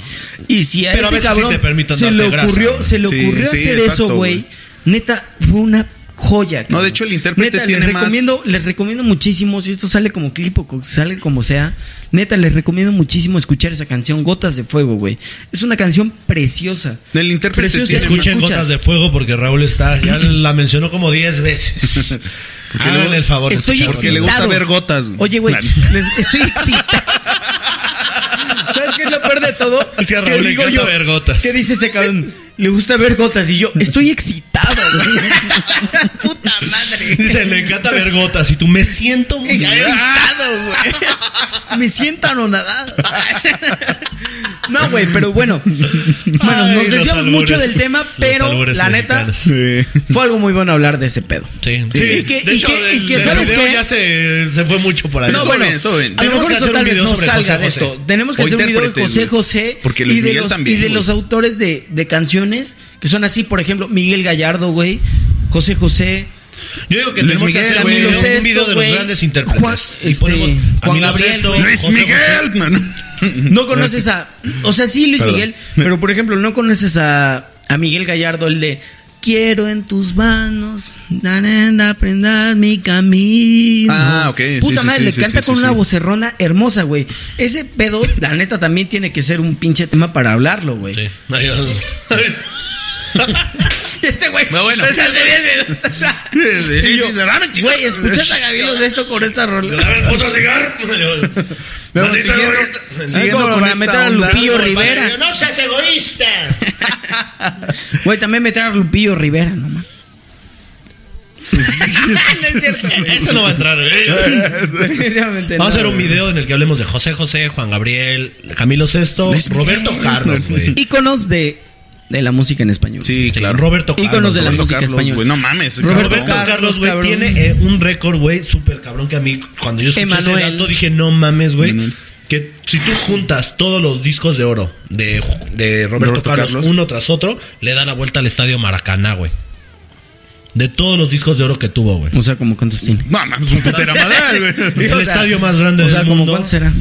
[SPEAKER 3] Y si a
[SPEAKER 9] Pero a
[SPEAKER 3] ese
[SPEAKER 9] veces sí
[SPEAKER 3] cabrón
[SPEAKER 9] te permiten
[SPEAKER 3] se,
[SPEAKER 9] darte
[SPEAKER 3] le
[SPEAKER 9] grasa,
[SPEAKER 3] ocurrió,
[SPEAKER 9] güey.
[SPEAKER 3] se le
[SPEAKER 2] Sí,
[SPEAKER 3] ocurrió
[SPEAKER 2] sí,
[SPEAKER 3] hacer
[SPEAKER 2] exacto,
[SPEAKER 3] eso, güey.
[SPEAKER 2] güey.
[SPEAKER 3] Neta, fue una joya.
[SPEAKER 2] No,
[SPEAKER 3] cabrón.
[SPEAKER 2] de hecho, el intérprete
[SPEAKER 3] Neta,
[SPEAKER 2] tiene
[SPEAKER 3] les
[SPEAKER 2] más-
[SPEAKER 3] recomiendo les recomiendo muchísimo, si esto sale como clip o co- sale como sea, neta, les recomiendo muchísimo escuchar esa canción, Gotas de Fuego, güey. Es una canción preciosa.
[SPEAKER 2] El intérprete
[SPEAKER 3] Preciosa,
[SPEAKER 2] tiene
[SPEAKER 3] escuchen
[SPEAKER 1] Escuchen gotas de fuego porque Raúl está. Ya la mencionó como 10 veces. Háganle
[SPEAKER 2] luego-
[SPEAKER 1] el favor. de
[SPEAKER 3] Estoy
[SPEAKER 1] escucharlo.
[SPEAKER 2] Porque le
[SPEAKER 3] excitado.
[SPEAKER 2] gusta ver gotas, güey.
[SPEAKER 3] Oye, güey,
[SPEAKER 2] Claro.
[SPEAKER 3] les- estoy excitado. ¿Sabes qué es lo peor de todo?
[SPEAKER 1] Es que a Raúl le encanta ver gotas.
[SPEAKER 3] ¿Qué dice ese cabrón? Le gusta ver gotas y yo estoy excitado, güey. Puta madre.
[SPEAKER 1] Dice, le encanta ver gotas y tú me siento muy
[SPEAKER 3] excitado, güey. Me siento anonadado. No, güey, pero bueno. Bueno,
[SPEAKER 1] Ay,
[SPEAKER 3] nos
[SPEAKER 1] los
[SPEAKER 3] desviamos
[SPEAKER 1] albures.
[SPEAKER 3] mucho del tema,
[SPEAKER 1] Los
[SPEAKER 3] pero
[SPEAKER 1] albures
[SPEAKER 3] la neta
[SPEAKER 1] mexicanos.
[SPEAKER 2] Sí.
[SPEAKER 3] fue algo muy bueno hablar de ese pedo.
[SPEAKER 1] Sí,
[SPEAKER 3] Sí, y que- y que- y que
[SPEAKER 1] el
[SPEAKER 3] ¿sabes
[SPEAKER 1] video
[SPEAKER 3] qué?
[SPEAKER 1] ya se, se fue mucho por ahí.
[SPEAKER 2] No, bueno, bien, estuvo bien.
[SPEAKER 3] A lo
[SPEAKER 1] Tenemos
[SPEAKER 3] mejor
[SPEAKER 1] que
[SPEAKER 3] esto
[SPEAKER 1] hacer
[SPEAKER 3] tal
[SPEAKER 1] un
[SPEAKER 3] vez
[SPEAKER 1] video
[SPEAKER 3] no
[SPEAKER 1] sobre
[SPEAKER 3] salga
[SPEAKER 1] José
[SPEAKER 3] de
[SPEAKER 1] José.
[SPEAKER 3] esto. Tenemos que
[SPEAKER 2] O
[SPEAKER 3] hacer un video de
[SPEAKER 2] intérpretes,
[SPEAKER 3] José
[SPEAKER 2] güey.
[SPEAKER 3] José
[SPEAKER 2] Porque Luis
[SPEAKER 3] y de,
[SPEAKER 2] Miguel
[SPEAKER 3] los,
[SPEAKER 2] también,
[SPEAKER 3] y de
[SPEAKER 2] güey.
[SPEAKER 3] los autores de, de canciones que son así, por ejemplo, Miguel Gallardo, güey, José José.
[SPEAKER 1] Yo digo que
[SPEAKER 2] Luis
[SPEAKER 1] tenemos
[SPEAKER 2] Miguel,
[SPEAKER 1] que hacer
[SPEAKER 2] Camilo
[SPEAKER 1] un video-
[SPEAKER 3] Sesto,
[SPEAKER 1] un video de los
[SPEAKER 3] güey.
[SPEAKER 1] grandes intérpretes.
[SPEAKER 3] Juan-
[SPEAKER 1] y
[SPEAKER 3] este,
[SPEAKER 1] ponemos
[SPEAKER 3] Juan
[SPEAKER 1] Camilo
[SPEAKER 3] Gabriel,
[SPEAKER 1] Sesto,
[SPEAKER 3] güey.
[SPEAKER 2] Luis
[SPEAKER 1] José
[SPEAKER 2] Miguel, man.
[SPEAKER 3] No conoces a. O sea, sí, Luis
[SPEAKER 2] Perdón.
[SPEAKER 3] Miguel, pero por ejemplo, no conoces a, a Miguel Gallardo, el de. Quiero en tus manos, darenda, prendas mi camino.
[SPEAKER 2] Ah, ok, sí,
[SPEAKER 3] Puta
[SPEAKER 2] sí,
[SPEAKER 3] madre,
[SPEAKER 2] sí,
[SPEAKER 3] le
[SPEAKER 2] sí,
[SPEAKER 3] canta
[SPEAKER 2] sí,
[SPEAKER 3] con
[SPEAKER 2] sí,
[SPEAKER 3] una
[SPEAKER 2] sí.
[SPEAKER 3] vocerrona hermosa, güey. Ese pedo, la neta, también tiene que ser un pinche tema para hablarlo, güey.
[SPEAKER 1] José. Sí. Ay, ay.
[SPEAKER 3] Este güey.
[SPEAKER 2] Pero bueno.
[SPEAKER 3] o sea, sería el-
[SPEAKER 2] Sí, sí,
[SPEAKER 3] Y yo,
[SPEAKER 2] sí, dame, chicos.
[SPEAKER 3] Güey, escuchas a Gabilo de esto con esta rola.
[SPEAKER 1] A ver, otro cigarro.
[SPEAKER 2] Pero
[SPEAKER 1] Maldita
[SPEAKER 2] siguiendo-
[SPEAKER 1] egoísta.
[SPEAKER 2] siguiendo
[SPEAKER 3] como
[SPEAKER 2] con
[SPEAKER 3] para
[SPEAKER 2] esta
[SPEAKER 3] meter a
[SPEAKER 2] onda.
[SPEAKER 3] Lupillo
[SPEAKER 1] Como el
[SPEAKER 3] Rivera.
[SPEAKER 1] padre, No seas egoísta.
[SPEAKER 3] Güey, también meter a Lupillo Rivera, no mames.
[SPEAKER 1] Eso no va a entrar. ¿eh?
[SPEAKER 3] Definitivamente
[SPEAKER 1] Vamos a
[SPEAKER 3] no,
[SPEAKER 1] hacer un
[SPEAKER 3] güey.
[SPEAKER 1] video en el que hablemos de José José, Juan Gabriel, Camilo Sesto,
[SPEAKER 2] Luis Miguel.
[SPEAKER 1] Roberto Carlos, güey.
[SPEAKER 3] Íconos de, de la música en español.
[SPEAKER 2] Sí, claro.
[SPEAKER 1] Roberto Carlos.
[SPEAKER 3] Íconos de la
[SPEAKER 1] güey.
[SPEAKER 2] Roberto
[SPEAKER 3] música
[SPEAKER 2] Carlos,
[SPEAKER 3] española.
[SPEAKER 2] güey. No mames.
[SPEAKER 3] Roberto
[SPEAKER 2] cabrón.
[SPEAKER 1] Roberto Carlos, güey,
[SPEAKER 3] cabrón.
[SPEAKER 1] tiene eh, un récord, güey, súper cabrón que a mí, cuando yo escuché ese
[SPEAKER 3] Emanuel.
[SPEAKER 1] dato, dije, no mames, güey,
[SPEAKER 2] Emanuel.
[SPEAKER 1] que si tú juntas todos los discos de oro de, de Roberto,
[SPEAKER 2] Roberto
[SPEAKER 1] Carlos,
[SPEAKER 2] Carlos.
[SPEAKER 1] uno tras otro, le da la vuelta al estadio Maracaná, güey. De todos los discos de oro que tuvo, güey.
[SPEAKER 3] O sea, ¿como cuántos tiene?
[SPEAKER 2] No mames, un putera madre, güey.
[SPEAKER 1] El
[SPEAKER 3] O sea,
[SPEAKER 1] estadio más grande
[SPEAKER 3] O sea,
[SPEAKER 1] del
[SPEAKER 3] ¿como
[SPEAKER 1] mundo.
[SPEAKER 3] cuántos será?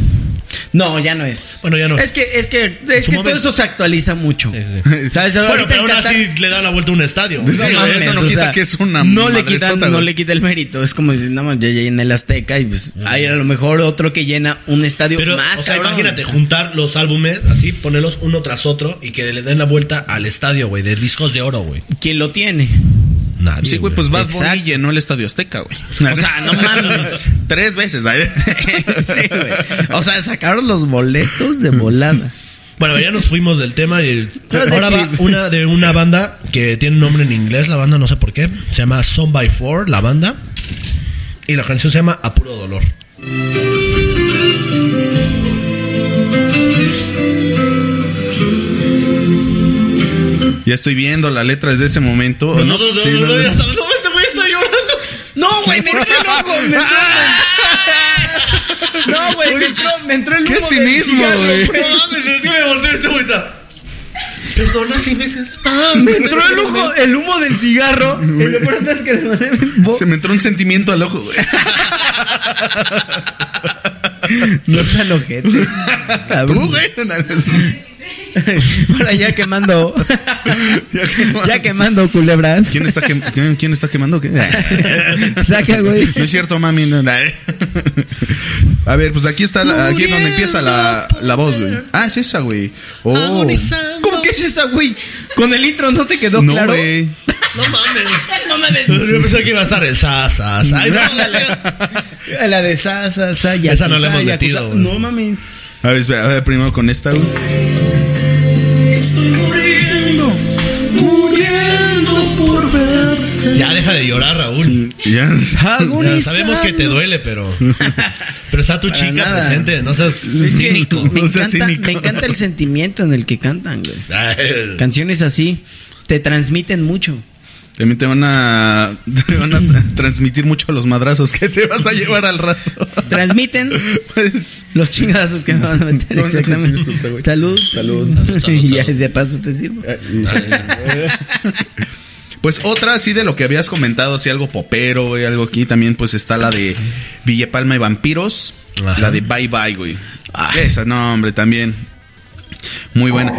[SPEAKER 3] No, ya no es.
[SPEAKER 1] Bueno, ya no.
[SPEAKER 3] Es que, es que,
[SPEAKER 1] En
[SPEAKER 3] es
[SPEAKER 1] su
[SPEAKER 3] que todo
[SPEAKER 1] momento.
[SPEAKER 3] eso se actualiza mucho.
[SPEAKER 1] Sí, sí.
[SPEAKER 3] ¿Sabes?
[SPEAKER 1] Bueno,
[SPEAKER 3] Ahorita
[SPEAKER 1] pero
[SPEAKER 3] en
[SPEAKER 1] aún
[SPEAKER 3] Qatar-
[SPEAKER 1] así le da la vuelta a un estadio.
[SPEAKER 2] Sí,
[SPEAKER 3] No
[SPEAKER 2] güey,
[SPEAKER 3] mames,
[SPEAKER 2] eso no
[SPEAKER 3] o
[SPEAKER 2] quita
[SPEAKER 3] sea,
[SPEAKER 2] que es una
[SPEAKER 3] no le,
[SPEAKER 2] madresota,
[SPEAKER 3] quita,
[SPEAKER 2] güey.
[SPEAKER 3] no le quita el mérito. Es como decir, no, mames, ya llena el Azteca y pues hay a lo mejor otro que llena un estadio
[SPEAKER 1] Pero,
[SPEAKER 3] más,
[SPEAKER 1] o sea,
[SPEAKER 3] cabrón.
[SPEAKER 1] imagínate, juntar los álbumes así, ponerlos uno tras otro y que le den la vuelta al estadio, güey, de discos de oro, güey.
[SPEAKER 3] ¿Quién lo tiene?
[SPEAKER 1] Nadie,
[SPEAKER 2] Sí, güey, pues Bad Bunny
[SPEAKER 3] Exacto.
[SPEAKER 2] llenó el Estadio Azteca, güey.
[SPEAKER 3] O sea, no mames.
[SPEAKER 2] Tres veces, ¿eh?
[SPEAKER 3] sí, güey. O sea, sacaron los boletos de volada.
[SPEAKER 1] Bueno, ya nos fuimos del tema y
[SPEAKER 3] No sé
[SPEAKER 1] ahora
[SPEAKER 3] qué-
[SPEAKER 1] va una de una banda que tiene un nombre en inglés, la banda no sé por qué, se llama Son by Four, la banda, y la canción se llama A Puro Dolor.
[SPEAKER 2] Ya estoy viendo la letra desde ese momento.
[SPEAKER 3] Oh,
[SPEAKER 1] No,
[SPEAKER 2] No,
[SPEAKER 1] no, no,
[SPEAKER 2] sí,
[SPEAKER 1] no,
[SPEAKER 2] no,
[SPEAKER 1] no,
[SPEAKER 2] no.
[SPEAKER 1] ya está- no, este güey está llorando.
[SPEAKER 3] No, güey, me entró el hongo, me entró el- No, güey, me entró, me entró el
[SPEAKER 2] Qué
[SPEAKER 3] humo del
[SPEAKER 2] cinismo,
[SPEAKER 3] cigarro,
[SPEAKER 2] güey.
[SPEAKER 1] No mames, es que me volteé este güey está. Perdona si me
[SPEAKER 3] Ah, Me entró el humo, el humo del cigarro. Y lo peor es que de manera-
[SPEAKER 2] Se me entró un sentimiento al ojo, güey.
[SPEAKER 3] No sean ojetes.
[SPEAKER 2] Tú,
[SPEAKER 3] Cabrón.
[SPEAKER 2] güey.
[SPEAKER 3] Ahora ya quemando.
[SPEAKER 2] Ya que-
[SPEAKER 3] Ya quemando culebras.
[SPEAKER 2] ¿Quién está, quem- quién- quién está quemando? o ¿Qué?
[SPEAKER 3] Saca, güey.
[SPEAKER 2] No es cierto, mami. no, no. A ver, pues aquí está, la- aquí es donde empieza la, la voz, güey. Ah, es esa, güey. Oh.
[SPEAKER 3] ¿Cómo que es esa, güey? Con el intro no te quedó
[SPEAKER 2] No,
[SPEAKER 3] claro.
[SPEAKER 2] güey.
[SPEAKER 1] No mames. No mames. Yo pensé que iba a estar el sa, sa, sa. Ay, no, dale.
[SPEAKER 3] Eh, La de Sasa, Saya.
[SPEAKER 1] Esa no la hemos metido, güey.
[SPEAKER 3] No mames.
[SPEAKER 2] A ver, espera, a ver, primero con esta, güey.
[SPEAKER 1] Ya deja de llorar, Raúl.
[SPEAKER 2] Ya.
[SPEAKER 1] Ya sabemos que te duele, pero. Pero está tu
[SPEAKER 3] Para
[SPEAKER 1] chica
[SPEAKER 3] nada.
[SPEAKER 1] presente, no seas
[SPEAKER 3] Es que
[SPEAKER 1] cínico.
[SPEAKER 3] me,
[SPEAKER 2] No seas
[SPEAKER 3] encanta,
[SPEAKER 2] cínico.
[SPEAKER 3] me encanta el sentimiento en el que cantan, güey.
[SPEAKER 1] Ay.
[SPEAKER 3] Canciones así te transmiten mucho.
[SPEAKER 2] También te van a, te van a tra- transmitir mucho los madrazos que te vas a llevar al rato.
[SPEAKER 3] Transmiten
[SPEAKER 2] Pues,
[SPEAKER 3] los chingazos que me van a meter.
[SPEAKER 2] No, no,
[SPEAKER 3] Exactamente.
[SPEAKER 2] sí, sí, güey.
[SPEAKER 3] Salud.
[SPEAKER 2] Salud.
[SPEAKER 3] y ya de paso te sirvo.
[SPEAKER 2] Eh, pues otra así de lo que habías comentado, así algo popero, güey, algo aquí también, pues está la de Villa Palma y Vampiros,
[SPEAKER 1] Ajá.
[SPEAKER 2] la de Bye Bye, güey. Ah, Esa, no, hombre, también. Muy buena.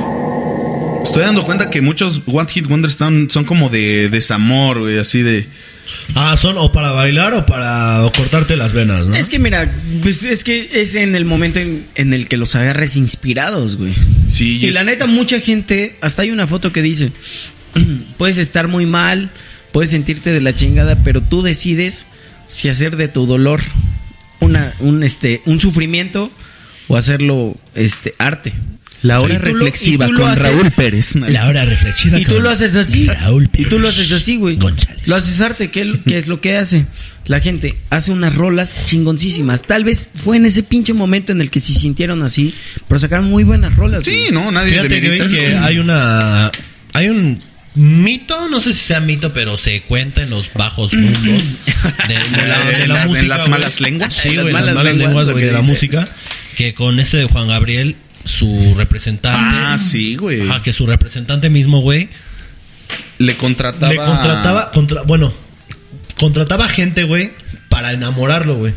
[SPEAKER 2] Estoy dando cuenta que muchos One Hit Wonders son, son como de desamor, güey, así de...
[SPEAKER 10] Ah, son o para bailar o para cortarte las venas, ¿no?
[SPEAKER 3] Es que mira, pues es que es en el momento en, en el que los agarres inspirados, güey.
[SPEAKER 2] Sí,
[SPEAKER 3] Y
[SPEAKER 2] es-
[SPEAKER 3] la neta, mucha gente, hasta hay una foto que dice, puedes estar muy mal, puedes sentirte de la chingada, pero tú decides si hacer de tu dolor una, un, este, un sufrimiento o hacerlo este, arte.
[SPEAKER 11] La hora
[SPEAKER 3] hora Y tú lo- reflexiva
[SPEAKER 11] reflexiva
[SPEAKER 3] y tú lo
[SPEAKER 11] con
[SPEAKER 3] con haces. Raúl
[SPEAKER 11] Raúl Pérez.
[SPEAKER 1] La hora reflexiva.
[SPEAKER 3] Y tú
[SPEAKER 1] con
[SPEAKER 3] lo haces así.
[SPEAKER 1] Raúl
[SPEAKER 3] y tú lo haces así, güey.
[SPEAKER 1] González.
[SPEAKER 3] Lo haces arte. ¿Qué, qué es lo que hace? La gente hace unas rolas chingoncísimas. Tal vez fue en ese pinche momento en el que se sintieron así, pero sacaron muy buenas rolas.
[SPEAKER 2] Sí,
[SPEAKER 3] güey.
[SPEAKER 2] no, nadie
[SPEAKER 1] Fíjate que,
[SPEAKER 2] demerita
[SPEAKER 1] ven
[SPEAKER 2] eso.
[SPEAKER 1] que hay una. Hay un mito, no sé si sea mito, pero se cuenta en los bajos mundos de, de la, de la
[SPEAKER 2] En las- en
[SPEAKER 1] música.
[SPEAKER 2] las
[SPEAKER 1] güey.
[SPEAKER 2] malas lenguas.
[SPEAKER 1] Sí,
[SPEAKER 3] En las
[SPEAKER 1] güey, en las
[SPEAKER 3] malas
[SPEAKER 1] malas
[SPEAKER 3] lenguas,
[SPEAKER 1] lenguas
[SPEAKER 3] lo
[SPEAKER 1] güey,
[SPEAKER 3] que
[SPEAKER 1] de la
[SPEAKER 3] dice.
[SPEAKER 1] música. Que con este de Juan Gabriel, su representante.
[SPEAKER 2] Ah, sí, güey.
[SPEAKER 1] Ajá, que su representante mismo, güey,
[SPEAKER 2] Le contrataba...
[SPEAKER 10] Le contrataba, contra- bueno, contrataba gente, güey, para enamorarlo, güey.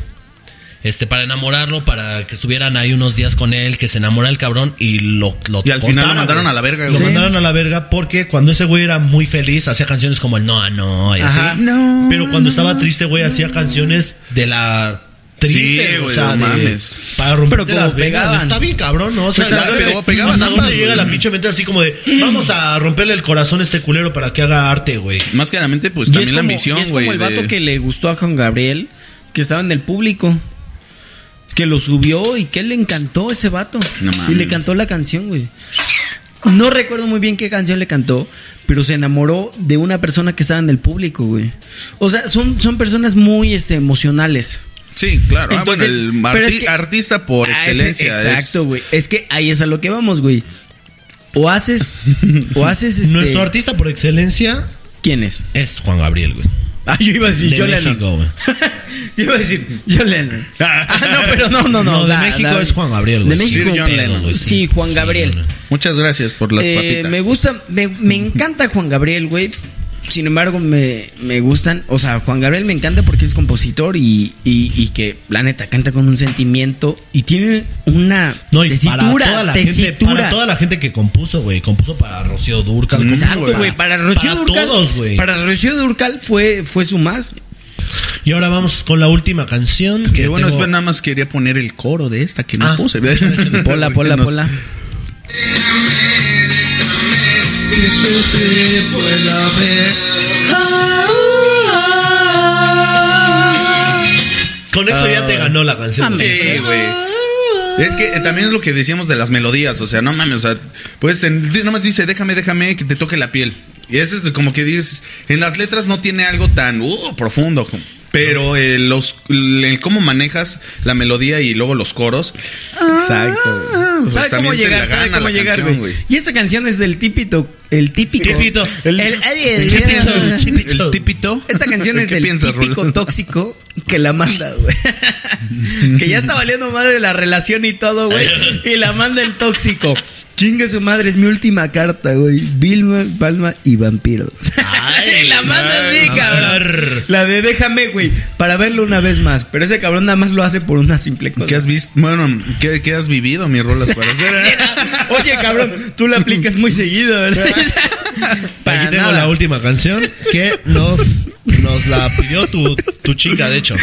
[SPEAKER 1] este, para enamorarlo, para que estuvieran ahí unos días con él, que se enamora el cabrón y lo, lo
[SPEAKER 2] Y al final lo
[SPEAKER 10] Cortara,
[SPEAKER 2] mandaron
[SPEAKER 10] güey.
[SPEAKER 2] a la verga,
[SPEAKER 10] Lo
[SPEAKER 2] güey.
[SPEAKER 10] mandaron a la verga porque cuando ese güey era muy feliz, hacía canciones como el no, ah, no, y así.
[SPEAKER 3] Ajá.
[SPEAKER 2] No.
[SPEAKER 10] Pero cuando estaba triste, güey, hacía canciones de la triste,
[SPEAKER 2] Sí,
[SPEAKER 10] o
[SPEAKER 2] güey,
[SPEAKER 10] sea,
[SPEAKER 2] no
[SPEAKER 10] de-
[SPEAKER 2] mames.
[SPEAKER 10] para romper
[SPEAKER 3] Pero como
[SPEAKER 10] las venas.
[SPEAKER 3] pegaban.
[SPEAKER 10] Está bien cabrón, ¿no? O sea,
[SPEAKER 2] Pero
[SPEAKER 10] la-
[SPEAKER 2] pegó-
[SPEAKER 10] pegaba
[SPEAKER 2] pegaban ambas, güey.
[SPEAKER 10] llega la pinche mente así como de, vamos a romperle el corazón a este culero para que haga arte, güey.
[SPEAKER 2] Más claramente, pues
[SPEAKER 3] Y
[SPEAKER 2] también
[SPEAKER 3] es
[SPEAKER 2] la
[SPEAKER 3] como- y
[SPEAKER 2] ambición,
[SPEAKER 3] Es
[SPEAKER 2] güey.
[SPEAKER 3] como el vato
[SPEAKER 2] de-
[SPEAKER 3] que le gustó a Juan Gabriel, que estaba en el público. Que lo subió y que le encantó ese vato.
[SPEAKER 2] No mames.
[SPEAKER 3] y le cantó la canción, güey. No recuerdo muy bien qué canción le cantó, pero se enamoró de una persona que estaba en el público, güey. O sea, son, son personas muy este, emocionales.
[SPEAKER 2] Sí, claro. ah, bueno,
[SPEAKER 3] Entonces,
[SPEAKER 2] el
[SPEAKER 3] pero es
[SPEAKER 2] arti-
[SPEAKER 3] que-
[SPEAKER 2] artista por
[SPEAKER 3] Ah, ese-
[SPEAKER 2] excelencia. es-
[SPEAKER 3] exacto, güey. Es que ahí es a lo que vamos, güey. O haces, o haces este.
[SPEAKER 10] Nuestro artista por excelencia
[SPEAKER 3] ¿Quién es?
[SPEAKER 10] es Juan Gabriel, güey.
[SPEAKER 3] Ah, yo iba a decir
[SPEAKER 10] De
[SPEAKER 3] John Lennon.
[SPEAKER 10] México, güey.
[SPEAKER 3] Yo iba a decir John Lennon. Ah, no, pero no, no, no.
[SPEAKER 10] No,
[SPEAKER 3] o
[SPEAKER 10] de
[SPEAKER 3] sea,
[SPEAKER 10] México
[SPEAKER 3] la-
[SPEAKER 10] es Juan Gabriel, güey.
[SPEAKER 3] De México,
[SPEAKER 2] Sir John
[SPEAKER 3] pero-
[SPEAKER 2] Lennon, güey.
[SPEAKER 3] Sí, Juan Gabriel.
[SPEAKER 2] Muchas gracias por las
[SPEAKER 3] Eh,
[SPEAKER 2] papitas.
[SPEAKER 3] me gusta, me, me encanta Juan Gabriel, güey. Sin embargo, me, me gustan, o sea, Juan Gabriel me encanta porque es compositor y, y, y que, la neta, canta con un sentimiento y tiene una
[SPEAKER 10] No, y
[SPEAKER 3] tesitura,
[SPEAKER 10] para toda la gente,
[SPEAKER 3] tesitura.
[SPEAKER 10] para toda la gente que compuso, güey, compuso para Rocío
[SPEAKER 2] Mm,
[SPEAKER 10] Durcal,
[SPEAKER 3] Exacto,
[SPEAKER 10] compuso
[SPEAKER 3] güey, para Rocío
[SPEAKER 10] para
[SPEAKER 3] Durcal.
[SPEAKER 10] todos, güey.
[SPEAKER 3] para Rocío Durcal fue, fue su más.
[SPEAKER 10] Y ahora vamos con la última canción
[SPEAKER 2] Que
[SPEAKER 10] que
[SPEAKER 2] bueno,
[SPEAKER 10] tengo-
[SPEAKER 2] espera, nada más quería poner el coro de esta que no
[SPEAKER 10] Ah.
[SPEAKER 2] puse.
[SPEAKER 3] Pola, pola,
[SPEAKER 2] Nos-
[SPEAKER 3] pola.
[SPEAKER 10] Con eso ya te ganó la canción.
[SPEAKER 3] Amén.
[SPEAKER 2] Ah. Sí, güey. Es que eh, también es lo que decíamos de las melodías, o sea, no mames, o sea, pues ten- di- nomás dice, déjame, déjame que te toque la piel. Y eso es de- como que dices, en las letras no tiene algo tan uh, profundo, como- pero eh, los, el, el cómo manejas la melodía y luego los coros.
[SPEAKER 3] Exacto.
[SPEAKER 2] pues,
[SPEAKER 3] Ah, sabe cómo
[SPEAKER 2] también te
[SPEAKER 3] llegar,
[SPEAKER 2] la
[SPEAKER 3] sabe
[SPEAKER 2] gana
[SPEAKER 3] cómo
[SPEAKER 2] la
[SPEAKER 3] llegar,
[SPEAKER 2] canción,
[SPEAKER 3] güey.
[SPEAKER 2] güey.
[SPEAKER 3] Y esa canción es del típico, el típico.
[SPEAKER 10] Típito.
[SPEAKER 3] El, el- ay, el-
[SPEAKER 2] El tipito.
[SPEAKER 3] Esta canción es
[SPEAKER 2] ¿Qué
[SPEAKER 3] del
[SPEAKER 2] piensas, Rulo?
[SPEAKER 3] típico tóxico que la manda, güey. que ya está valiendo madre la relación y todo, güey. Y la manda el tóxico. Chinga su madre, es mi última carta, güey. Vilma, Palma y vampiros. y la manda así, cabrón. La de déjame, güey, para verlo una vez más. Pero ese cabrón nada más lo hace por una simple cosa.
[SPEAKER 2] ¿Qué has visto? Bueno, ¿qué, qué has vivido, mi rolas para hacer? ¿eh?
[SPEAKER 3] Oye, cabrón, tú la aplicas muy seguido, ¿verdad?
[SPEAKER 10] Aquí tengo la última canción que nos, nos la pidió tu, tu chica, de hecho.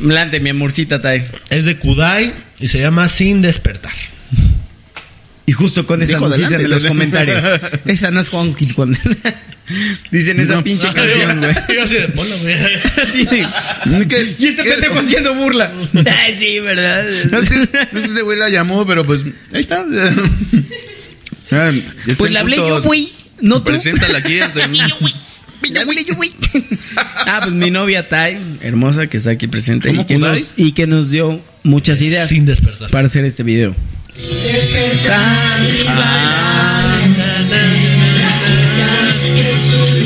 [SPEAKER 3] Blante, mi amorcita, Tay.
[SPEAKER 10] Es de Kudai y se llama Sin Despertar.
[SPEAKER 3] Y justo con esa
[SPEAKER 2] Dijo
[SPEAKER 3] nos dicen
[SPEAKER 2] adelante,
[SPEAKER 3] en los
[SPEAKER 2] adelante.
[SPEAKER 3] comentarios. Esa no es Juan Kid cuando- Dicen esa
[SPEAKER 2] No.
[SPEAKER 3] pinche canción, güey.
[SPEAKER 10] Yo así de, "Ponla, güey".
[SPEAKER 3] Así de-
[SPEAKER 2] ¿Qué-
[SPEAKER 3] Y este
[SPEAKER 2] qué-
[SPEAKER 3] pendejo haciendo burla. Ay, sí, ¿verdad?
[SPEAKER 2] No sé si güey la llamó, pero pues ahí está. Ah,
[SPEAKER 3] Pues la hablé yo, güey. No tú.
[SPEAKER 2] Preséntala aquí. ante-
[SPEAKER 3] La hablé yo, güey. Ah, pues mi novia Tay, hermosa, que está aquí presente.
[SPEAKER 2] ¿Cómo eh?
[SPEAKER 3] Y que, nos,
[SPEAKER 2] Kudai?
[SPEAKER 3] y que nos dio muchas ideas
[SPEAKER 10] Sin Despertar.
[SPEAKER 3] para hacer este video.
[SPEAKER 2] Ah. Oh,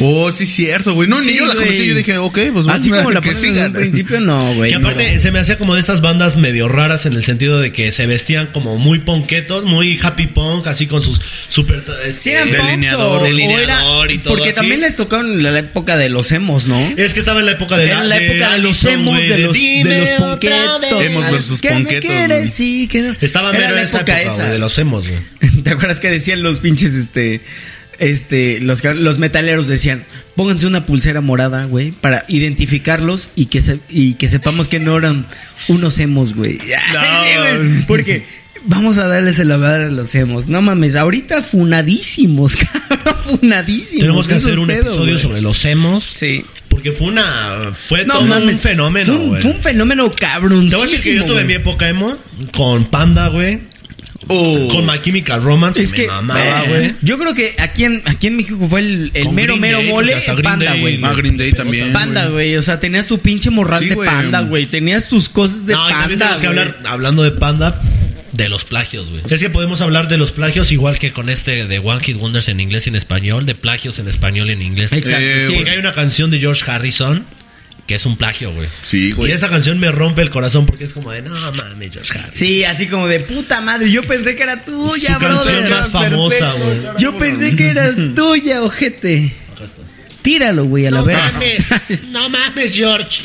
[SPEAKER 2] Oh, sí, cierto, güey. No,
[SPEAKER 3] Sí,
[SPEAKER 2] ni yo la
[SPEAKER 3] güey.
[SPEAKER 2] conocí. Yo dije, ok, pues
[SPEAKER 3] Así
[SPEAKER 2] bueno,
[SPEAKER 3] como la
[SPEAKER 2] que
[SPEAKER 3] ponen en
[SPEAKER 2] sigan.
[SPEAKER 3] un principio, no, güey.
[SPEAKER 1] Que aparte
[SPEAKER 3] no.
[SPEAKER 1] se me hacía como de estas bandas medio raras en el sentido de que se vestían como muy ponquetos, muy happy punk, así con sus super eh,
[SPEAKER 3] Sí, eran punks
[SPEAKER 2] delineador,
[SPEAKER 3] o- o
[SPEAKER 2] delineador
[SPEAKER 3] era-
[SPEAKER 2] y todo
[SPEAKER 3] Porque
[SPEAKER 2] así.
[SPEAKER 3] también les tocaron la, la época de los emos, ¿no?
[SPEAKER 1] Es que estaba en la época de
[SPEAKER 3] Era la época
[SPEAKER 2] "Ah,
[SPEAKER 3] de los
[SPEAKER 1] Allison,
[SPEAKER 3] emos,
[SPEAKER 1] güey,
[SPEAKER 3] de los, de
[SPEAKER 1] "Dime
[SPEAKER 3] los
[SPEAKER 1] otra
[SPEAKER 3] ponquetos.
[SPEAKER 1] vez".
[SPEAKER 2] Emos versus
[SPEAKER 3] ¿Qué me
[SPEAKER 2] ponquetos,
[SPEAKER 3] quieres?
[SPEAKER 2] güey.
[SPEAKER 3] Sí, que no.
[SPEAKER 1] Estaba
[SPEAKER 3] Era
[SPEAKER 1] mero
[SPEAKER 3] la
[SPEAKER 1] en esa época,
[SPEAKER 3] época
[SPEAKER 1] güey, de los emos, güey.
[SPEAKER 3] ¿Te acuerdas que decían los pinches, este, este, los, que- los metaleros decían, pónganse una pulsera morada, güey, para identificarlos y que, se, y que sepamos que no eran unos emos, güey. Ay, sí, güey, Porque vamos a darles el lavadero a los emos. No mames, ahorita funadísimos, cabrón, funadísimos.
[SPEAKER 1] Tenemos que
[SPEAKER 3] Es
[SPEAKER 1] hacer un
[SPEAKER 3] pedo,
[SPEAKER 1] episodio
[SPEAKER 3] güey.
[SPEAKER 1] sobre los emos.
[SPEAKER 3] Sí.
[SPEAKER 1] Porque fue una. Fue
[SPEAKER 3] No
[SPEAKER 1] todo
[SPEAKER 3] mames,
[SPEAKER 1] un fenómeno,
[SPEAKER 3] Fue un,
[SPEAKER 1] güey.
[SPEAKER 3] fue un fenómeno cabrón.
[SPEAKER 1] Te voy a decir que yo tuve mi época emo con Panda, güey.
[SPEAKER 2] Oh.
[SPEAKER 1] Con My Chemical Romance.
[SPEAKER 3] Es que
[SPEAKER 1] me mamaba,
[SPEAKER 3] eh,
[SPEAKER 1] güey.
[SPEAKER 3] yo creo que aquí en, aquí en México fue el, el
[SPEAKER 1] Con
[SPEAKER 3] mero
[SPEAKER 1] Green
[SPEAKER 3] mero
[SPEAKER 1] Day,
[SPEAKER 3] mole
[SPEAKER 1] hasta Green
[SPEAKER 3] panda,
[SPEAKER 1] Day.
[SPEAKER 3] güey.
[SPEAKER 2] Ah, Green Day también.
[SPEAKER 3] Panda, güey, o sea, tenías tu pinche morral
[SPEAKER 2] Sí,
[SPEAKER 3] de
[SPEAKER 2] güey.
[SPEAKER 3] panda, güey. Tenías tus cosas de
[SPEAKER 1] no, y también
[SPEAKER 3] panda.
[SPEAKER 1] tenemos que
[SPEAKER 3] güey.
[SPEAKER 1] hablar, hablando de Panda, de los plagios, güey. Es que podemos hablar de los plagios igual que con este de One Hit Wonders en inglés y en español, de plagios en español y en inglés.
[SPEAKER 3] Exacto,
[SPEAKER 2] Eh,
[SPEAKER 3] sí.
[SPEAKER 1] Porque hay una canción de George Harrison que es un plagio, güey.
[SPEAKER 2] Sí, güey.
[SPEAKER 1] Y esa canción me rompe el corazón porque es como de, no mames, George Harrison.
[SPEAKER 3] Sí, así como de puta madre, yo pensé que era tuya,
[SPEAKER 1] Su canción
[SPEAKER 3] brother.
[SPEAKER 1] más famosa, güey.
[SPEAKER 3] Yo pensé que eras tuya, ojete. Tíralo, güey, a la verga.
[SPEAKER 1] no mames, George.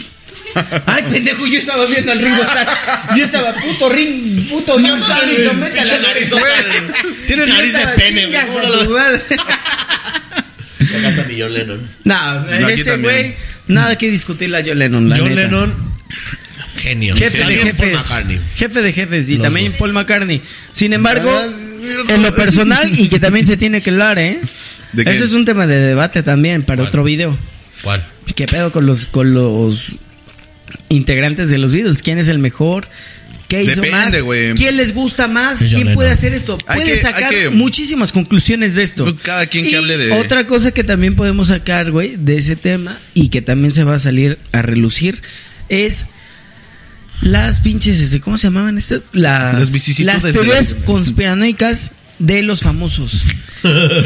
[SPEAKER 3] Ay, pendejo, yo estaba viendo al Ringo Starr. Yo estaba puto Ring, puto Ringo Starr.
[SPEAKER 1] Pinche nariz, güey. Tiene nariz de pene, güey. ¿Cómo no lo- Acá está mi John Lennon.
[SPEAKER 3] No,
[SPEAKER 2] aquí
[SPEAKER 3] ese
[SPEAKER 2] también.
[SPEAKER 3] güey, nada que discutirle a John Lennon, la
[SPEAKER 1] John
[SPEAKER 3] neta.
[SPEAKER 1] Lennon, genio.
[SPEAKER 3] Jefe de
[SPEAKER 1] También Paul
[SPEAKER 3] jefes.
[SPEAKER 1] McCartney.
[SPEAKER 3] Jefe de jefes y también Paul McCartney. Sin embargo, en lo personal y que también se tiene que hablar, ¿eh?
[SPEAKER 2] ¿De qué?
[SPEAKER 3] Ese es un tema de debate también para
[SPEAKER 1] Bueno.
[SPEAKER 3] otro video.
[SPEAKER 1] ¿Cuál?
[SPEAKER 3] ¿Qué pedo con los con los integrantes de los Beatles? ¿Quién es el mejor? ¿Qué hizo
[SPEAKER 2] Depende,
[SPEAKER 3] más?
[SPEAKER 2] güey.
[SPEAKER 3] ¿Quién les gusta más?
[SPEAKER 1] Es John
[SPEAKER 3] ¿Quién
[SPEAKER 1] Lennon.
[SPEAKER 3] puede hacer esto?
[SPEAKER 2] Hay
[SPEAKER 3] Puedes
[SPEAKER 2] que-
[SPEAKER 3] sacar
[SPEAKER 2] hay que-
[SPEAKER 3] muchísimas conclusiones de esto.
[SPEAKER 2] Cada quien que
[SPEAKER 3] Y
[SPEAKER 2] hable de-
[SPEAKER 3] Otra cosa que también podemos sacar, güey, de ese tema y que también se va a salir a relucir es las pinches, este, ¿cómo se llamaban estas? Las,
[SPEAKER 2] Las vicisitudes
[SPEAKER 3] las
[SPEAKER 2] de
[SPEAKER 3] teorías
[SPEAKER 2] la-
[SPEAKER 3] conspiranoicas de los famosos.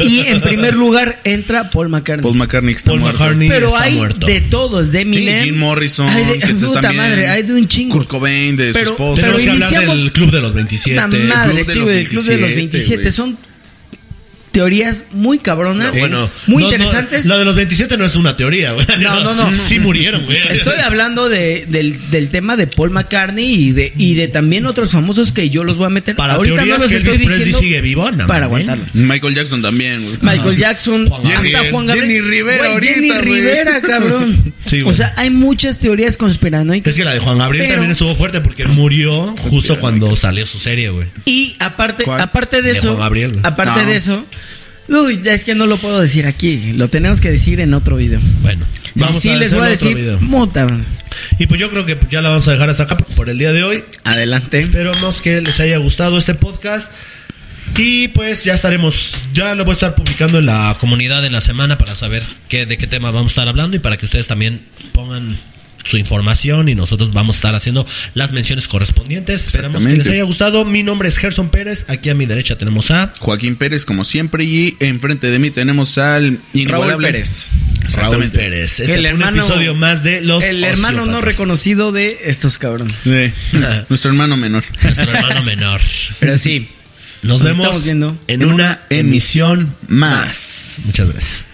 [SPEAKER 3] y en primer lugar entra Paul McCartney.
[SPEAKER 2] Paul McCartney que está
[SPEAKER 1] Paul
[SPEAKER 2] muerto.
[SPEAKER 1] McCartney
[SPEAKER 3] Pero
[SPEAKER 1] está
[SPEAKER 3] hay
[SPEAKER 1] muerto.
[SPEAKER 3] de todos, de Eminem.
[SPEAKER 2] Jim Morrison,
[SPEAKER 3] Hay de,
[SPEAKER 2] que tú
[SPEAKER 3] puta
[SPEAKER 2] también.
[SPEAKER 3] madre, hay de un chingo.
[SPEAKER 2] Kurt Cobain, de
[SPEAKER 3] Pero-
[SPEAKER 2] su esposa.
[SPEAKER 1] Tenemos
[SPEAKER 3] Pero
[SPEAKER 1] que hablar
[SPEAKER 3] iniciamos-
[SPEAKER 1] del Club de los 27.
[SPEAKER 3] Puta madre, sí,
[SPEAKER 2] Club de
[SPEAKER 3] güey, el
[SPEAKER 2] los
[SPEAKER 3] Club de los 27.
[SPEAKER 2] 27, güey.
[SPEAKER 3] Son teorías muy cabronas,
[SPEAKER 1] Sí. Bueno,
[SPEAKER 3] muy
[SPEAKER 1] no, no,
[SPEAKER 3] interesantes.
[SPEAKER 1] la de los 27 no es una teoría, güey.
[SPEAKER 3] No, no, no.
[SPEAKER 1] Sí murieron, güey.
[SPEAKER 3] Estoy hablando de- del, del tema de Paul McCartney y de, y de también otros famosos que yo los voy a meter.
[SPEAKER 1] Para
[SPEAKER 3] Ahorita no
[SPEAKER 1] teorías
[SPEAKER 3] los
[SPEAKER 1] que
[SPEAKER 3] estoy
[SPEAKER 1] Elvis Presley
[SPEAKER 3] diciendo
[SPEAKER 1] sigue vivo, no
[SPEAKER 3] para
[SPEAKER 1] mames.
[SPEAKER 3] aguantarlos.
[SPEAKER 2] Michael Jackson también, güey.
[SPEAKER 3] Michael Jackson,
[SPEAKER 2] Gabriel.
[SPEAKER 3] hasta Juan Gabriel.
[SPEAKER 2] Jenny Rivera
[SPEAKER 3] Güey,
[SPEAKER 2] ahorita,
[SPEAKER 3] Jenny
[SPEAKER 2] güey.
[SPEAKER 3] Rivera, cabrón.
[SPEAKER 1] Sí, güey.
[SPEAKER 3] o sea, hay muchas teorías conspiranoicas.
[SPEAKER 1] Es que la de Juan Gabriel
[SPEAKER 3] Pero-
[SPEAKER 1] también estuvo fuerte porque murió justo cuando salió su serie, güey.
[SPEAKER 3] Y aparte,
[SPEAKER 2] ¿Cuál?
[SPEAKER 3] aparte de
[SPEAKER 1] De
[SPEAKER 3] eso,
[SPEAKER 1] Juan Gabriel, güey.
[SPEAKER 3] aparte
[SPEAKER 2] No.
[SPEAKER 3] de eso, uy, ya es que no lo puedo decir aquí, lo tenemos que decir en otro video.
[SPEAKER 1] Bueno,
[SPEAKER 3] Vamos sí, les
[SPEAKER 1] hacer
[SPEAKER 3] voy
[SPEAKER 1] otro
[SPEAKER 3] a decir,
[SPEAKER 1] video.
[SPEAKER 3] muta.
[SPEAKER 1] Y pues yo creo que ya la vamos a dejar hasta acá por el día de hoy.
[SPEAKER 3] Adelante.
[SPEAKER 1] Esperamos que les haya gustado este podcast. Y pues ya estaremos, ya lo voy a estar publicando en la comunidad en la semana para saber qué, de qué tema vamos a estar hablando y para que ustedes también pongan su información y nosotros vamos a estar haciendo las menciones correspondientes. Esperamos que
[SPEAKER 2] Exactamente.
[SPEAKER 1] les haya gustado. Mi nombre es Gerson Pérez. Aquí a mi derecha tenemos a
[SPEAKER 2] Joaquín Pérez, como siempre. Y enfrente de mí tenemos al
[SPEAKER 3] Raúl
[SPEAKER 2] inigualable-
[SPEAKER 3] Pérez.
[SPEAKER 1] Raúl
[SPEAKER 2] Exactamente.
[SPEAKER 1] Pérez. Este
[SPEAKER 3] El
[SPEAKER 1] fue un
[SPEAKER 3] hermano-
[SPEAKER 1] episodio más de los
[SPEAKER 3] El hermano no
[SPEAKER 1] Sociópatas.
[SPEAKER 3] reconocido de estos cabrones.
[SPEAKER 2] Sí. Eh, Nuestro hermano menor.
[SPEAKER 12] Nuestro hermano menor.
[SPEAKER 3] Pero sí.
[SPEAKER 1] Nos
[SPEAKER 3] Nos
[SPEAKER 1] vemos
[SPEAKER 3] estamos viendo
[SPEAKER 1] en una emisión
[SPEAKER 2] Más.
[SPEAKER 1] Muchas gracias.